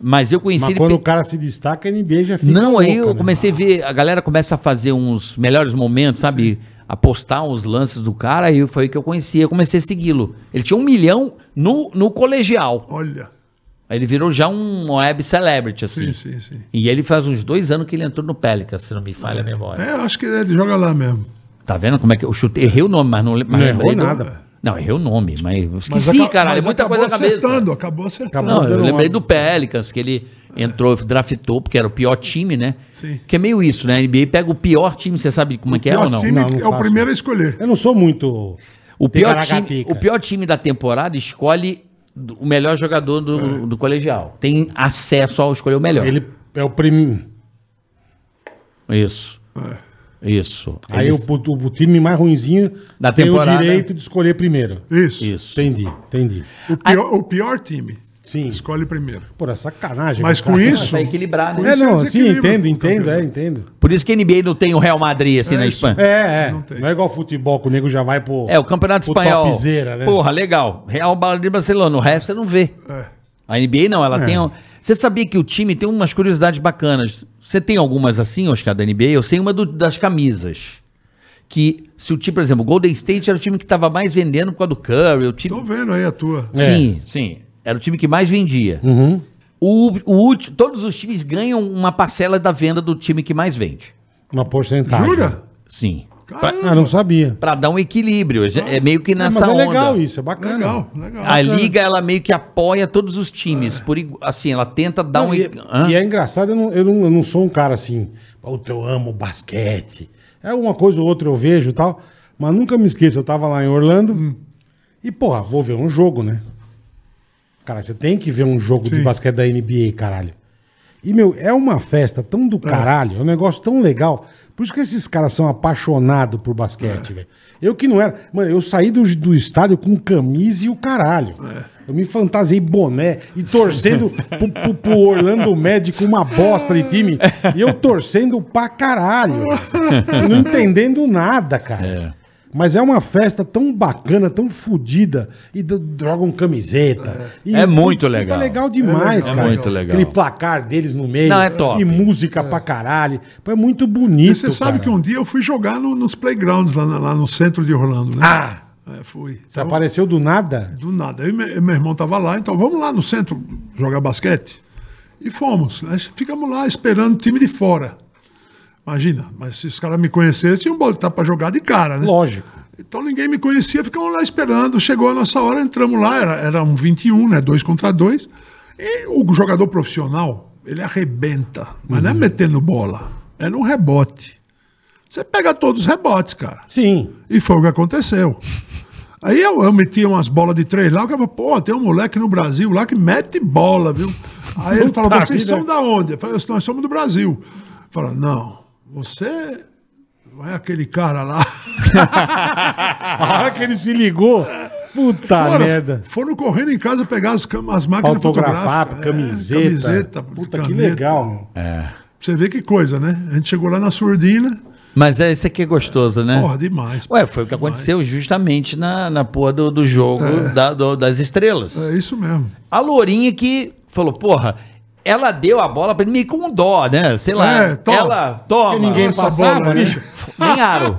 Mas eu conheci Mas ele. quando pe- o cara se destaca, a NBA já fica Não, aí louca, eu né? comecei a ver. A galera começa a fazer uns melhores momentos, sabe? Apostar uns lances do cara. Aí foi que eu conheci. Eu comecei a segui-lo. Ele tinha um milhão no, no colegial. Olha. Aí ele virou já um web celebrity, assim. Sim, sim, sim. E ele faz uns dois anos que ele entrou no Pelicans, se não me falha a memória. É, acho que ele joga lá mesmo. Tá vendo como é que eu chutei? Errei o nome, mas não, le- mas Não errou lembrei do- nada. Não, errei o nome, mas eu Mas esqueci, aca- caralho. mas Muita coisa na acabou cabeça. acertando, acabou acertando. Acabou. Não, eu Dando lembrei uma- do Pelicans, que ele entrou, draftou, porque era o pior time, né? Sim. Que é meio isso, né? A NBA pega o pior time, você sabe como é que é Pior ou não? time Não, não é o faço. primeiro a escolher. Eu não sou muito. O pior, time, Ticaracatica. o pior time da temporada escolhe do- o melhor jogador É. do, do colegial. Tem acesso ao escolher o melhor. Ele é o primeiro. Isso. É. É Isso. Aí Eles- o, o- o time mais ruinzinho Da tem o temporada. direito de escolher primeiro. Isso. Isso. Entendi, entendi. O, pior, o pior time Sim. escolhe primeiro. Pô, é sacanagem. Mas cara. com isso. pra equilibrar, né? É, não, sim, desequilíbrio entendo, do entendo, é, campeonato. entendo. Por isso que a NBA não tem o Real Madrid assim É na isso. É. Espanha. É. É, é. Não, Não tem. é igual futebol, que o nego já vai pro. o Campeonato pro Espanhol. Topzera, né? Porra, legal. Real Madrid e Barcelona. O resto você não vê. É. A NBA não, ela É. tem. um- Você sabia que o time tem umas curiosidades bacanas. Você tem algumas assim, Oscar, da NBA? Eu sei uma do- das camisas. Que se o time, por exemplo, o Golden State era o time que estava mais vendendo por causa do Curry. O time... Tô vendo aí a tua. É. Sim, sim. Era o time que mais vendia. Uhum. O, o último, todos os times ganham uma parcela da venda do time que mais vende. Uma porcentagem. Jura? Sim. Caramba, Ah, não sabia. Pra dar um equilíbrio. É meio que É, nessa mas é onda. legal isso, é bacana. legal, legal. é A liga, ela meio que apoia todos os times. Por, igu- assim, ela tenta dar um. Não, e, Hã? e é engraçado, eu não, eu não- eu não sou um cara assim, puta, eu amo basquete. É uma coisa ou outra eu vejo e tal. Mas nunca me esqueço, eu tava lá em Orlando Hum. e, porra, vou ver um jogo, né? Cara, você tem que ver um jogo de Sim. basquete da NBA, caralho. E, meu, é uma festa tão do caralho, é um negócio tão legal. Por isso que esses caras são apaixonados por basquete, velho. Eu que não era. Mano, eu saí do, do estádio com camisa e o caralho. Eu me fantasiei boné e torcendo pro, pro- pro Orlando Médico uma bosta de time. E eu torcendo pra caralho. não entendendo nada, cara. Mas é uma festa tão bacana, tão fodida. E do- drogam camiseta. E É muito puta, legal. legal demais, É cara. muito legal. Aquele placar deles no meio. Não, é top. E música pra caralho. Pô, É muito bonito. E você sabe cara. que um dia eu fui jogar no- nos playgrounds lá, na- lá no centro de Orlando, né? Ah! É, fui. Você Então, apareceu do nada? Do nada. Eu e me- meu irmão tava lá, então vamos lá no centro jogar basquete. E fomos. Aí ficamos lá esperando o time de fora. Imagina, mas se os caras me conhecessem, iam botar tá pra jogar de cara, né? Lógico. Então ninguém me conhecia, ficamos lá esperando. Chegou a nossa hora, entramos lá, era, era um 21, né? Dois contra dois. E o jogador profissional, ele arrebenta, mas Uhum. não é metendo bola, é no rebote. Você pega todos os rebotes, cara. Sim. E foi o que aconteceu. Aí eu, eu metia umas bolas de três lá, eu falava, pô, tem um moleque no Brasil lá que mete bola, viu? Aí ele falou, Puta vocês vida. são da onde? Eu falei, nós somos do Brasil. Fala, não, você não é aquele cara lá. A hora que ele se ligou. Puta Cara, merda. Foram correndo em casa pegar as, cam- as máquinas Autografar, fotográficas. camiseta. É, camiseta. Ah, Puta que caneta. legal, mano. Você vê que coisa, né? A gente chegou lá na surdina, Mas é esse aqui é gostoso, né? porra, demais. Ué, foi o que aconteceu justamente na, na porra do, do jogo da- do- das estrelas. É isso mesmo. A Lourinha que falou, porra, ela deu a bola pra ele meio com dó, né? Sei lá. É, toma. Ela toma. Porque ninguém Nossa passava, bola, né? bicho. Nem aro.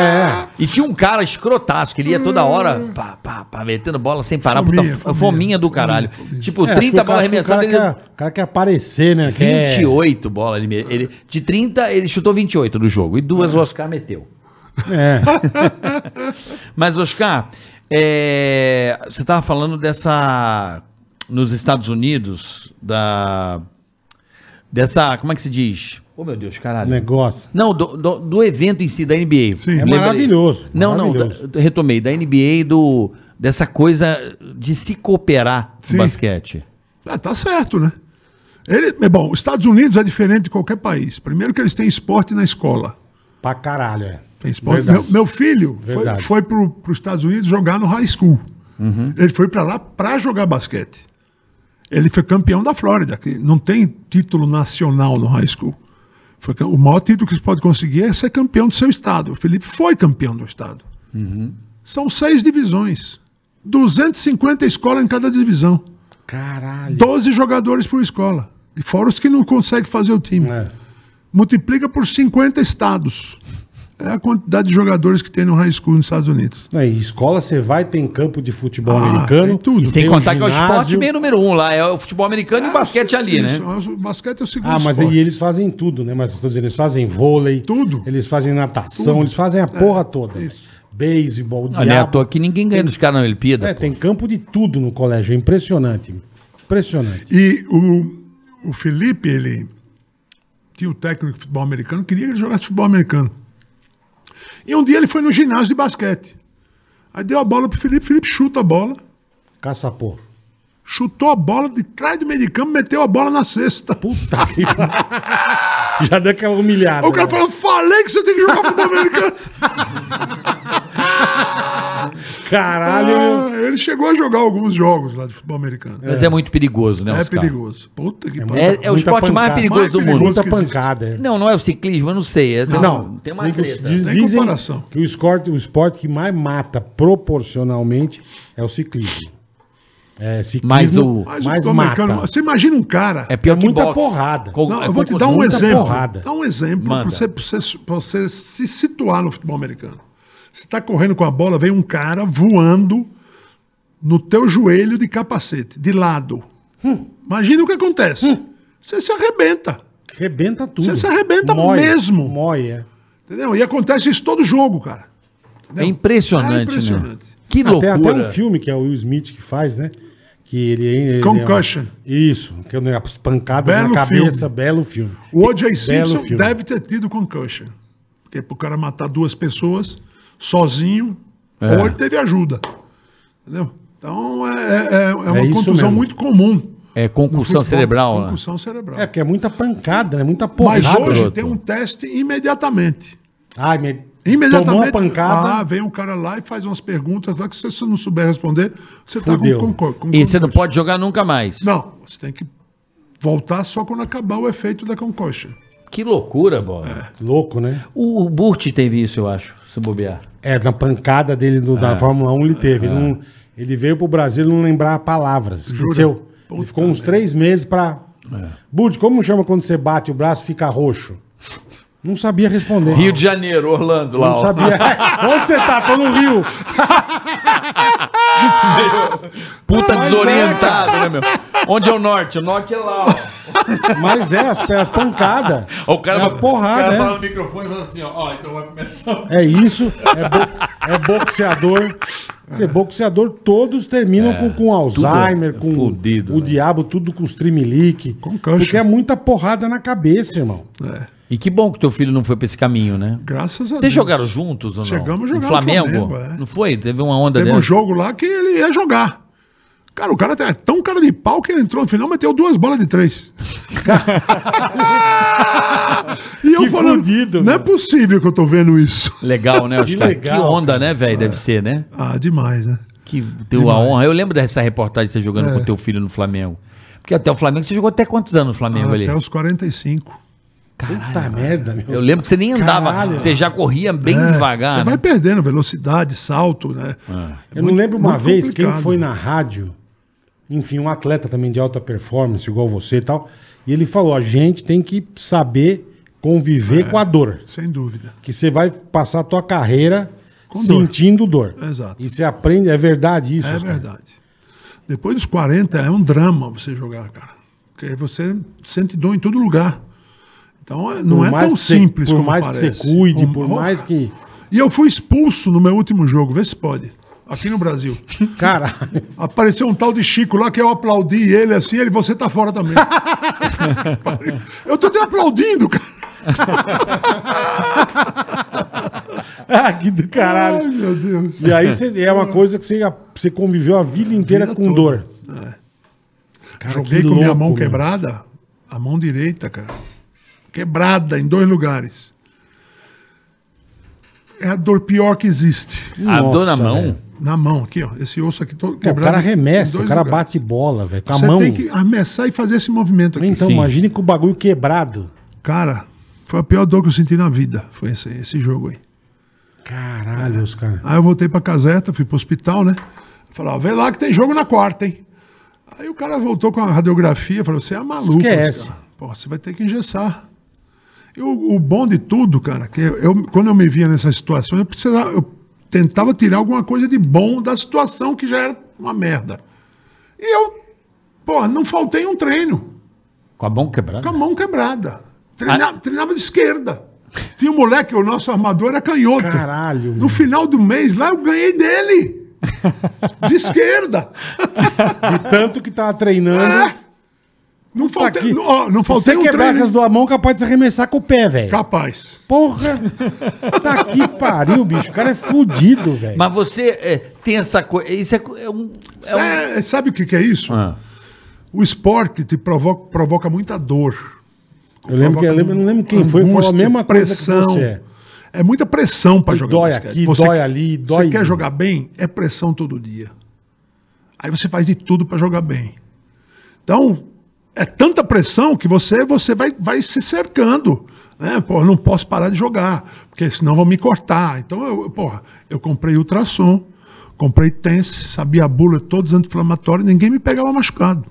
É. E tinha um cara escrotaço que ele ia toda hora pá, pá, pá, metendo bola sem parar. Hum. Fominha, puta, fominha, fominha, do caralho. fominha, fominha. Tipo, É, acho que 30 o cara- bolas acho que o arremessadas, Cara ele... quer, o cara quer aparecer, né? Quer- 28 bolas. Ele, me- ele- de 30, ele chutou 28 do jogo. E duas o Oscar meteu. É. Mas, Oscar, é, você estava falando dessa. Nos Estados Unidos, da. Dessa. Como é que se diz? Ô, meu Deus, caralho. é, Né? Negócio. Não, do, do- do evento em si, da NBA. Sim. É Lembrei. maravilhoso, Não, maravilhoso. não, da- retomei. Da NBA, e do, dessa coisa de se cooperar Sim. no basquete. Ah, tá certo, né? Ele, é bom, os Estados Unidos é diferente de qualquer país. Primeiro que eles têm esporte na escola. Pra caralho, é. Tem esporte. Verdade. Meu, meu filho Verdade. Uhum. foi, foi para os Estados Unidos jogar no high school. Ele foi para lá para jogar basquete. Ele foi campeão da Flórida, que não tem título nacional no high school. Foi cam- o maior título que você pode conseguir é ser campeão do seu estado. O Felipe foi campeão do estado. Uhum. São seis divisões. 250 escolas em cada divisão. Caralho. 12 jogadores por escola. E fora os que não conseguem fazer o time. É. Multiplica por 50 estados. É a quantidade de jogadores que tem no high school nos Estados Unidos. Não, e escola você vai, tem campo de futebol Ah, americano. tem tudo. E Sem tem um contar que é o esporte ginásio. bem número um lá. É o futebol americano e o basquete ali, Isso, né? O basquete é o segundo Ah, mas esporte. e eles fazem tudo, né? Mas estou dizendo, eles fazem vôlei. Tudo. É, Eles fazem natação, eles fazem a porra toda. né? Beisebol, Não é à diabo. toa que ninguém ganha dos caras na Olimpíada. É, tem campo de tudo no colégio. É impressionante. Impressionante. E o, o Felipe, ele tinha o técnico de futebol americano, queria que ele jogasse futebol americano. E um dia ele foi no ginásio de basquete. Aí deu a bola pro Felipe, Felipe chuta a bola, Caçapô. chutou a bola de trás do meio de campo, meteu a bola na cesta. Puta que Já deu aquela humilhada. Aí o cara né? falou, eu falei que você tem que jogar futebol americano. Caralho. Ah, ele chegou a jogar alguns jogos lá de futebol americano. Mas é muito perigoso, né, É Oscar? perigoso. Puta que pariu. É- é o Muita esporte mais perigoso Mais do mundo. perigoso Muita que existe. pancada. é. Não, não é o ciclismo, eu não sei. É- tem- Não, tem uma dizem que, os- treta. diz- Tem dizem comparação. que o esporte, o esporte que mais mata proporcionalmente é o ciclismo. É, ciclismo Mas o- Mas mais o futebol mata. americano, um você imagina um cara. É pior É que muita boxe. porrada. Com- Não, é eu vou te dar um conjunto. muita exemplo. porrada. Dá um exemplo para Manda. você, pra você- pra você se situar no futebol americano. Você está correndo com a bola, vem um cara voando no teu joelho de capacete, de lado. Imagina o que acontece. Você se arrebenta. Rebenta tudo. Você se arrebenta Mói, mesmo. Mói, é. Entendeu? E acontece isso todo jogo, cara. É impressionante, É impressionante. né? Que Tem loucura. até um filme que é o Will Smith que faz, né? Que ele, ele Concussion. É, isso, que é as pancadas Belo na cabeça, belo filme. O O.J. Belo Simpson filme. deve ter tido concussion. Porque pro cara matar duas pessoas, sozinho, É. ou ele teve ajuda. Entendeu? Então é, é- é uma isso contusão mesmo. muito comum. É concussão Futebol, cerebral, né? Concussão cerebral. É, porque é muita pancada, né? Muita porrada. Mas hoje garoto. tem um teste imediatamente. Ai, me... Imediatamente. Tomou uma pancada. Ah, vem um cara lá e faz umas perguntas lá que se você não souber responder, você está Fudeu. com, com, com E você não pode jogar nunca mais. Não, você tem que voltar só quando acabar o efeito da concoxa. Que loucura, Ah. bola. Louco, né? O, o Burt teve isso, eu acho, se bobear. É, na pancada dele do, É. da Fórmula 1 ele teve. Ele, não- ele veio pro Brasil e não lembrar palavras. Esqueceu. Ele ficou uns três meses pra. Bud, como chama quando você bate o braço e fica roxo? Não sabia responder. Rio de Janeiro, Orlando, lá. Não ó. sabia. Onde você tá? Tô no Rio. Puta Mas é, desorientado, né, meu? Onde é o norte? O norte é lá, ó. Mas é, as, as pancadas. O cara, é as o cara porradas. fala né? no microfone e fala assim, ó, ó, então vai começar. É isso. É, bo- é boxeador. Ser boxeador, todos É, terminam com, com Alzheimer, com fudido, o é né? diabo, tudo com os trimelique. Com câncer. Porque é muita porrada na cabeça, irmão. É. E que bom que teu filho não foi pra esse caminho, né? Graças a Deus. Vocês jogaram juntos ou não? Chegamos a jogar No no Flamengo? Flamengo, é. Não foi? Teve uma onda Teve um dessa. jogo lá que ele ia jogar. Cara, o cara é tão cara de pau que ele entrou no final, meteu duas bolas de três. e eu Que falando, fudido, não é meu." possível que eu tô vendo isso. Legal, né, Que Oscar? legal, que onda, né, velho? Deve ser, né? Ah, demais, né? Que deu a honra. Eu lembro dessa reportagem de você É. jogando com teu filho no Flamengo. Porque até o Flamengo, você jogou até quantos anos no Flamengo ali? Ah, Até os 45. Puta merda, meu. Eu lembro que você nem andava, Caralho. você já corria bem É, devagar. Você né? vai perdendo velocidade, salto, né? Eu não lembro uma muito vez quem complicado. foi na rádio, enfim, um atleta também de alta performance, igual você e tal, e ele falou: a gente tem que saber conviver É. com a dor. Sem dúvida. Que você vai passar a tua carreira Com dor. sentindo dor. Exato. E você aprende, é verdade isso. É Oscar? verdade. Depois dos 40 é um drama você jogar, cara. Porque aí você sente dor em todo lugar. Então é- não Por é mais tão que você- simples Por como mais que parece. você cuide, Com- por Oh, mais que. E eu fui expulso no meu último jogo, vê se pode. Aqui no Brasil. Caralho. Apareceu um tal de Chico lá que eu aplaudi ele assim, ele, você tá fora também. eu tô te aplaudindo, cara. Ah, que do caralho. Ai, meu Deus. E aí você- é uma coisa que você, você conviveu a vida inteira vida com toda. É. dor. Cara, Joguei que com minha louco, mão meu. quebrada, a mão direita, cara. Quebrada em dois lugares. É a dor pior que existe. A Nossa, dor na mão. velho. Na mão, aqui, ó. Esse osso aqui todo Pô, o quebrado. cara em arremessa, dois o cara lugares. bate bola, velho. Com a Você mão. tem que arremessar e fazer esse movimento aqui. Então, Sim. imagine com o bagulho quebrado. Cara, foi a pior dor que eu senti na vida. Foi esse, esse jogo aí. Caralho, os caras. Aí eu voltei pra caseta, fui pro hospital, né? Falei, ó, vem lá que tem jogo na quarta, hein? Aí o cara voltou com a radiografia, falou, você é maluco. Esquece. cara. Pô, você vai ter que engessar. E o, o bom de tudo, cara, que eu, quando eu me via nessa situação, eu precisava, eu tentava tirar alguma coisa de bom da situação que já era uma merda. E eu, porra, não faltei um treino Com a mão quebrada? com a mão quebrada. Treina- Ah. Treinava de esquerda. Tinha um moleque, o nosso armador era canhoto. Caralho, No meu. final do mês, lá eu ganhei dele. De esquerda. De tanto que tava treinando. É. Não faltei, Tá aqui. não, ó, não Se faltei você um quebrar treino. essas duas mãos, capaz de se arremessar com o pé, velho. Capaz. Porra! Tá que pariu, bicho. O cara é fudido, velho. Mas você é, tem essa coisa. Isso é, co- é um. É um... Cê- sabe o que, que é isso? Ah. O esporte te provoca, provoca muita dor. Eu lembro que eu lembro- eu não lembro quem foi, falou a Angústia, mesma coisa que pressão. você. É muita pressão para E jogar dói basquete. aqui, dói ali, dói- Você quer jogar bem? É pressão todo dia. Aí você faz de tudo para jogar bem. Então, é tanta pressão que você você vai, vai se cercando. Né? Pô, eu não posso parar de jogar, porque senão vão me cortar. Então, eu, eu, porra, eu comprei ultrassom, comprei tense, sabia a bula, todos anti-inflamatórios, ninguém me pegava machucado.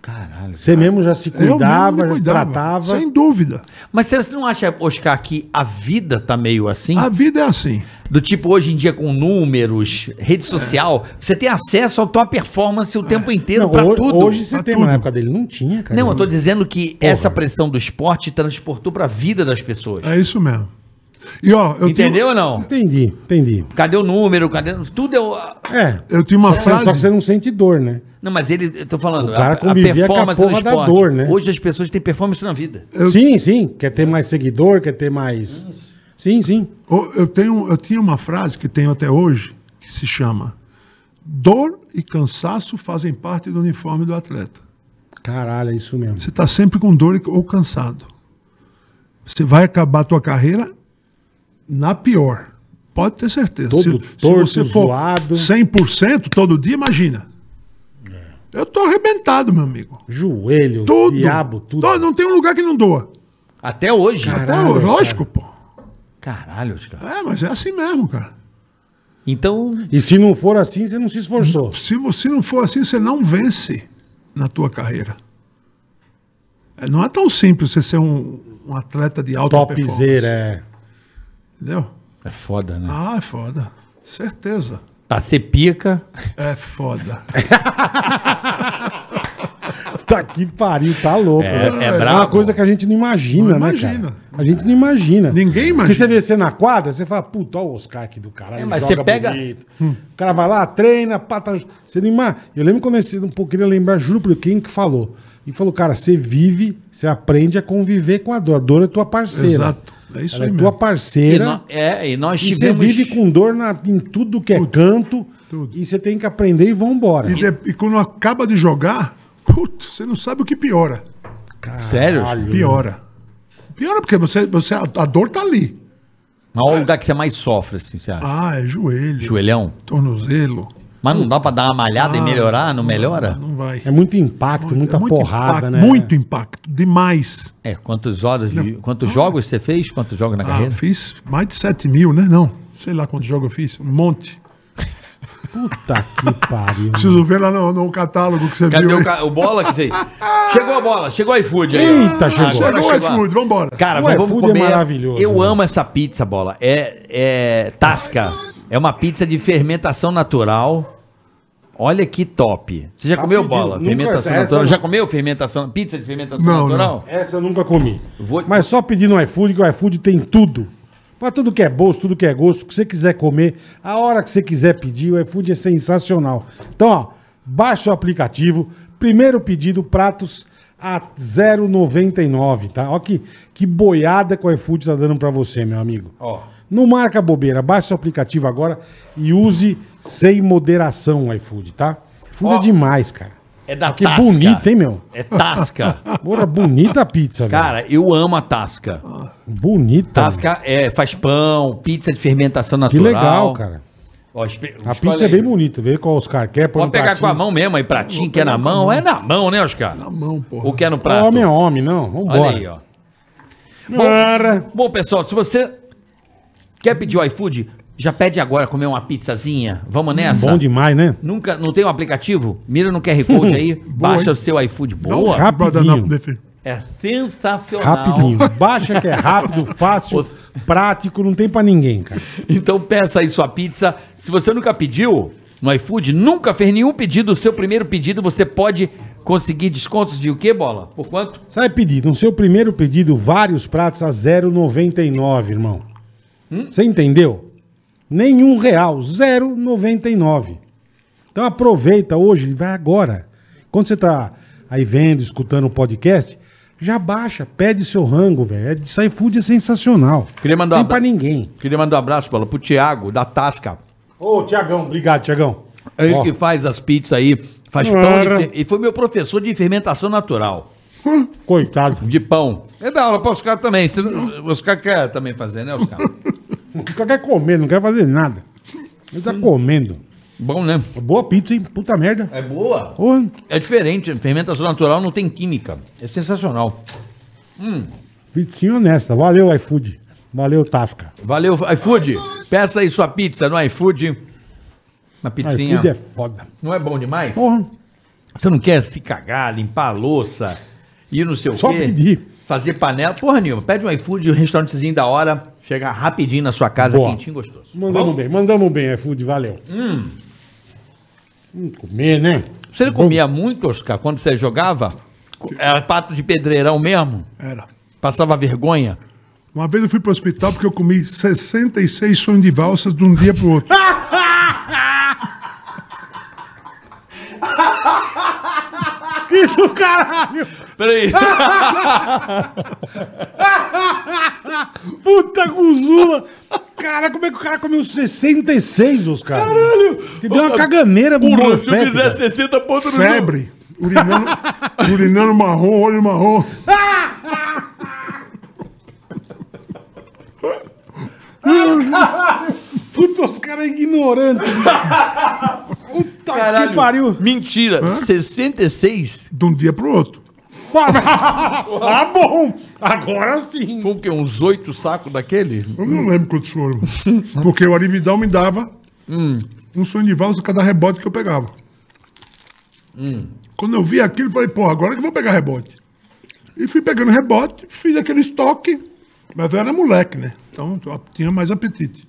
Caralho. Você mesmo já se Eu mesmo me cuidava, já se tratava. Sem dúvida. Mas você não acha, Oscar, que a vida tá meio assim? A vida é assim. Do tipo, hoje em dia, com números, rede social, você tem acesso à tua performance o tempo inteiro Não, pra ho- tudo. hoje você pra tem, tudo. mas na época dele não tinha, cara. Não, eu tô dizendo que essa pressão do esporte transportou pra vida das pessoas. É isso mesmo. E ó, eu tinha- Entendeu ou não? Entendi, entendi. Cadê o número? Cadê. Tudo é. o- É. Eu tinha uma Só que você frase. não sente dor, né? Não, mas ele, eu tô falando, O cara convivia com a porra da dor, né? Hoje as pessoas têm performance na vida. Eu- Sim, sim. Quer ter mais seguidor, quer ter mais Sim, sim. Ô, Eu, tenho, eu tinha uma frase que tenho até hoje, que se chama Dor e cansaço fazem parte do uniforme do atleta. Caralho, é isso mesmo. Você está sempre com dor e- ou cansado. Você vai acabar a tua carreira na pior. Pode ter certeza. Todo se, se torto, você for zoado. É. 100% todo dia, imagina. Eu tô arrebentado, meu amigo. Joelho, Tudo. diabo, tudo. Tô- não tem um lugar que não doa. Até hoje. Até Caralho, hoje, lógico, pô. Caralho, Oscar. É, mas é assim mesmo, cara. Então, E se não for assim, você não se esforçou. Se você não for assim, você não vence na tua carreira. É, não é tão simples você ser um, um atleta de alta Topzera, performance. é. Entendeu? é foda, né? Ah, é foda. Certeza. Pra ser pica, É foda. Tá que pariu, tá louco. É- né? é uma brabo. coisa que a gente não imagina, Não né, imagina. cara? A gente não imagina. Ninguém imagina. Porque você vê você na quadra, você fala, puta, olha o Oscar aqui do caralho. É, mas joga você pega- bonito. O cara vai lá, treina, pata. Você não ima- Eu lembro quando eu comecei um pouco, queria lembrar, juro por quem que falou. E falou, cara, você vive, você aprende a conviver com a dor. A dor é tua parceira. Exato. É isso Ela é aí tua mesmo. e, parceira. no- é, e nós E você tivemos... vive com dor na- em tudo que é canto. Tudo. E você tem que aprender e vambora. E, de- e quando acaba de jogar, putz, você não sabe o que piora. Sério? Caralho. Piora. Piora porque você, você, a, a dor tá ali. Mas olha o lugar que você mais sofre, assim, você acha? Ah, é joelho, Joelhão. tornozelo. Mas não dá pra dar uma malhada e Ah, melhorar? Não melhora? Não vai. É muito impacto, muita É muito porrada, impacto, né? Muito impacto. Demais. É, quantos horas de... Quantos jogos você fez? Quantos jogos na Ah, carreira? fiz mais de 7 mil, né? Não. Sei lá quantos jogos eu fiz. Um monte. Puta que pariu. Preciso ver lá no, no catálogo que você Cadê viu. o, aí. ca- o bola que fez? chegou a bola, chegou o iFood aí. Eita, chegou. Agora Chegou o iFood, vambora. Cara, O mas vamos iFood é comer. maravilhoso, Eu né? amo essa pizza, bola. É, é tasca. É uma pizza de fermentação natural. Olha que top. Você já comeu pedindo. bola? Nunca essa- Fermentação essa natural. não. Já comeu fermentação, pizza de fermentação Não, natural? Essa eu nunca comi. Vou- Mas só pedir no iFood, que o iFood tem tudo. Pra tudo que é bolso, tudo que é gosto, o que você quiser comer, a hora que você quiser pedir, o iFood é sensacional. Então, ó, baixa o aplicativo, primeiro pedido, pratos a 0,99, tá? Ó que, que boiada que o iFood tá dando pra você, meu amigo. Ó. Não marca bobeira, baixa o aplicativo agora e use sem moderação o iFood, tá? iFood é Ó. demais, cara. É da Que tasca. bonito, hein, meu? É tasca. Porra, bonita a pizza, velho. Cara, eu amo a tasca. Bonita. Tasca é, faz pão, pizza de fermentação Tá. Que natural. legal, cara. Ó, espe- A escolhe pizza é aí. bem bonita. Vê qual Oscar quer. põe Pode no pegar pratinho. com a mão mesmo aí, pratinho, que é na mão. É na mão, né, Oscar? Na mão, porra. Ou que é no prato? Homem é homem, não. Vambora. Olha aí, ó. Bora. Bom, pessoal, se você quer pedir o iFood, já pede agora comer uma pizzazinha. Vamos nessa? Bom demais, né? Nunca, não tem um aplicativo? Mira no QR Code aí, baixa o seu iFood. Boa! Rapidinho. É sensacional. Rapidinho. Baixa que é rápido, fácil, prático. Não tem pra ninguém, cara. Então peça aí sua pizza. Se você nunca pediu no iFood, nunca fez nenhum pedido, o seu primeiro pedido, você pode conseguir descontos de o quê, Bola? Por quanto? Sai pedido. No seu primeiro pedido, vários pratos a 0,99, irmão. Hum? Você entendeu? Nenhum real. 0,99. Então aproveita hoje, vai agora. Quando você tá aí vendo, escutando o podcast, já baixa, pede seu rango, velho. É de sair food é sensacional. Queria mandar Tem uma- pra ninguém. Queria mandar um abraço, Bola, pro Tiago, da Tasca. Ô, Tiagão, obrigado, Tiagão. É Ele Ó, que faz as pizzas aí, faz pão de fer- e foi meu professor de fermentação natural, Coitado. de pão. É da aula para os caras também. Se- Os caras querem também fazer, né, os caras? O cara quer comer, não quer fazer nada. Hum. Ele tá comendo. Bom, né? Boa pizza, hein? Puta merda. É boa. Ô, É diferente, fermentação natural não tem química. É sensacional. pizzinha honesta. Valeu, iFood. Valeu, Tasca. Valeu, iFood. Peça aí sua pizza no iFood. Uma pizzinha. iFood é foda. Não é bom demais? Porra. Você não quer se cagar, limpar a louça, ir no seu Só pedir. fazer panela. Porra nenhuma, pede um iFood, um restaurantezinho da hora, chega rapidinho na sua casa, Boa. quentinho gostoso. tá Mandamos bom? bem, mandamos bem, iFood, valeu. Hum, comer, né? Você não comia muito, Oscar, quando você jogava? Era pato de pedreirão mesmo? Era. Passava vergonha? Uma vez eu fui pro hospital porque eu comi 66 sonhos de valsas de um dia pro outro. Ah, Que do caralho! Peraí. Puta guzula! Cara, como é que o cara comeu 66, os caras? Caralho! Te deu uma caganeira Burro, se eu morfética. fizer 60 pontos no jogo. Febre. Urinando, urinando marrom, olho marrom. Puta, os caras ignorantes. Puta que Caralho. pariu. Mentira. 66? De um dia pro outro. Ah, bom! Agora sim. Foi o quê? Uns 8 sacos daquele? Eu não lembro quantos foram. Porque o Arividal me dava um sonho de valsa a cada rebote que eu pegava. Quando eu vi aquilo, eu falei, pô, agora que eu vou pegar rebote. E fui pegando rebote, fiz aquele estoque. Mas eu era moleque, né? Então eu tinha mais apetite.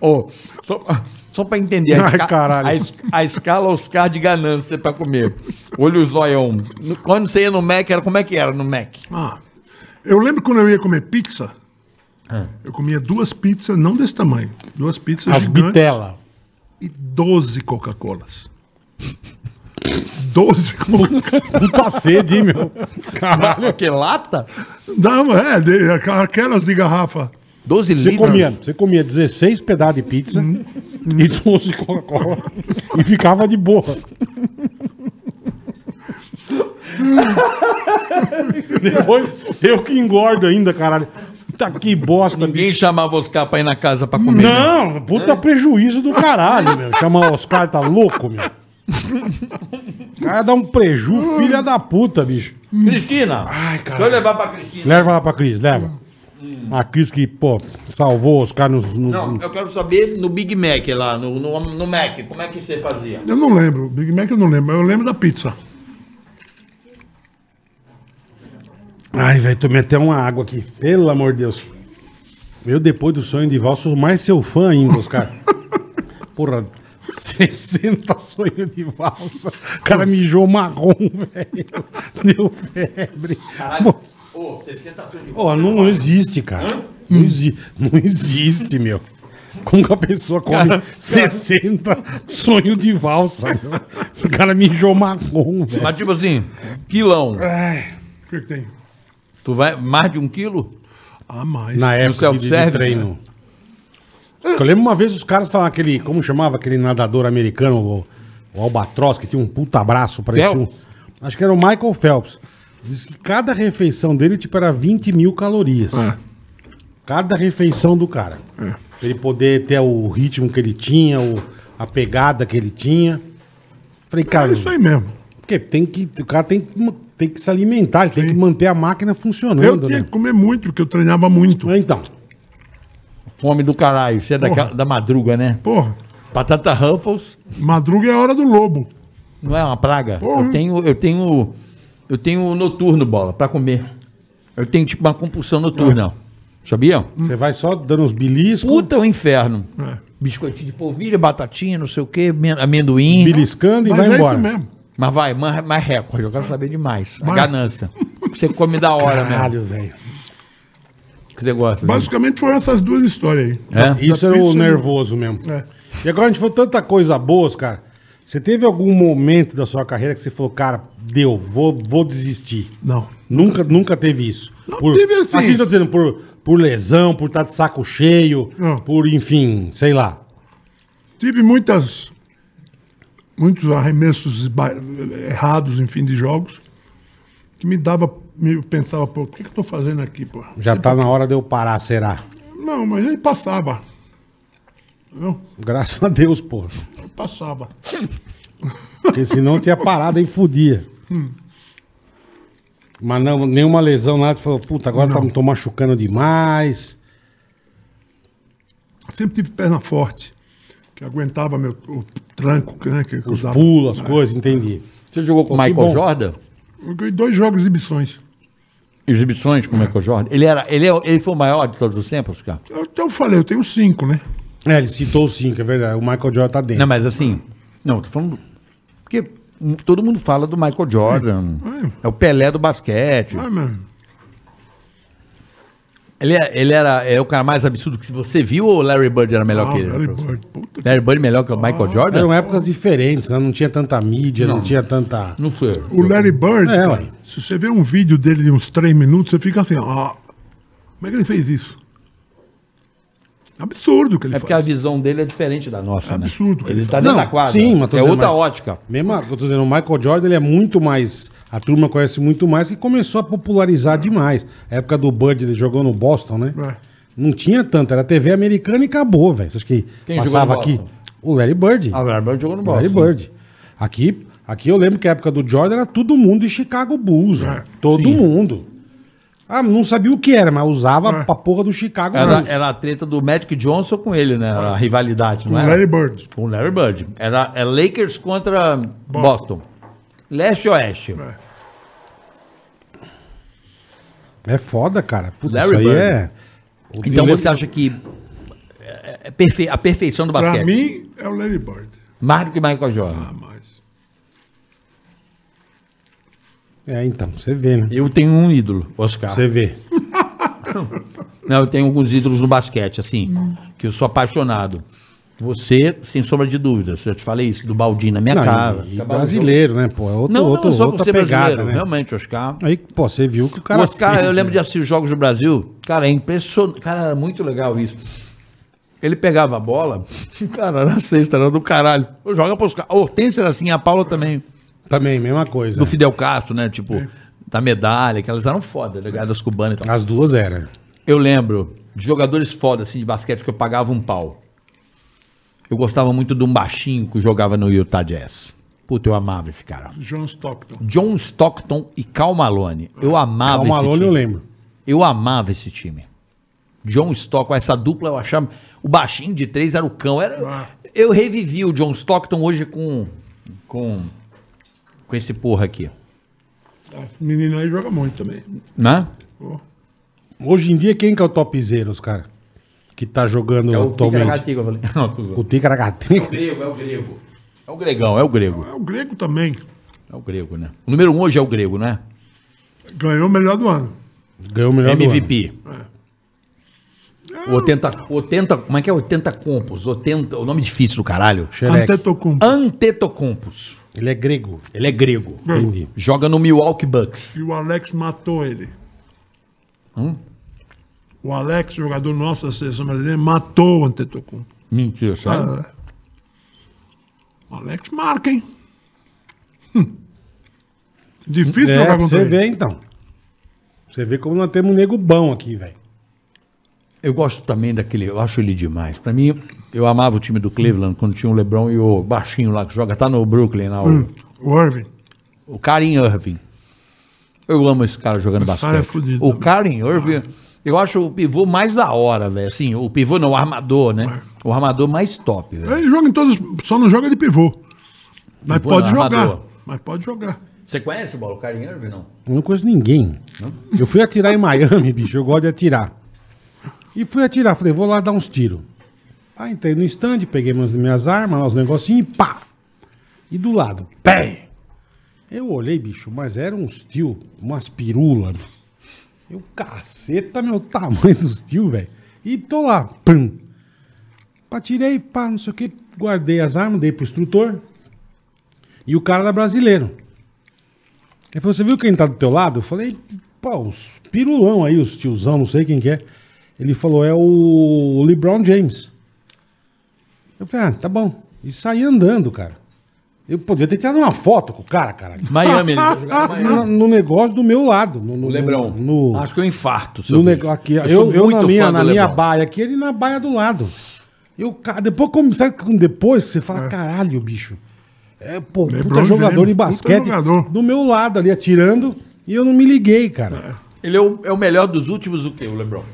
Ô, só, só pra entender. A, Ai, esca- caralho. a es- a escala Oscar de ganância pra comer. Olho zoião. No- Quando você ia no Mac, era como é que era no Mac? Ah, eu lembro quando eu ia comer pizza, eu comia duas pizzas, não desse tamanho. Duas pizzas As bitela. e 12 Coca-Colas. 12 Coca-Colas. Puta sede, hein, meu? Caralho. Que lata? Não, é, de- aqua- aquelas de garrafa. 12 Você litros. comia, você comia 16 pedaços de pizza e 12 Coca-Cola e ficava de boa. Depois, eu que engordo ainda, caralho. Tá que bosta, Ninguém chamava Oscar pra ir na casa pra comer. né? Não, puta prejuízo do caralho, meu. Chamar o Oscar, tá louco, meu. O cara dá um preju, filha da puta, bicho. né? Cristina! Ai, cara. Deixa eu levar pra Cristina. Leva lá pra Cris, leva. A Cris que, pô, salvou os caras nos. nos- Hum. Não, eu quero saber no Big Mac lá, no, no, no Mac, como é que você fazia? Eu não lembro, Big Mac eu não lembro, mas eu lembro da pizza. Ai, velho, tomei até uma água aqui. Pelo amor de Deus. Eu, depois do sonho de Val, sou mais seu fã ainda, Oscar. Porra, 60 sonhos de valsa. O cara mijou marrom, velho. Deu febre. Pô, Ô, 60 anos de Pô, não, não existe, cara. Não, exi- não existe, meu. Como que a pessoa come 60 sonho de valsa? meu? O cara mijou marrom, velho. Mas tipo assim, quilão, Ai, o que, que tem? tu vai mais de um quilo? Ah, mais. Na época de, de self-service, treino. Eu lembro uma vez os caras falavam aquele, como chamava aquele nadador americano, o, o Albatroz, que tinha um puta braço, parecia um, Phelps? Acho que era o Michael Phelps. Diz que cada refeição dele, tipo, era 20 mil calorias. É. Cada refeição do cara. Pra ele poder ter o ritmo que ele tinha, o, a pegada que ele tinha. Falei, É cara, isso aí mesmo. porque tem que, o cara tem que, ma- tem que se alimentar, ele tem que manter a máquina Eu funcionando, tinha né? que comer muito, porque eu treinava muito. Então, Fome do caralho, você é daquela- da madruga, né? Porra, Batata Ruffles madruga é a hora do lobo. não é uma praga. Porra. Eu tenho, eu tenho, eu tenho noturno, bola, pra comer. Eu tenho tipo uma compulsão noturna, sabia? você vai só dando uns beliscos, Puta é um inferno. É. Biscoitinho de polvilha, batatinha, não sei o quê, amen- amendoim. beliscando e Mas vai é embora. isso mesmo. Mas vai, mais, mais recorde, eu quero saber demais. A Mas- ganância. O que Você come da hora, né? Caralho, velho. O que você gosta. né? Basicamente foram essas duas histórias aí. É? Isso era o pizza, né? nervoso mesmo. É. E agora a gente falou tanta coisa boa, cara. Você teve algum momento da sua carreira que você falou, cara, deu, vou, vou desistir. Não. Nunca, nunca teve isso. Não tive assim. tô dizendo, por, por lesão, por estar de saco cheio, Não. por, enfim, sei lá. Tive muitas. Muitos arremessos esba- errados em fim de jogos. Que me dava. Me pensava, pô, o que, que eu tô fazendo aqui, pô? Já tá na hora de eu parar, será? Não, mas aí passava. Não, Graças a Deus, pô. passava. Porque senão eu tinha parado e fudia. Mas não, nenhuma lesão, nada. Você falou, puta, agora tá, tô machucando demais. Sempre tive perna forte, que aguentava meu, o tranco, né? Que, que Os eu dava. pulos, É. as coisas, entendi. Você jogou com Michael bom. Jordan? Eu ganhei dois jogos de exibições. Exibições com o Michael Jordan? Ele, era, ele, é- ele foi o maior de todos os tempos, cara? Eu, então eu falei, eu tenho cinco, né? É, ele citou os cinco, é verdade. O Michael Jordan tá dentro. Não, mas assim. Não, tô falando. Porque hum, todo mundo fala do Michael Jordan. É. Tipo, É o Pelé do basquete. Ah, mano. Ele, é- ele era é o cara mais absurdo que você viu ou Larry Bird era é melhor Ah, que ele? Larry pra você? Bird, Ah, um puta que- Larry Bird melhor que o Michael Jordan? Eram épocas diferentes, né? Não tinha tanta mídia, não, tinha tanta. Não sei. O Larry Bird, É, cara, ué. se você ver um vídeo dele de uns 3 minutos, você fica assim, ó. Como é que ele fez isso? Absurdo o que ele É faz. porque a visão dele é diferente da nossa, né? absurdo que Ele ele tá dentro Não, da quadra. sim, mas tô é dizendo, outra mas- ótica. Mesmo, eu tô dizendo, o Michael Jordan ele é muito mais. A turma conhece muito mais e começou a popularizar demais. A época do Bird, ele jogou no Boston, né? É. Não tinha tanto, era TV americana e acabou, velho. Você acha que Quem jogou passava no aqui? Boston? O Larry Bird. Ah, o Larry Bird jogou no O Larry Boston. Bird. Aqui, aqui eu lembro que a época do Jordan era todo mundo de Chicago Bulls, velho. todo mundo. Ah, não sabia o que era, mas usava É. pra porra do Chicago Era, Bulls. era a treta do Magic Johnson com ele, né? Era a rivalidade, O não era? Larry Bird. Com o Larry Bird. Era, é Lakers contra Boston. Leste e Oeste. É foda, cara. Puta, Larry isso aí Bird. é... Eu Então lembro- você acha que é- é perfe- a perfeição do Pra basquete? mim, é o Larry Bird. Mais do que Michael Jordan. Ah, mas. É, então, você vê, né? Eu tenho um ídolo, Oscar. Você vê. Não, eu tenho alguns ídolos no basquete, assim, que eu sou apaixonado. Você, sem sombra de dúvidas, eu já te falei isso, do Baldinho na minha Não, cara. e- e brasileiro, né, pô? É outro, é Não, outro, não só outra você pegada, brasileiro, né? realmente, Oscar. Aí, pô, você viu que o O cara. Oscar, fez, eu lembro de né? assistir os Jogos do Brasil. Cara, é impressionante. Cara, era muito legal isso. Ele pegava a bola, cara, era a sexta, era do caralho. Eu joga pros caras. A Hortência era assim, a Paula também. Também, mesma coisa. Do Fidel Castro, né? Tipo, da medalha, que elas eram foda, ligadas cubanas e tal. As duas eram. Eu lembro de jogadores foda, assim, de basquete que eu pagava um pau. Eu gostava muito de um baixinho que jogava no Utah Jazz. Puta, eu amava esse cara. John Stockton. John Stockton e Cal Malone. Eu amava Calma, esse Malone, time. eu lembro. Eu amava esse time. John Stockton, essa dupla eu achava. O baixinho de três era o cão. Ah. Era, eu revivi o John Stockton hoje com. com. com esse porra aqui. Esse É, menino aí joga muito também. Né? Pô. Hoje em dia, quem que é o topzera, os caras? Que tá jogando É atualmente? Ticaracatiga, eu falei. Não, tô zoando. O Ticaragatica. grego, é o grego. É o gregão, é o grego. É o grego também. É o grego, né? O número um hoje é o grego, né? Ganhou o melhor do ano. Ganhou o É melhor do MVP. 80, 80, É. como é que é? 80 compos. 80, o nome difícil do caralho. ano. Xereque. Antetokounmpo. Antetocompos. Ele é grego. Ele é grego. Entendi. Joga no Milwaukee Bucks. E o Alex matou ele. Hum? O Alex, jogador nosso da seleção brasileira, matou o Antetokounmpo. Mentira, sabe? Ah. O Alex marca, hein? Hum. Difícil É, pra jogar você contra ele. vê, então. Você vê como nós temos um nego bom aqui, velho. Eu gosto também daquele, eu acho ele demais. Pra mim, eu amava o time do Cleveland quando tinha o LeBron e o baixinho lá que joga, tá no Brooklyn lá, o- Hum. O Irving. o Karen Irving. Eu amo esse cara jogando basquete. cara é fudido. o Karen Irving, eu acho o pivô mais da hora, velho. Assim, o pivô não, o armador, né? O armador mais top, velho. Ele joga em todos. Só não joga de pivô. Mas Pivô é pode não, jogar. armador. Mas pode jogar. Você conhece o Paulo Karen Irving, não? Eu não conheço ninguém. Eu fui atirar em Miami, bicho. Eu gosto de atirar. E fui atirar. Falei, vou lá dar uns tiros. Aí entrei no stand, peguei minhas, minhas armas, lá, os negocinhos e pá. E do lado, pé. Eu olhei, bicho, mas era uns tio, umas pirulas. Eu, caceta, meu tamanho dos tio, velho. E tô lá, pum. Atirei, pá, não sei o que. Guardei as armas, dei pro instrutor. E o cara era brasileiro. Ele falou, você viu quem tá do teu lado? Eu falei, pô, os pirulão aí, os tiozão, não sei quem que é. Ele falou, é o LeBron James. Eu falei, ah, tá bom. E saí andando, cara. Eu podia ter tirado uma foto com o cara, caralho. Miami, ele jogava no Miami. No, no negócio do meu lado. No, no, O Lebron. No, no, Acho que é um infarto. seu no bicho. negócio aqui. Eu, sou eu, na, muito minha, fã na do minha LeBron. baia aqui, ele na baia do lado. Eu, ca- depois, como, sabe que depois que você fala, caralho, bicho. É, pô, puta LeBron jogador James, de puta basquete. jogador. Do meu lado ali, atirando. E eu não me liguei, cara. Ele é o, é o melhor dos últimos, o quê, o Lebron?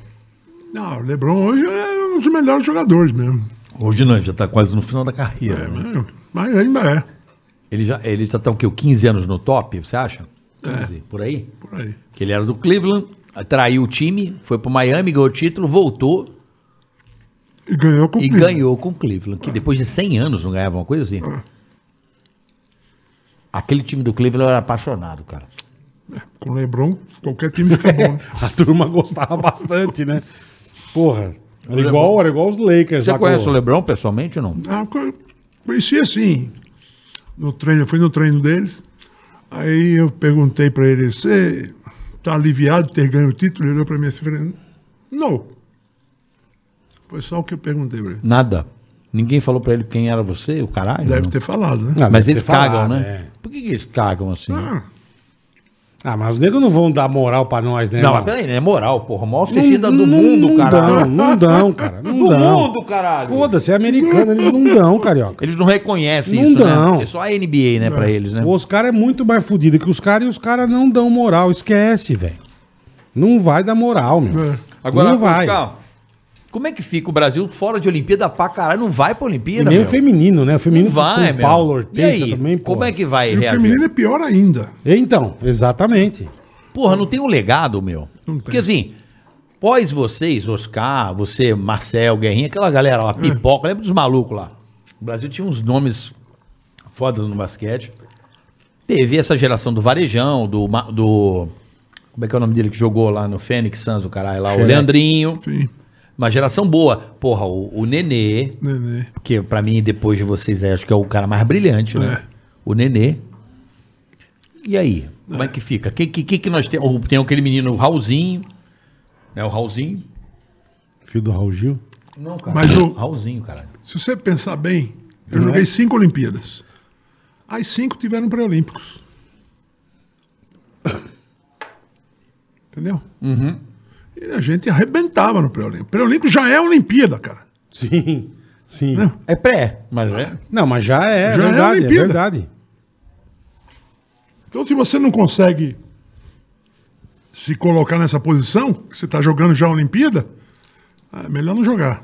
Não, o Lebron hoje é um dos melhores jogadores mesmo. Hoje não, ele já tá quase no final da carreira. né? É, mas ainda é. Ele, já, ele já tá o quê? o 15 anos no top, você acha? É. 15, por aí? Por aí. Que ele era do Cleveland, atraiu o time, foi pro Miami, ganhou o título, voltou E ganhou com o e Cleveland. ganhou com o Cleveland, que depois de 100 anos não ganhava uma coisa assim. Aquele time do Cleveland eu era apaixonado, cara. Com o Lebron, qualquer time fica bom. né? A turma gostava bastante, né? Porra. Era igual, era igual os Lakers. Você lá com- conhece o Lebron pessoalmente ou não? Ah, co- conheci assim, no treino, eu fui no treino deles, aí eu perguntei pra ele, você tá aliviado de ter ganho o título? Ele olhou pra mim assim, e falou, não. Foi só o que eu perguntei pra ele. Nada. Ninguém falou pra ele quem era você, o caralho? Deve não? ter falado, né? Ah, Mas deve eles ter falado, cagam, né? é. Por que, que eles cagam assim? Ah, Ah, mas os negros não vão dar moral pra nós, né? não, mas irmão? peraí, é moral, porra. Maior fechada do mundo, Não, caralho. não dão, cara. Não Do dão. mundo, caralho. Foda-se, é americano, eles não dão, carioca. Eles não reconhecem Não isso, dão. né? É só a NBA, né, pra eles, né? Pô, Os caras é muito mais fudido que os caras e os caras não dão moral. Esquece, velho. Não vai dar moral, É. meu. Agora, não vai. Cuscão, como é que fica o Brasil fora de Olimpíada pra caralho? Não vai pra E Olimpíada, nem o meu? feminino, né? O feminino Não vai, meu. com o Paulo Ortega e aí, também, como porra. é que vai e o reagir? feminino é pior ainda. Então, exatamente. Porra, não tem um legado, meu. Não tem. Porque assim, pós vocês, Oscar, você, Marcel, Guerrinha, aquela galera lá, pipoca, lembra dos malucos lá? O Brasil tinha uns nomes foda no basquete. Teve essa geração do Varejão, do. Ma- do como é que é o nome dele que jogou lá no Fênix Santos, o caralho lá? O Xerec. Leandrinho. Enfim, Uma geração boa. Porra, o, o Nenê, nenê. que pra mim, depois de vocês, é, acho que é o cara mais brilhante, né? É. O Nenê. E aí? Como é que fica? O que, que, que que nós temos? Tem aquele menino, o Raulzinho. Né, o Raulzinho? Filho do Raul Gil. Não, cara. Mas o- Raulzinho, caralho. Se você pensar bem, eu é? joguei cinco Olimpíadas. As cinco tiveram pré-olímpicos. Entendeu? Uhum. E a gente arrebentava no pré-olímpico. Pré-olímpico já é Olimpíada, cara. né? Sim, sim. Não. É pré, mas é. Não, mas já é Já é verdade, é, Olimpíada. verdade. Então, se você não consegue se colocar nessa posição, que você está jogando já a Olimpíada, é melhor não jogar.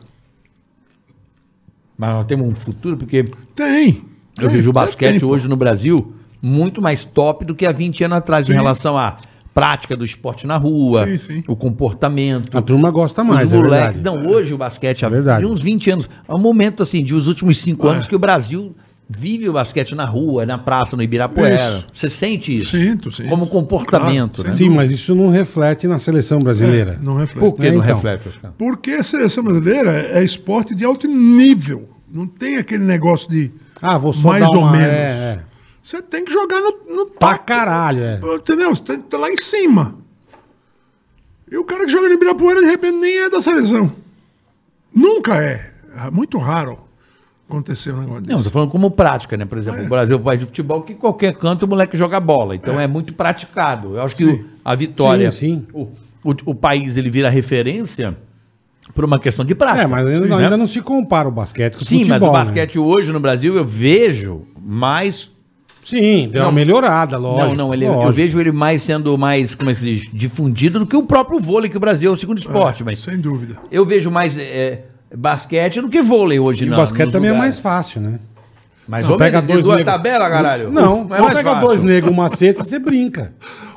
Mas nós temos um futuro, porque Tem. eu Tem, vejo o É, tem basquete tempo. hoje no Brasil muito mais top do que há 20 anos atrás em Sim. relação à prática do esporte na rua, Sim, sim. o comportamento. A turma gosta mais, os é moleques. verdade. É não, hoje o basquete, há Verdade. É. de uns 20 anos, é um momento assim, de os últimos cinco anos que o Brasil vive o basquete na rua, na praça, no Ibirapuera. Isso. Você sente isso? Sinto, sinto. Como comportamento, Claro, né? Sim, mas isso não reflete na seleção brasileira. É, não reflete. Por Então, que não então. reflete? Oscar? Porque a seleção brasileira é é esporte de alto nível. Não tem aquele negócio de. Ah, vou só Mais dar ou uma- menos. É, é. Você tem que jogar no, no Pra taco, caralho, é. Entendeu? Você tem que estar lá em cima. E o cara que joga no Ibirapuera, de repente, nem é da seleção. Nunca é. É muito raro acontecer um negócio Não, desse. tô falando como prática, né? Por exemplo, o Brasil é um país de futebol que qualquer canto o moleque joga bola. Então é, muito praticado. Eu acho que o- a vitória, Sim, sim. O, o, o país ele vira referência por uma questão de prática. É, mas ainda, Sim, ainda né? não se compara o basquete com o Sim, futebol. mas o né? basquete hoje no Brasil eu vejo mais Sim, deu uma Não. melhorada, lógico. não, não, ele, é- eu lógico. vejo ele mais sendo mais, como é que se diz, difundido do que o próprio vôlei, que o Brasil é o segundo esporte, mas Sem dúvida. eu vejo mais é, basquete do que vôlei hoje. E o na- basquete nos também é lugares. mais fácil, né? Mas Não, homem, pega de dois duas negros- tabelas, caralho. Não, é ou mais pega fácil. dois negros, uma cesta, você brinca.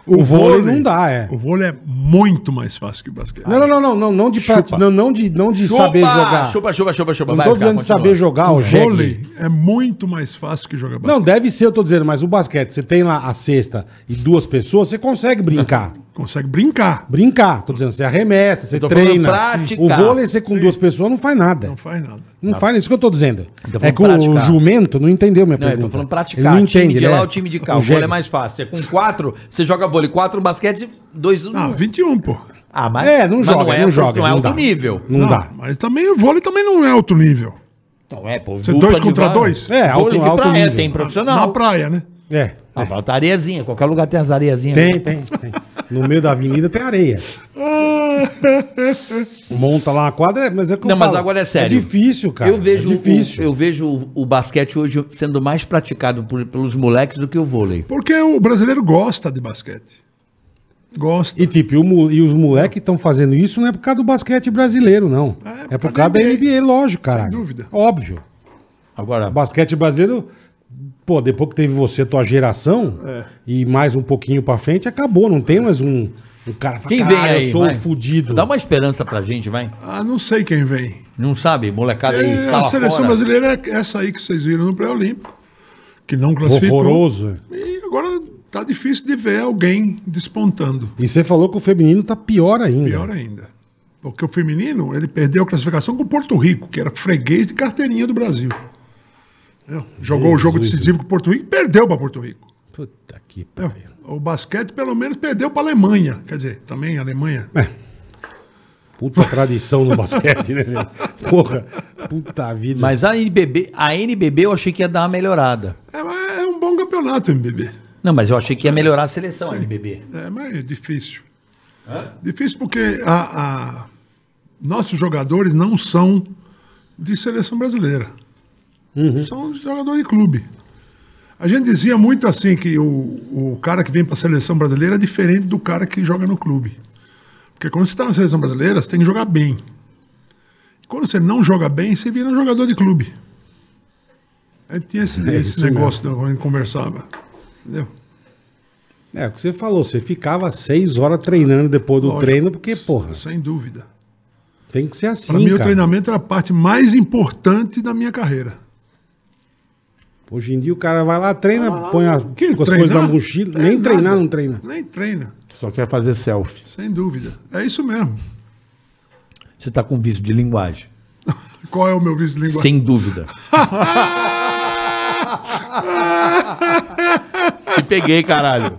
O, vôlei, não dá, é. O vôlei é muito mais fácil que o basquete. Não, não, não, não, não, não de prática, não, não de, não de saber jogar. Chupa, chupa, chupa, chupa. Não Vai, tô Oscar, dizendo de continua. saber jogar, Ah, o O jegue. vôlei é muito mais fácil que jogar Não, basquete. deve ser, eu tô dizendo, mas o basquete, você tem lá a cesta e duas pessoas, você consegue brincar. Consegue brincar. Brincar, tô dizendo, você arremessa, você tô treina. falando O praticar. vôlei, você com duas pessoas não faz nada. Não faz nada. Não faz isso que eu tô dizendo. Então é vamos que o praticar. jumento não entendeu minha Não, eu pergunta. tô falando Ele praticar. não O time entende, né? de ele um lá, o time de cá. O jegue. vôlei é mais fácil. Você com quatro, você joga vôlei. Quatro, basquete, dois... um. Ah, 21, pô. Ah, mas... É, não mas joga, é, não joga, Não é não alto dá. nível. Não, Não, dá. Mas também o vôlei também não é alto nível. Então é, pô. Você dupla dois de contra vara. dois? É, alto- Vôlei de alto praia, nível. tem Na profissional. praia, né? É. Ah, falta areiazinha. Qualquer lugar tem as areiazinhas. né? Tem, tem, tem. No meio da avenida tem areia. Monta lá uma quadra, mas é que eu Não, mas falo, agora é sério. É difícil, cara. eu vejo, é difícil. O, eu vejo o- o basquete hoje sendo mais praticado por- pelos moleques do que o vôlei. Porque o brasileiro gosta de basquete. Gosta. E tipo, e, o mo- e os moleques estão fazendo isso não é por causa do basquete brasileiro, não. É, É, por causa da NBA, lógico, cara. dúvida. Óbvio. Agora, O basquete brasileiro, pô, depois que teve você, tua geração, É. e mais um pouquinho pra frente, acabou. Não tem mais um, um cara que fala, quem vem "Caralho, aí? eu sou vai? um fudido. Dá uma esperança pra gente, vai. Ah, não sei quem vem. Não sabe, molecada aí. É, tá a lá seleção fora. brasileira é essa aí que vocês viram no pré-olímpico, que não classificou. Horroroso. E agora tá difícil de ver alguém despontando. E você falou que o feminino tá pior ainda. Pior ainda. Porque o feminino, ele perdeu a classificação com o Porto Rico, que era freguês de carteirinha do Brasil. Entendeu? Jogou o jogo decisivo com o Porto Rico, perdeu para Porto Rico. Puta que É, O basquete, pelo menos, perdeu para a Alemanha. Quer dizer, também a Alemanha. É. puta tradição no basquete, né? meu? Porra, puta vida. Mas a NBB, a NBB eu achei que ia dar uma melhorada. É, mas é um bom campeonato, MBB. Não, mas eu achei que ia melhorar a seleção, a NBB. É, mas é difícil. Difícil porque a- a- nossos jogadores não são de seleção brasileira. Uhum. São jogadores de clube. A gente dizia muito assim que o, o cara que vem para a seleção brasileira é diferente do cara que joga no clube. Porque quando você está na seleção brasileira, você tem que jogar bem. Quando você não joga bem, você vira um jogador de clube. Aí tinha esse, É esse isso negócio né, quando a gente conversava. Entendeu? É, o que você falou, você ficava seis horas treinando depois do Lógico. treino, porque, porra, Sem dúvida. tem que ser assim, Para mim, o cara. treinamento era a parte mais importante da minha carreira. Hoje em dia o cara vai lá, treina, põe a- Ah, Que com as treinar? coisas na mochila. É nem nada. treinar, não treina. Nem treina, Só quer fazer selfie. sem dúvida. É isso mesmo. Você tá com vício de linguagem. Qual é o meu vício de linguagem? Sem dúvida. Te peguei, caralho.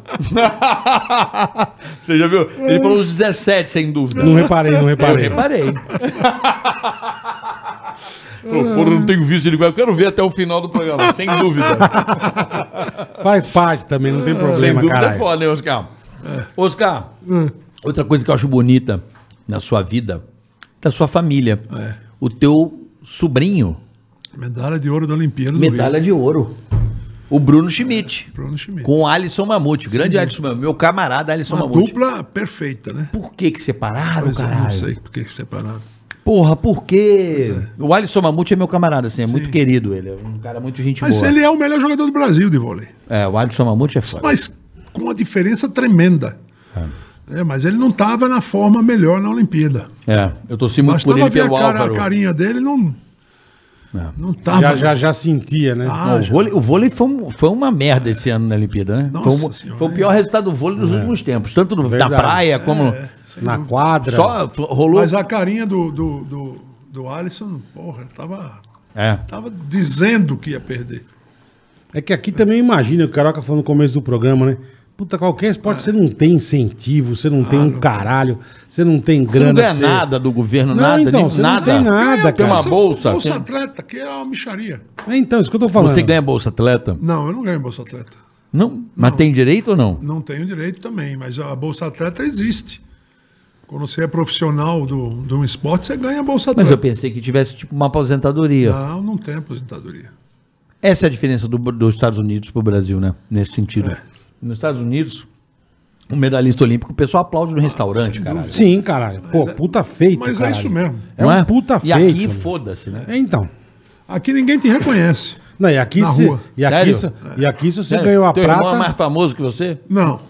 Você já viu? Ele falou uns 17, sem dúvida. Não reparei, não reparei. Reparei. Falou, Porra, não tenho vício de linguagem. Eu quero ver até o final do programa, sem dúvida. Faz parte também, não tem sem problema, dúvida cara. é foda, né, Oscar? Oscar, outra coisa que eu acho bonita na sua vida, da sua família. É. O teu sobrinho, Medalha de ouro da Olimpíada medalha de ouro. O Bruno Schmidt. do Rio. Bruno Schmidt. Com o Alisson Mamute, o grande Alisson Mamute, meu camarada Alisson Uma Mamute. dupla perfeita, né? Por que que separaram, Pois é, um caralho? Não sei por que separaram. Porra, por quê? O Alisson Mamute é meu camarada, assim, é muito querido ele, é um cara muito gente Mas boa. ele é o melhor jogador do Brasil de vôlei. É, o Alisson Mamute é foda. Mas com uma diferença tremenda. É, mas ele não estava na forma melhor na Olimpíada. É, eu torci muito por Bastava ele ver a, pelo cara, a é Álvaro. carinha dele, não. Não estava. Já, já, já sentia, né? Ah, Não, o já. vôlei, o vôlei foi, um- foi uma merda esse ano na Olimpíada, né? Nossa foi, um- Senhora. É. foi o pior resultado do vôlei dos últimos tempos, tanto no, na Verdade. praia como no- Na quadra. só fl- rolou. é. Mas a carinha do, do, do, do Alisson, porra, tava, É. tava dizendo que ia perder. É que aqui também imagina, o Caroca falou no começo do programa, né? Puta, qualquer esporte você não tem incentivo, você não tem um caralho, você não tem Ah, Você grana. não ganha pra você- nada do governo, Não, nada, então, nem- você não nada. tem nada, Ganha, Tem cara. uma Você- bolsa. Bolsa tem- Atleta, que é uma micharia. É, então, isso que eu tô falando. Você ganha bolsa atleta? Não, eu não ganho Bolsa Atleta. Não, mas tem direito ou não? Não tenho direito também, mas a Bolsa Atleta existe. Quando você é profissional do- de um esporte, você ganha a Bolsa Mas eu Atleta. pensei que tivesse tipo uma aposentadoria. Não, não tem aposentadoria. Essa é a diferença do- dos Estados Unidos pro Brasil, né? Nesse sentido. Nos Estados Unidos, um medalhista olímpico, o pessoal aplaude no restaurante, caralho. Sim, caralho. Pô, puta feito. Mas é caralho. isso mesmo. É um puta E feito. aqui, mano. foda-se, né? É, então. Aqui ninguém te reconhece. Não, e aqui Na se, rua. E aqui, Sério? se, e aqui se você Sério, ganhou a Teu prata. irmão é mais famoso que você? Não,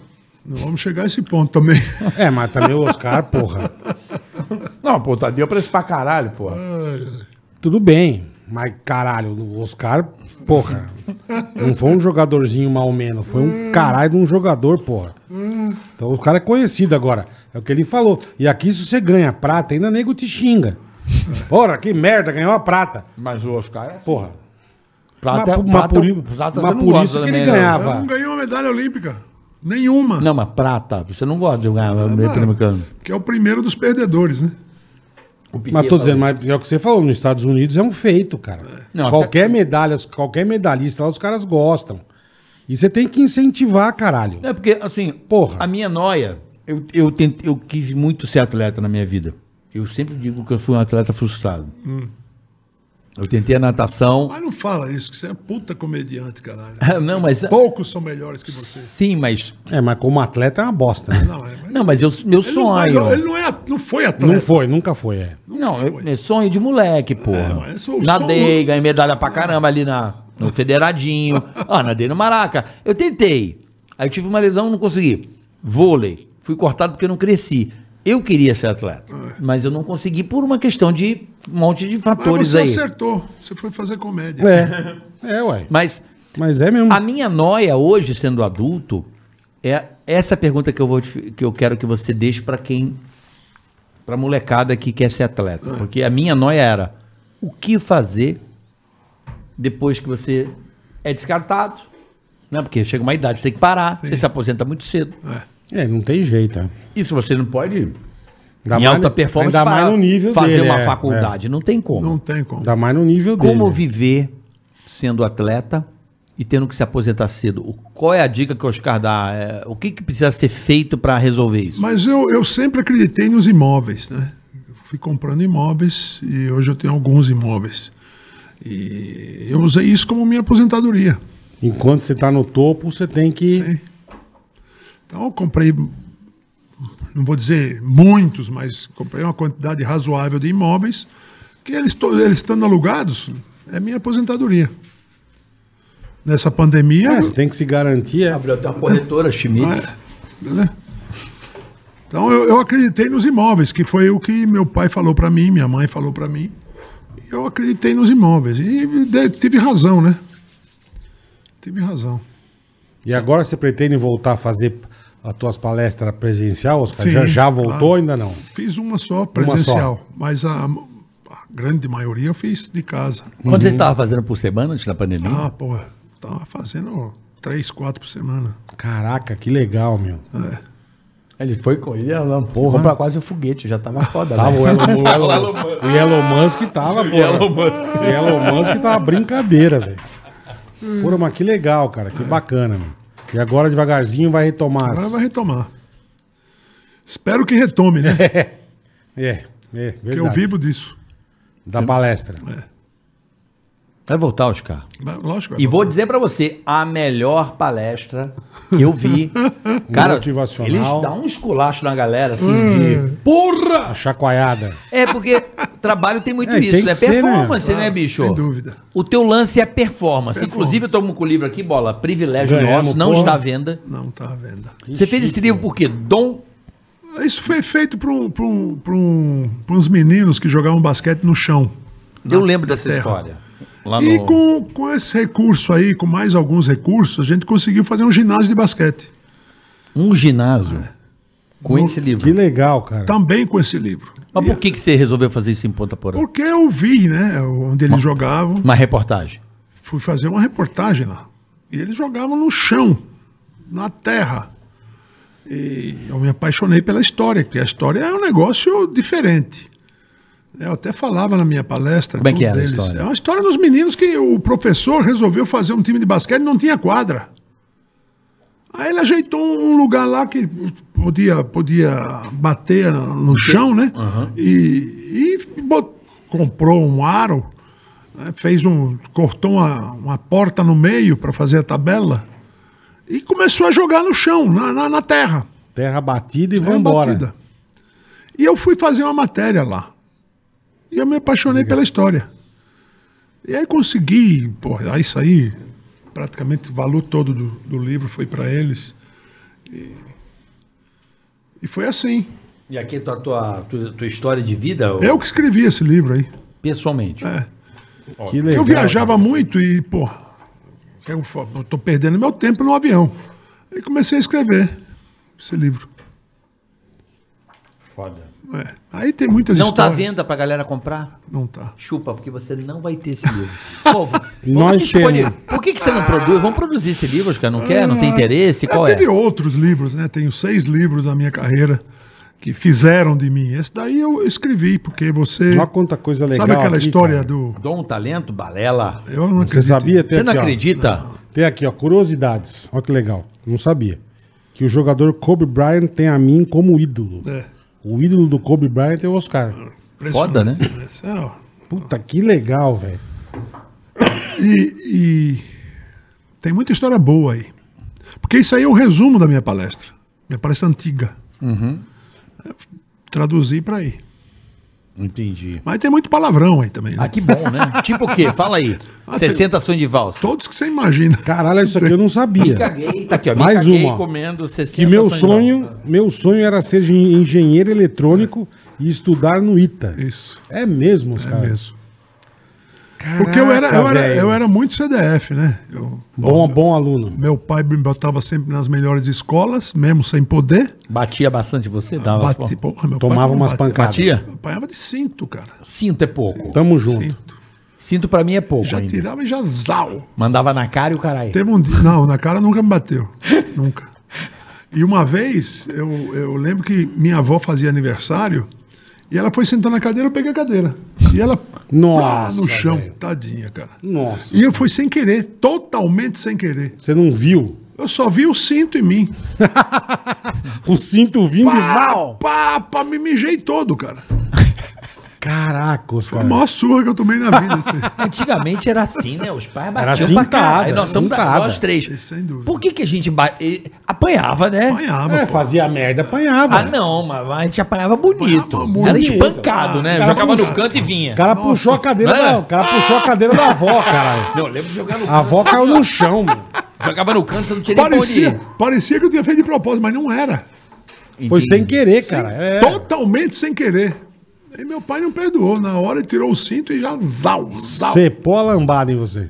não vamos chegar a esse ponto também. É, mas também o Oscar, porra. Não, pô, tá, deu pra esse pra caralho, pô. Tudo bem. Mas, caralho, o Oscar, porra. Não foi um jogadorzinho mal menos. Foi um caralho de um jogador, porra. Então o cara é conhecido agora. É o que ele falou. E aqui, se você ganha prata, ainda nego te xinga. Porra, que merda, ganhou a prata. Mas o Oscar é. Porra. Prata, é- mas, prata, mas por, prata mas você não por gosta isso que também, ele não. Eu ganhava. não ganhei uma medalha olímpica. Nenhuma. Não, mas prata, você Ah, não gosta de ganhar meio pernambucano. Que é o primeiro dos perdedores, né? Mas tô dizendo, mas é o que você falou, nos Estados Unidos é um feito, cara. Não, qualquer medalha, qualquer medalhista lá, os caras gostam. E você tem que incentivar, caralho. É porque, assim, Porra. a minha noia, eu, eu, tentei, eu quis muito ser atleta na minha vida. Eu sempre digo que eu fui um atleta frustrado. Hum. Eu tentei a natação. Mas não fala isso, que você é puta comediante, caralho. Não, mas. Poucos são melhores que você. Sim, mas. É, mas como atleta é uma bosta, né? Não, é, mas Não, mas eu, meu ele, não, mas sonho. ele não, é, não foi atleta. Não foi, nunca foi, é. Não, eu- é sonho de moleque, porra. mas é o nadei, sonho- ganhei medalha pra caramba ali na, no Federadinho. ah, nadei no Maraca. Eu tentei. Aí eu tive uma lesão, não consegui. Vôlei. Fui cortado porque eu não cresci. Eu queria ser atleta, mas eu não consegui por uma questão de um monte de Ah. Mas fatores você aí. acertou. Você foi fazer comédia. É, é, ué. Mas Mas é mesmo. a minha noia hoje, sendo adulto, É essa pergunta que eu, vou te- que eu quero que você deixe pra quem. pra molecada que quer ser atleta. Porque a minha noia era: o que fazer depois que você é descartado? Né? Porque chega uma idade, você tem que parar, você se aposenta muito cedo. É, não tem jeito. é. Isso você não pode. Ainda em mais- alta performance, Ainda mais parar, no nível fazer dele, uma é, faculdade. Não tem como. Não tem como. é. Ainda mais no nível dele. Como viver sendo atleta e tendo que se aposentar cedo? O- Qual é a dica que o Oscar dá? É, o que, que precisa ser feito para resolver isso? Mas eu, eu sempre acreditei nos imóveis, né? Eu fui comprando imóveis e hoje eu tenho alguns imóveis. E eu usei isso como minha aposentadoria. Enquanto você tá no topo, você tem que. Sim. Então eu comprei, não vou dizer muitos, mas comprei uma quantidade razoável de imóveis, que eles, to- eles estando alugados, é minha aposentadoria. Nessa pandemia. É, você tem que se garantir. É. Abriu até uma corretora, Schmitz. né? Então eu, eu acreditei nos imóveis, que foi o que meu pai falou para mim, minha mãe falou para mim. Eu acreditei nos imóveis e de- tive razão, né? Tive razão. E agora você pretende voltar a fazer as tuas palestras presencial, Oscar? Sim, já, já voltou claro. ainda não? Fiz uma só presencial, mas a, a grande maioria eu fiz de casa. Quanto Uhum. você estava fazendo por semana antes da pandemia? Ah, porra, tava fazendo três, quatro por semana. Caraca, que legal, meu. Ele foi com ele, ela, porra, comprar quase um foguete, tá já tava foda. Tava né? o Elon, o Elon, o Elon Musk tava, pô. O Elon Musk. tava brincadeira, velho. Porra, mas que legal, cara. Que bacana, meu. E agora devagarzinho vai retomar. as- Agora vai retomar. Espero que retome, né? É, é, verdade. Porque eu vivo disso. Da palestra. Vai voltar, Oscar. Mas, Lógico. é E vou dizer para você, a melhor palestra que eu vi. Cara, Motivacional. Hum. eles dão uns culachos na galera, assim, de... Porra! A chacoalhada. É porque trabalho tem muito É, tem isso, que né? ser, né? performance, né, bicho? Sem dúvida. O teu lance é performance. Inclusive, eu tomo com o livro aqui, bola. Privilégio Ganhamos, nosso, não porra. está à venda. Não tá à venda. Você fez esse livro por quê? Dom. Isso foi feito para um, pra um, pra um, pra uns meninos que jogavam basquete no chão. Eu lembro dessa terra. história. Lá E com, com esse recurso aí, com mais alguns recursos, a gente conseguiu fazer um ginásio de basquete. um ginásio. Com esse Que livro. legal, cara. Também com esse livro. Mas por que, que você resolveu fazer isso em Ponta Porã? É. Porque eu vi, né, onde eles jogavam. Uma reportagem. Fui fazer uma reportagem lá. E eles jogavam no chão, na terra. E eu me apaixonei pela história, porque a história é um negócio diferente. Eu até falava na minha palestra. Como é que tudo era a história? É uma história dos meninos que o professor resolveu fazer um time de basquete e não tinha quadra. Aí ele ajeitou um lugar lá que podia, podia bater no, no chão, né? E, e bot- comprou um aro, né? fez um, cortou uma, uma porta no meio para fazer a tabela e começou a jogar no chão, na, na, na terra. Terra batida e Foi uma vambora. batida. E eu fui fazer uma matéria lá. E eu me apaixonei pela história. E aí consegui, porra, isso aí, praticamente o valor todo do, do livro foi para eles. E, e foi assim. E aqui tá a tua, tua, tua história de vida? É. ô, Eu que escrevi esse livro aí. Pessoalmente. Que legal. Eu viajava muito e, porra, eu, fa- eu tô perdendo meu tempo no avião. E comecei a escrever esse livro. Foda. É. Aí tem muitas Não tá à histórias. venda pra galera comprar? Não tá. Chupa, porque você não vai ter esse livro. Pô, vamos Nós escolher. temos. Por que, que você não produz? Vamos produzir esse livro, Oscar? Não quer? Não tem interesse? É, Qual é? teve outros livros, né? Tenho seis livros na minha carreira que fizeram de mim. Esse daí eu escrevi, porque você. Olha quanta coisa legal. sabe aquela aqui, história cara. do. Dom, um talento, balela. Eu não Você acredito. sabia? Tem Você não aqui, ó. acredita? Tem aqui, ó, curiosidades. Olha que legal. Não sabia. Que o jogador Kobe Bryant tem a mim como ídolo. É. O ídolo do Kobe Bryant é o Oscar. Foda, né? Esse é, ó. Puta, que legal, velho. E, e tem muita história boa aí. Porque isso aí é o resumo da minha palestra. Minha palestra antiga. Uhum. Eu Traduzi pra aí. Entendi. Mas tem muito palavrão aí também. né? Ah, que bom, né? tipo o quê? Fala aí. Ah, 60 ações de valsa. Todos que você imagina. Caralho, isso aqui eu não sabia. Caguei, tá aqui, ó. Me Mais caguei uma. comendo 60 Que meu ações de sonho, meu sonho era ser engen- engenheiro eletrônico e estudar no ITA. Isso. É mesmo, Oscar. É mesmo. Porque eu era, eu, era, velho. eu era muito CDF, né? Eu- Bom, bom aluno. meu pai me botava sempre nas melhores escolas, mesmo sem poder. Batia bastante você? Dava as Bati- pau- porra, meu Tomava me umas batia. pancadas. Batia? Apanhava de cinto, cara. Cinto é pouco. Tamo junto. Cinto. Cinto pra mim é pouco Já ainda. tirava e já zau. Mandava na cara e o caralho. Teve um dia. Não, na cara nunca me bateu. Nunca. E uma vez, eu, eu lembro que minha avó fazia aniversário e ela foi sentar na cadeira, eu peguei a cadeira. E ela pá, Nossa, no chão, tadinha, cara. Nossa. E eu fui sem querer, totalmente sem querer. Você não viu? Eu só vi o cinto em mim. O cinto vindo e Pá, val. pá, pá, me mijei todo, cara. Caracos, A cara. maior surra que eu tomei na vida. assim. Antigamente era assim, né? Os pais Era batiam pra cintada, caralho. Nós somos da- cintada. nós três. Sem dúvida. Por que, que a gente ba- e- apanhava, né? Apanhava, É, pô. fazia merda, apanhava. Ah, não, mas a gente apanhava bonito. Apanhava muito. Era espancado, Ah, né? cara, Jogava no vamos- canto e O vinha. cara puxou a cadeira né? da, o cara puxou a cadeira da avó, caralho. Não, eu lembro de jogar no A avó caiu no chão, mano. Jogava no canto, você não tinha nem pra onde Parecia, ir. parecia que eu tinha feito de propósito, mas não era. Foi Entendi. sem querer, cara. É. Totalmente sem querer. E meu pai não perdoou. Na hora ele tirou o cinto e já zau, zau. Cepou a lambada em você.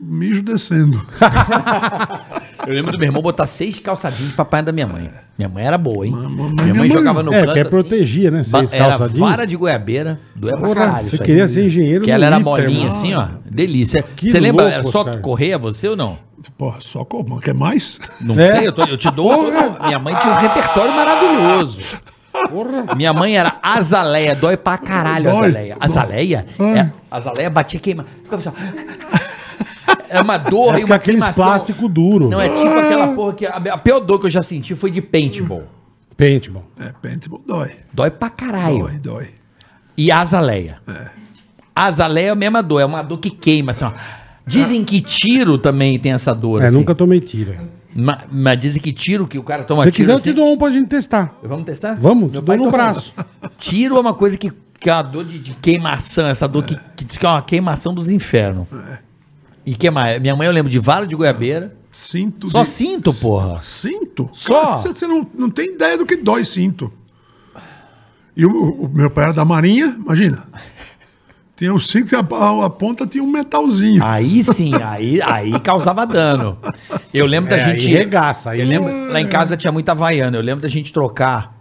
Mijo descendo. Eu lembro do meu irmão botar seis calçadinhos pra pai da minha mãe. Minha mãe era boa, hein? Mas- mas minha minha mãe mãe- jogava no é, canto. porque protegia, né? assim. ba- Seis era calça vara jeans. de goiabeira. Doeu pra Porra, caralho você isso aí. queria ser engenheiro Porque no ela era Ita, molinha, irmão. assim, ó. Delícia. Que Você lembra? louco, Era só cara. correr você ou não? Porra, só como? Quer mais? Não É. sei, eu, tô- eu te dou. Minha mãe tinha um repertório maravilhoso. É Minha mãe era azaleia, dói pra caralho Dói, azaleia. dói. Azaleia? Ah. Ai. É, azaleia batia queima. Ficava assim, ó. É uma dor e É porque uma aqueles queimação. plástico duro. Não, é tipo aquela porra que. A, a pior dor que eu já senti foi de paintball. Pente, mano. É, paintball dói. Dói pra caralho. Dói, dói. E azaleia. Azaleia é a mesma dor, é uma dor que queima, assim, ó. Dizem que tiro também tem essa dor. É, assim. nunca tomei tira. Ma- Mas, dizem que tiro que o cara toma Se tiro. quiser, eu assim- te dou um pra gente testar. Vamos testar? Vamos, te dou pai no tomou. braço. Tiro é uma coisa que, que é uma dor de, de queimação, essa dor que, que diz que é uma queimação dos infernos. E que mais? Minha mãe eu lembro de vara de goiabeira. Cinto. Só de- cinto, porra. Cinto? Só? Cara, Você você não, não tem ideia do que dói cinto. E o, o meu pai era da marinha, imagina. Tinha um cinto e a, a- a ponta tinha um metalzinho. Aí sim, aí, aí causava dano. Eu lembro da É, aí gente. regaça, aí- eu lembro, lá em casa tinha muita Havaiana. Eu lembro da gente trocar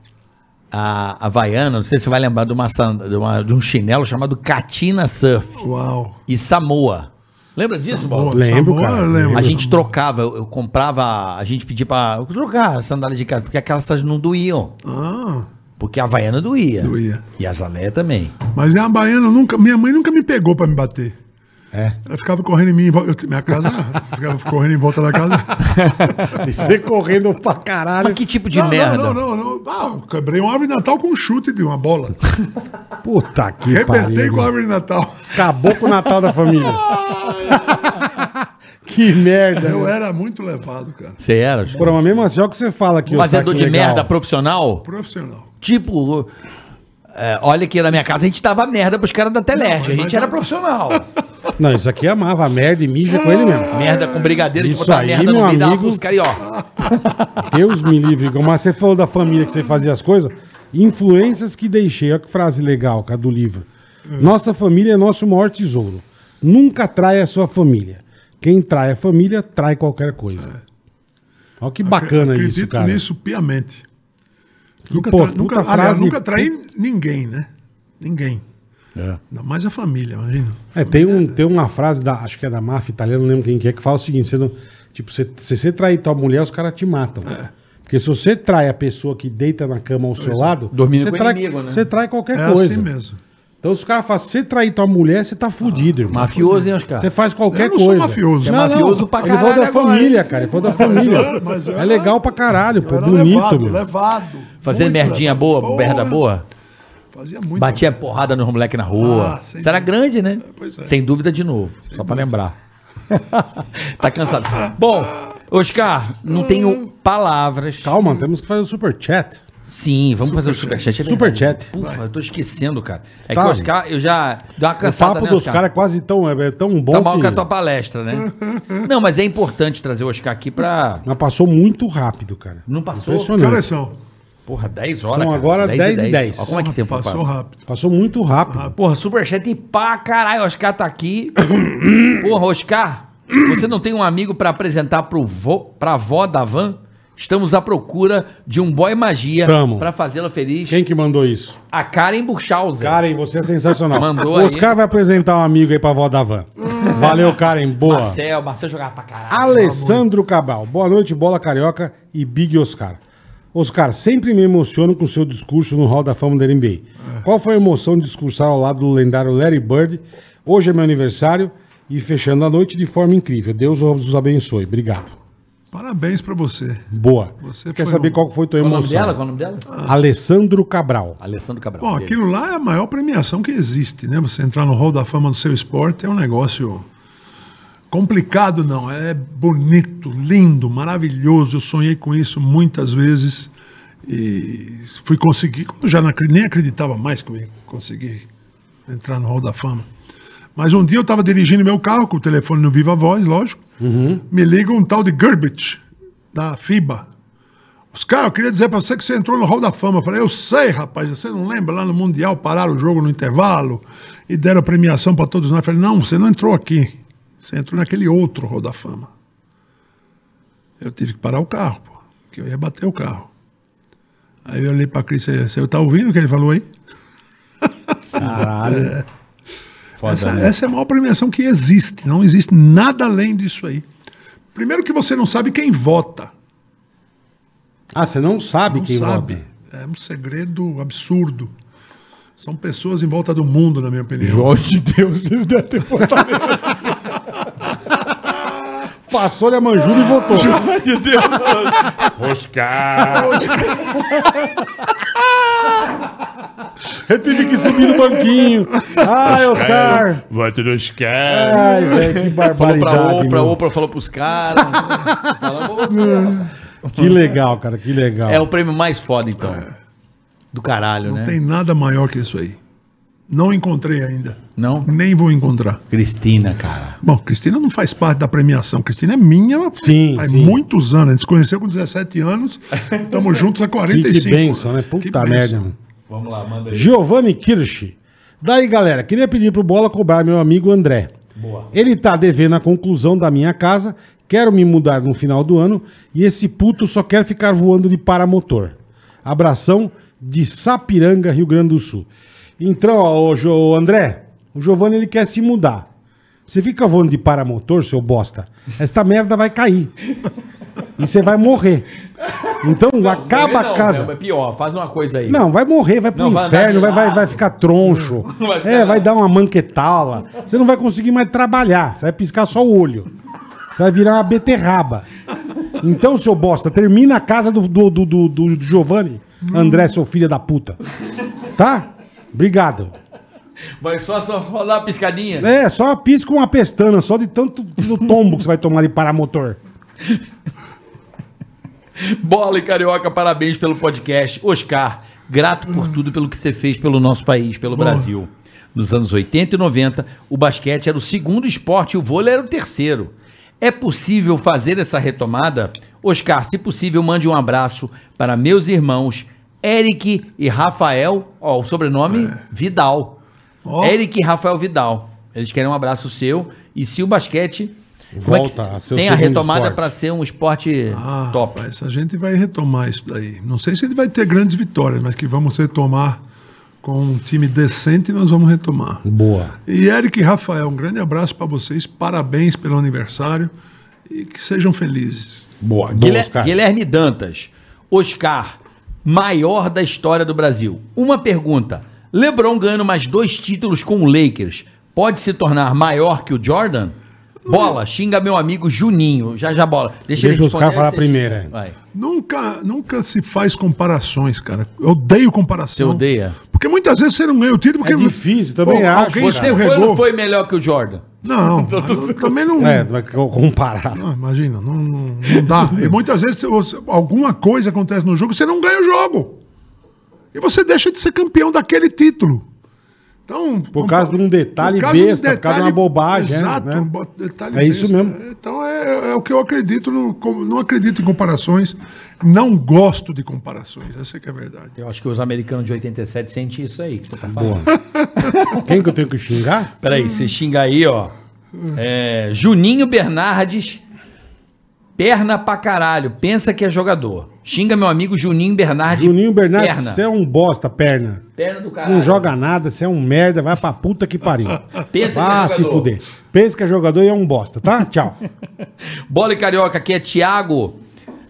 a Havaiana, não sei se você vai lembrar de, uma, san- de, uma- de um chinelo chamado Katina Surf Uau. e Samoa. Lembra disso, Paulo? Lembro, cara, eu lembro. A gente trocava, eu, eu comprava, a gente pedia pra eu trocar a sandália de casa, porque aquelas não doíam. Ah, Porque a Havaiana doía. doía. E a Zaleia também. Mas a baiana nunca. Minha mãe nunca me pegou pra me bater. É. Ela ficava correndo em mim. em volta- eu- minha casa. ficava correndo em volta da casa. E você correndo pra Mas caralho. que tipo de não, merda? não, não, não, não. Ah, eu quebrei uma árvore de Natal com um chute de uma bola. Puta que Arrebentei com a pariu. árvore de Natal. Acabou com o Natal da família. que merda. Eu né? era muito levado, cara. Você era? Porra, mas mesmo assim, olha o que você fala aqui. ô, Um Fazedor saque de legal. merda profissional? Profissional. Tipo, é, olha que na minha casa a gente dava merda pros caras da Telérgia. A Não, mas- gente era profissional. Não, isso aqui amava. Merda e mija com ele mesmo. merda com brigadeiro, Isso de botar aí, merda no meu meio da amigo. pros caras e ó. Deus me livre. Igor. Mas você falou da família que você fazia as coisas. Influências que deixei. Olha que frase legal, cara, do livro. Hum. Nossa família é nosso maior tesouro. Nunca trai a sua família. Quem trai a família, trai qualquer coisa. Olha que bacana Acredito isso, cara. nisso piamente. Nunca, pô, tra- nunca, puta aliás, frase- nunca traí ninguém, né? Ninguém. Ainda mais a família, imagina. É, tem, um, tem uma frase da, acho que é da máfia italiana, não lembro quem que é, que fala o seguinte: você não, tipo, se, se você trair tua mulher, os caras te matam. É. Porque se você trai a pessoa que deita na cama ao seu lado, Dormindo você, com o trai, inimigo, né? você trai qualquer É coisa. assim mesmo. Então os caras falam, se você trair tua mulher, você tá fudido, irmão. Mafioso, hein, Oscar? Você faz qualquer Eu não coisa. sou mafioso. Não, É não, mafioso pra Ele caralho falou da agora, família, cara. Ele falou da família. eu era- mas eu é era- legal pra caralho, pô. Eu era Bonito, levado, meu. levado. Fazendo Muito merdinha levado. boa, Porra, merda boa. Fazia muito. Batia porrada nos moleque na rua. Ah, sem Você era dúvida. grande, né? pois é. Sem dúvida de novo. só pra lembrar. tá cansado. Bom, Oscar, não tenho palavras. Calma, temos que fazer o super chat. Sim, vamos fazer o superchat. é Superchat. verdade. Ufa, eu tô esquecendo, cara. É Tá. que o Oscar, eu já dei uma O cansada, papo né, dos Oscar? caras é quase tão, é, é tão bom. Tá mal que- com a tua palestra, né? não, mas é importante trazer o Oscar aqui pra... Mas passou muito rápido, cara. Não passou? Que Impressionante. horas são? Porra, 10 horas. São cara. agora 10 e 10. Ó, como é que tempo Passou passa? rápido. Passou muito rápido. Porra, superchat e pá, caralho, o Oscar tá aqui. Porra, Oscar, você não tem um amigo pra apresentar pro vô, pra avó da van? Estamos à procura de um boy magia Tamo. pra fazê-la feliz. Quem que mandou isso? A Karen Burchauser. Karen, você é sensacional. Mandou o aí. Hum. Oscar vai apresentar um amigo aí pra vó da van. Valeu, Karen. Boa. Marcel, Marcel jogava pra caralho. Alessandro Cabral. Boa noite, Bola Carioca e Big Oscar. Oscar, sempre me emociono com seu discurso no Hall da Fama da NBA. É. Qual foi a emoção de discursar ao lado do lendário Larry Bird? Hoje é meu aniversário e fechando a noite de forma incrível. Deus os abençoe. Obrigado. Parabéns pra você. Boa. Você Quer foi saber um- qual foi tua Qual o nome emoção? dela? Qual o nome dela? Alessandro Cabral. Alessandro Cabral. Bom, aquilo lá é a maior premiação que existe, né? Você entrar no Hall da Fama do seu esporte é um negócio complicado, não. É bonito, lindo, maravilhoso. Eu sonhei com isso muitas vezes e fui conseguir. Quando já não acre- nem acreditava mais que eu ia conseguir entrar no Hall da Fama. Mas um dia eu estava dirigindo meu carro, com o telefone no Viva Voz, lógico. Me liga um tal de Gerbich, da FIBA. Oscar, eu queria dizer pra você que você entrou no Hall da Fama. Eu falei, eu sei, rapaz, você não lembra? Lá no Mundial pararam o jogo no intervalo e deram a premiação pra todos nós. Eu falei, não, você não entrou aqui. Você entrou naquele outro Hall da Fama. Eu tive que parar o carro, pô, porque eu ia bater o carro. Aí eu olhei pra Cris, você você tá ouvindo o que ele falou aí? essa, essa é a maior premiação que existe. Não existe nada além disso aí. Primeiro que você não sabe quem vota. Ah, você não sabe Não quem sabe. vota. É um segredo absurdo. São pessoas em volta do mundo, na minha opinião. de Deus, deve ter Passou-lhe a manjura é e votou. Oscar. Eu tive que subir no banquinho. Ai, Oscar. Voto do Oscar. Ai, velho, que Falou barbaridade. pra Oprah, meu. Oprah falou pros caras. né? Que legal, cara, que legal. é o prêmio mais foda, então. É. Do caralho, Não né? tem nada maior que isso aí. Não encontrei ainda. Não? Nem vou encontrar. Cristina, cara. Bom, Cristina não faz parte da premiação. Cristina é minha Sim, há sim. muitos anos. A gente se conheceu com 17 anos. Estamos juntos há Que, 45 que benção, né? Puta Que merda. bênção. Vamos lá, manda aí. Giovanni Kirsch. Daí, galera, queria pedir pro Bola cobrar meu amigo André. Boa. Ele tá devendo a conclusão da minha casa, quero me mudar no final do ano e esse puto só quer ficar voando de paramotor. Abração de Sapiranga, Rio Grande do Sul. Então, ó, ô, Jo- ô, André, o Giovanni ele quer se mudar. Você fica voando de paramotor, seu bosta, esta merda vai cair. E você vai morrer. Então, acaba a casa. É pior, faz uma coisa aí. Não, vai morrer, vai pro Não, vai inferno, andar vai, de vai, lado. vai ficar troncho. vai ficar é, vai dar uma manquetala. Você não vai conseguir mais trabalhar. Você vai piscar só o olho. Você vai virar uma beterraba. Então, seu bosta, termina a casa do, do, do, do, do Giovanni André, seu filho da puta. Tá? Obrigado. Mas só, só falar uma piscadinha. É, só pisca uma pestana, só de tanto do tombo que você vai tomar de paramotor. Bola e Carioca, parabéns pelo podcast. Oscar, grato por tudo, pelo que você fez pelo nosso país, pelo Brasil. Nos anos 80 e 90, o basquete era o segundo esporte e o vôlei era o terceiro. É possível fazer essa retomada? Oscar, se possível, mande um abraço para meus irmãos Eric e Rafael, ó, o sobrenome Vidal. É. Ó. Eric e Rafael Vidal. Eles querem um abraço seu. E se o basquete como Volta é que a se- ser o tem a segundo retomada esporte. para ser um esporte Ah, top? rapaz, a gente vai retomar isso daí. Não sei se ele vai ter grandes vitórias, mas que vamos retomar com um time decente, nós vamos retomar. Boa. E Eric e Rafael, um grande abraço para vocês, parabéns pelo aniversário e que sejam felizes. Boa. Guilher- Oscar. Guilherme Dantas. Oscar, maior da história do Brasil. Uma pergunta. LeBron ganhando mais dois títulos com o Lakers. Pode se tornar maior que o Jordan? Bola, xinga meu amigo Juninho. Já, já, bola. Deixa o responder, Oscar falar aí você- primeiro, é. Vai. Nunca, nunca se faz comparações, cara. Eu odeio Você comparação. odeia? Porque muitas vezes você não ganha o título porque É difícil, também acho, alguém cara. Você foi ou escorregou. não foi melhor que o Jordan? Não, eu também não. É, vai comparar. Não, Ah, imagina, não, não- não dá. E muitas vezes você- alguma coisa acontece no jogo, você não ganha o jogo. E você deixa de ser campeão daquele título. Então, Por causa de um detalhe besta, por causa de uma bobagem, Exato, né? um bo- detalhe É isso besta. mesmo. Então é, é o que eu acredito, no, com- não acredito em comparações, não gosto de comparações, essa que é a verdade. Eu acho que os americanos de 87 sentem isso aí que você tá falando. Quem que eu tenho que xingar? Peraí, você xinga aí, ó. É, Juninho Bernardes, perna pra caralho, pensa que é jogador. Xinga meu amigo Juninho Bernardes. Juninho Bernardes, perna. você é um bosta, perna. Perna do caralho. Não joga nada, você é um merda, vai pra puta que pariu. Pensa que Vá é se jogador. fuder. Pensa que é jogador e é um bosta, tá? Tchau. Bola e Carioca, aqui é Tiago.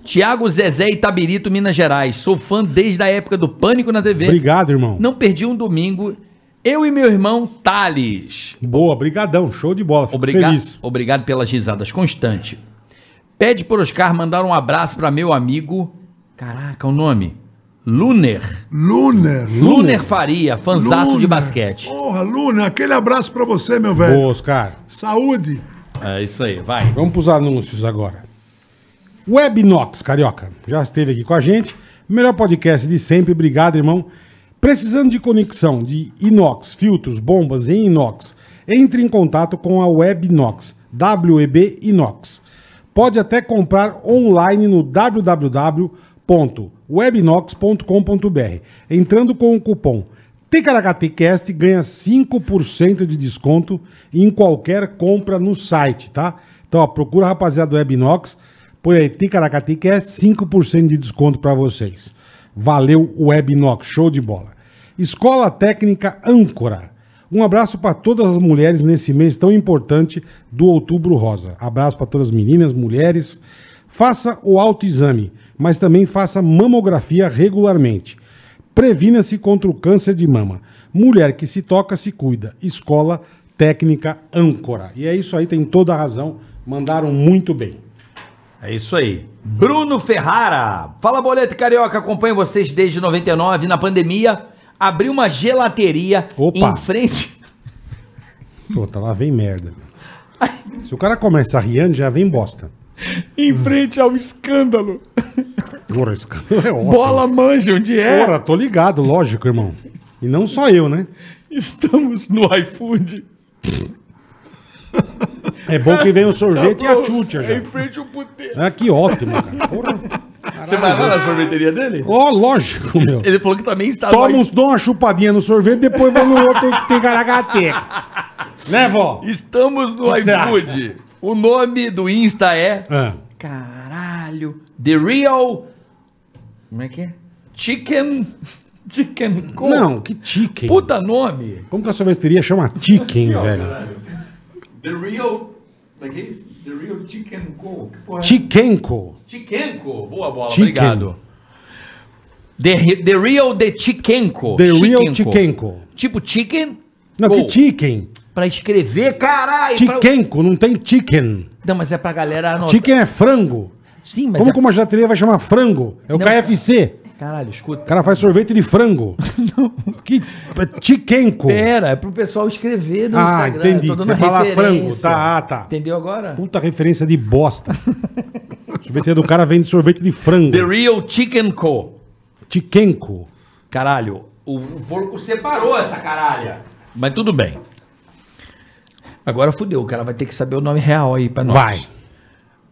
Tiago Zezé Itabirito, Minas Gerais. Sou fã desde a época do Pânico na TV. Obrigado, irmão. Não perdi um domingo. Eu e meu irmão Thales. Boa, brigadão, show de bola. Fico Obrigado, feliz. obrigado pelas risadas constante. Pede por Oscar mandar um abraço para meu amigo. Caraca, o nome. Luner. Luner. Luner Faria, fanzaço de Luner. basquete. Porra, Luner, aquele abraço pra você, meu velho. Boa, Oscar. Saúde. É isso aí, vai. Vamos pros anúncios agora. Webnox, carioca, já esteve aqui com a gente. Melhor podcast de sempre, obrigado, irmão. Precisando de conexão de inox, filtros, bombas em inox, entre em contato com a Webnox, WEB Inox. Pode até comprar online no www.webinox.com.br. Entrando com o cupom TKHTCast ganha 5% de desconto em qualquer compra no site, tá? Então, ó, procura a rapaziada do Webinox, põe aí TKHTCast, 5% de desconto pra vocês. Valeu, Webinox, show de bola. Escola Técnica Âncora. Um abraço para todas as mulheres nesse mês tão importante do Outubro Rosa. Abraço para todas as meninas, mulheres. Faça o autoexame, mas também faça mamografia regularmente. Previna-se contra o câncer de mama. Mulher que se toca, se cuida. Escola Técnica Âncora. E é isso aí, tem toda a razão. Mandaram muito bem. É isso aí. Bruno Ferrara. Fala, Boleto Carioca. Acompanho vocês desde 99. Na pandemia, abri uma gelateria Opa. em frente. Puta, lá vem merda. meu. Se o cara começa riando, já vem bosta. É. em frente ao escândalo. Porra, esse cara é ótimo. manja, onde é? Porra, tô ligado, lógico, irmão. E não só eu, né? Estamos no iFood. É bom que vem o sorvete e a chucha já. frente ao puteiro. Ah, que ótimo, cara. Porra. Você vai lá na sorveteria dele? Ó, lógico, meu. Ele tá falou que também está Toma um no uns, dou uma chupadinha no sorvete, depois vou no outro ticaracateca. Né, vó? Estamos no que você iFood. O nome do Insta é. Ah. Caralho. The Real. Como é que é? Chicken. Chicken Co. Não, que chicken. Puta nome. Como que a sorveteria chama chicken, velho? The Real. Como é que é isso? The Real Chicken Co. Que porra é? Chickenco. Chickenco. Boa bola, Chicken. obrigado. The, Re- the Real The Chickenco. The Real Chickenco. Chickenco. Tipo chicken. Não, Co. que chicken. Pra escrever, caralho. pra- Chickenco, não tem chicken. Não, mas é pra galera anotar. Chicken é frango. Sim, mas Como é... que uma jateria vai chamar frango? É o Não, KFC. Caralho, O escuta. cara faz sorvete de frango. Que é chickenco. Pera, é pro pessoal escrever no Ah, Instagram. eu entendi. tô dando Você fala referência. frango. Tá, ah, tá. Entendeu agora? Puta referência de bosta. sorvete do cara vende sorvete The de frango. Real Chicken Co. Chickenco. Caralho, o, o porco separou essa caralha. Mas tudo bem. Agora fudeu, o cara vai ter que saber o nome real aí pra nós. Vai.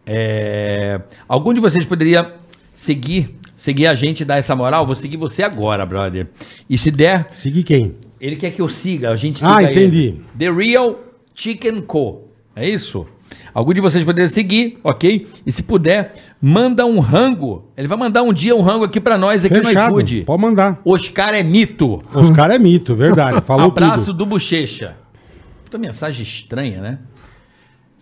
É, Algum de vocês poderia seguir, seguir a gente e dar essa moral? Vou seguir você agora, brother. E se der, Seguir quem? Ele quer que eu siga, a gente siga Ah, ele. entendi. The Real Chicken Co. É isso? Algum de vocês poderia seguir, ok? E se puder, manda um rango. Ele vai mandar um dia um rango aqui pra nós, aqui no Fechado. iFood. Pode mandar. Oscar é mito. Os caras é mito, verdade. Falou Abraço tudo. do Bochecha. Puta mensagem estranha, né?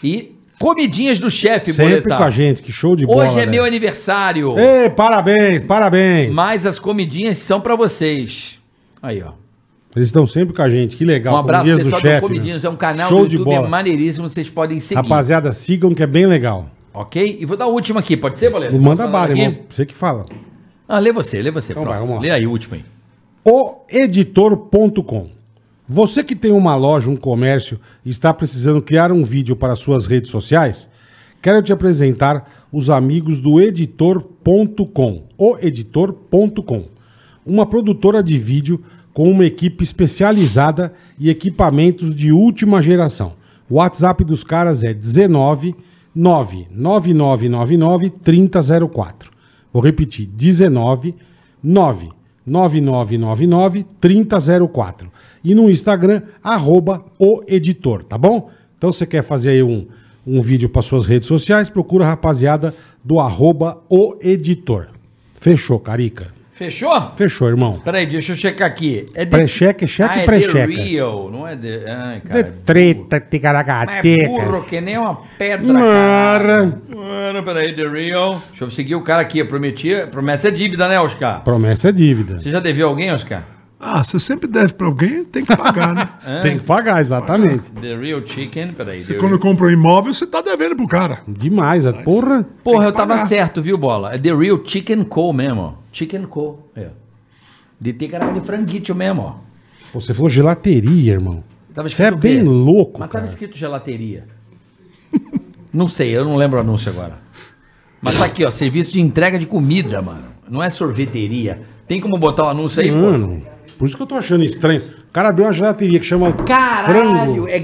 E comidinhas do chefe, Sempre Boletar. com a gente, que show de bola. né? É Hoje é velho. meu aniversário, Ei, parabéns, parabéns. mas as comidinhas são pra vocês. Aí, ó. Eles estão sempre com a gente, que legal. Um abraço, Comidinhas pessoal do, Chefe, Comidinhos. né? É um canal Show do de YouTube bola. maneiríssimo, vocês podem seguir. Rapaziada, sigam que é bem legal. Ok? E vou dar a última aqui, pode ser, Boleto? Manda Posso bala, falar irmão. aqui? Você que fala. Ah, lê você, lê você. Então pronto. vai, vamos lá. Lê aí o último aí. oeditor.com. Você que tem uma loja, um comércio e está precisando criar um vídeo para suas redes sociais, quero te apresentar os amigos do editor.com. Oeditor.com. Uma produtora de vídeo com uma equipe especializada e equipamentos de última geração. O WhatsApp dos caras é 19 99999 3004. Vou repetir, 19 99999 3004. E no Instagram, arroba o editor, tá bom? Então você quer fazer aí um, um vídeo para suas redes sociais, procura a rapaziada do arroba o editor. Fechou, Carica. Fechou? Fechou, irmão. Peraí, deixa eu checar aqui. É de... Pré-cheque, cheque, ah, é pré-cheque. de real, não é de... Ai, De cara, é Mas treta, é burro ticaracateca. que nem uma pedra, cara. Mara. Mano, peraí, The Real. Deixa eu seguir o cara aqui. Eu prometi, promessa é dívida, né, Oscar? Promessa é dívida. Você já deveu alguém, Oscar? Ah, você sempre deve pra alguém, tem que pagar, né? Tem que pagar, exatamente. The Real Chicken, peraí. The Quando Real- compra um imóvel, você tá devendo pro cara. Demais, a porra. Porra, tem eu que tava pagar. certo, viu, Bola? É The Real Chicken Co. mesmo, ó. Chicken Co. É. De ter cara de franguite mesmo, ó. Pô, Você falou gelateria, irmão. Tava Você é escrito o quê? bem louco, Mas cara. tava escrito gelateria. não sei, eu não lembro o anúncio agora. Mas tá aqui, ó, serviço de entrega de comida, mano. Não é sorveteria. Tem como botar o anúncio aí, pô? Mano, por isso que eu tô achando estranho. O cara abriu uma gelateria que chama Caralho, frango. é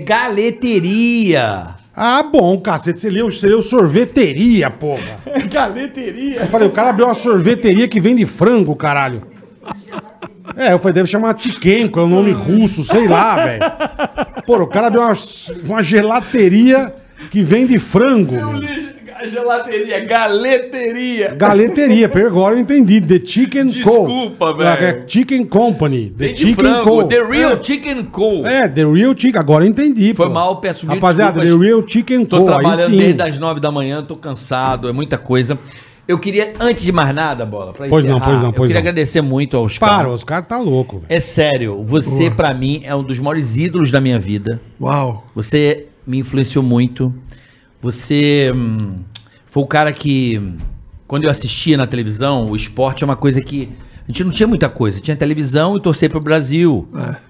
galeteria. Ah, bom, cacete. Você leu, você leu sorveteria, porra. É galeteria. Eu falei, o cara abriu uma sorveteria que vende frango, caralho. É, eu falei, deve chamar Tikenko, é um nome russo, sei lá, velho. Pô, o cara abriu uma, uma gelateria que vende frango. meu. Gelateria, galeteria. Galeteria, porque agora eu entendi. The Chicken Co. Desculpa, velho. É, é Chicken Company. The Vem de frango, The Real é. Chicken Co. É, The Real Chicken. Agora eu entendi. Foi pô. mal, peço mil Rapaziada, desculpas. The Real Chicken Tô Co. Aí trabalhando sim. desde as 9 da manhã, tô cansado, é muita coisa. Eu queria, antes de mais nada, Bola, pra Pois não, pois não, eu pois queria não. agradecer muito aos Para, caras. os caras tá louco, velho. É sério, você pra mim é um dos maiores ídolos da minha vida. Uau. Você me influenciou muito. Você hum, foi o cara que, hum, quando eu assistia na televisão, o esporte é uma coisa que. A gente não tinha muita coisa. Tinha televisão e torcer pro Brasil. É.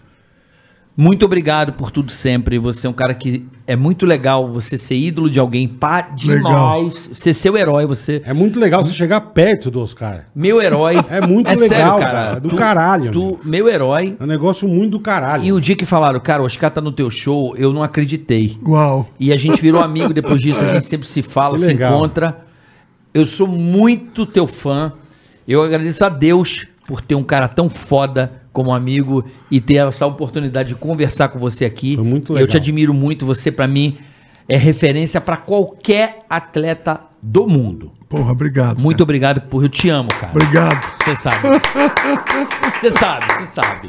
Muito obrigado por tudo sempre. Você é um cara que é muito legal você ser ídolo de alguém. Pá, demais. Você é seu herói. Você É muito legal você chegar perto do Oscar. meu herói. É muito legal, cara. É do Tu- caralho, Tu, meu herói. É um negócio muito do E caralho. o dia que falaram, cara, o Oscar tá no teu show, eu não acreditei. Uau. E a gente virou amigo depois disso, a gente sempre se fala, É. Que se legal. encontra. Eu sou muito teu fã. Eu agradeço a Deus por ter um cara tão foda como amigo e ter essa oportunidade de conversar com você aqui. Foi muito Eu legal. te admiro muito, você pra mim é referência pra qualquer atleta do mundo. Porra, obrigado. É. Muito obrigado por eu te amo, cara. Obrigado. Você sabe. Você sabe, você sabe.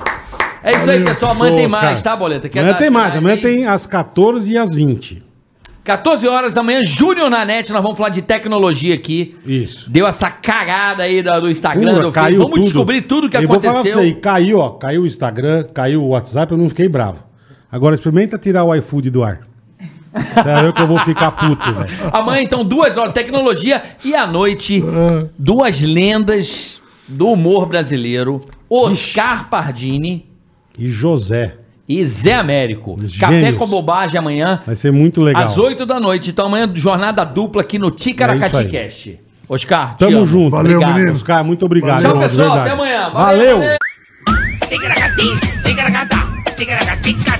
É isso aí, Valeu. pessoal. Amanhã tem Shows, mais, cara. tá, Boleta? Quer Amanhã dar tem mais. finais Amanhã aí? tem às 14 e às 20. 14 horas da manhã, Júnior na net, nós vamos falar de tecnologia aqui. Isso. Deu essa cagada aí da- do Instagram, Pura, do caiu Facebook. Vamos tudo. descobrir tudo que Eu aconteceu. Vou falar pra você aí, caiu, ó. Caiu o Instagram, caiu o WhatsApp, eu não fiquei bravo. Agora experimenta tirar o iFood do ar. Você vai ver que eu vou ficar puto, velho. Amanhã, então, duas horas, tecnologia e à noite, Ah. duas lendas do humor brasileiro: Oscar Pardini E José. e Zé Américo. Café Gênios. com bobagem amanhã, Vai ser muito legal. às 8 da noite. Então, amanhã, jornada dupla aqui no É Ticaracati isso aí. Cast. Oscar, te Tamo amo. junto. Valeu, obrigado. menino. Oscar, muito obrigado. Tchau, irmão, de pessoal. verdade. Até amanhã. Valeu. Ticaracati, ticaracata, ticaracati,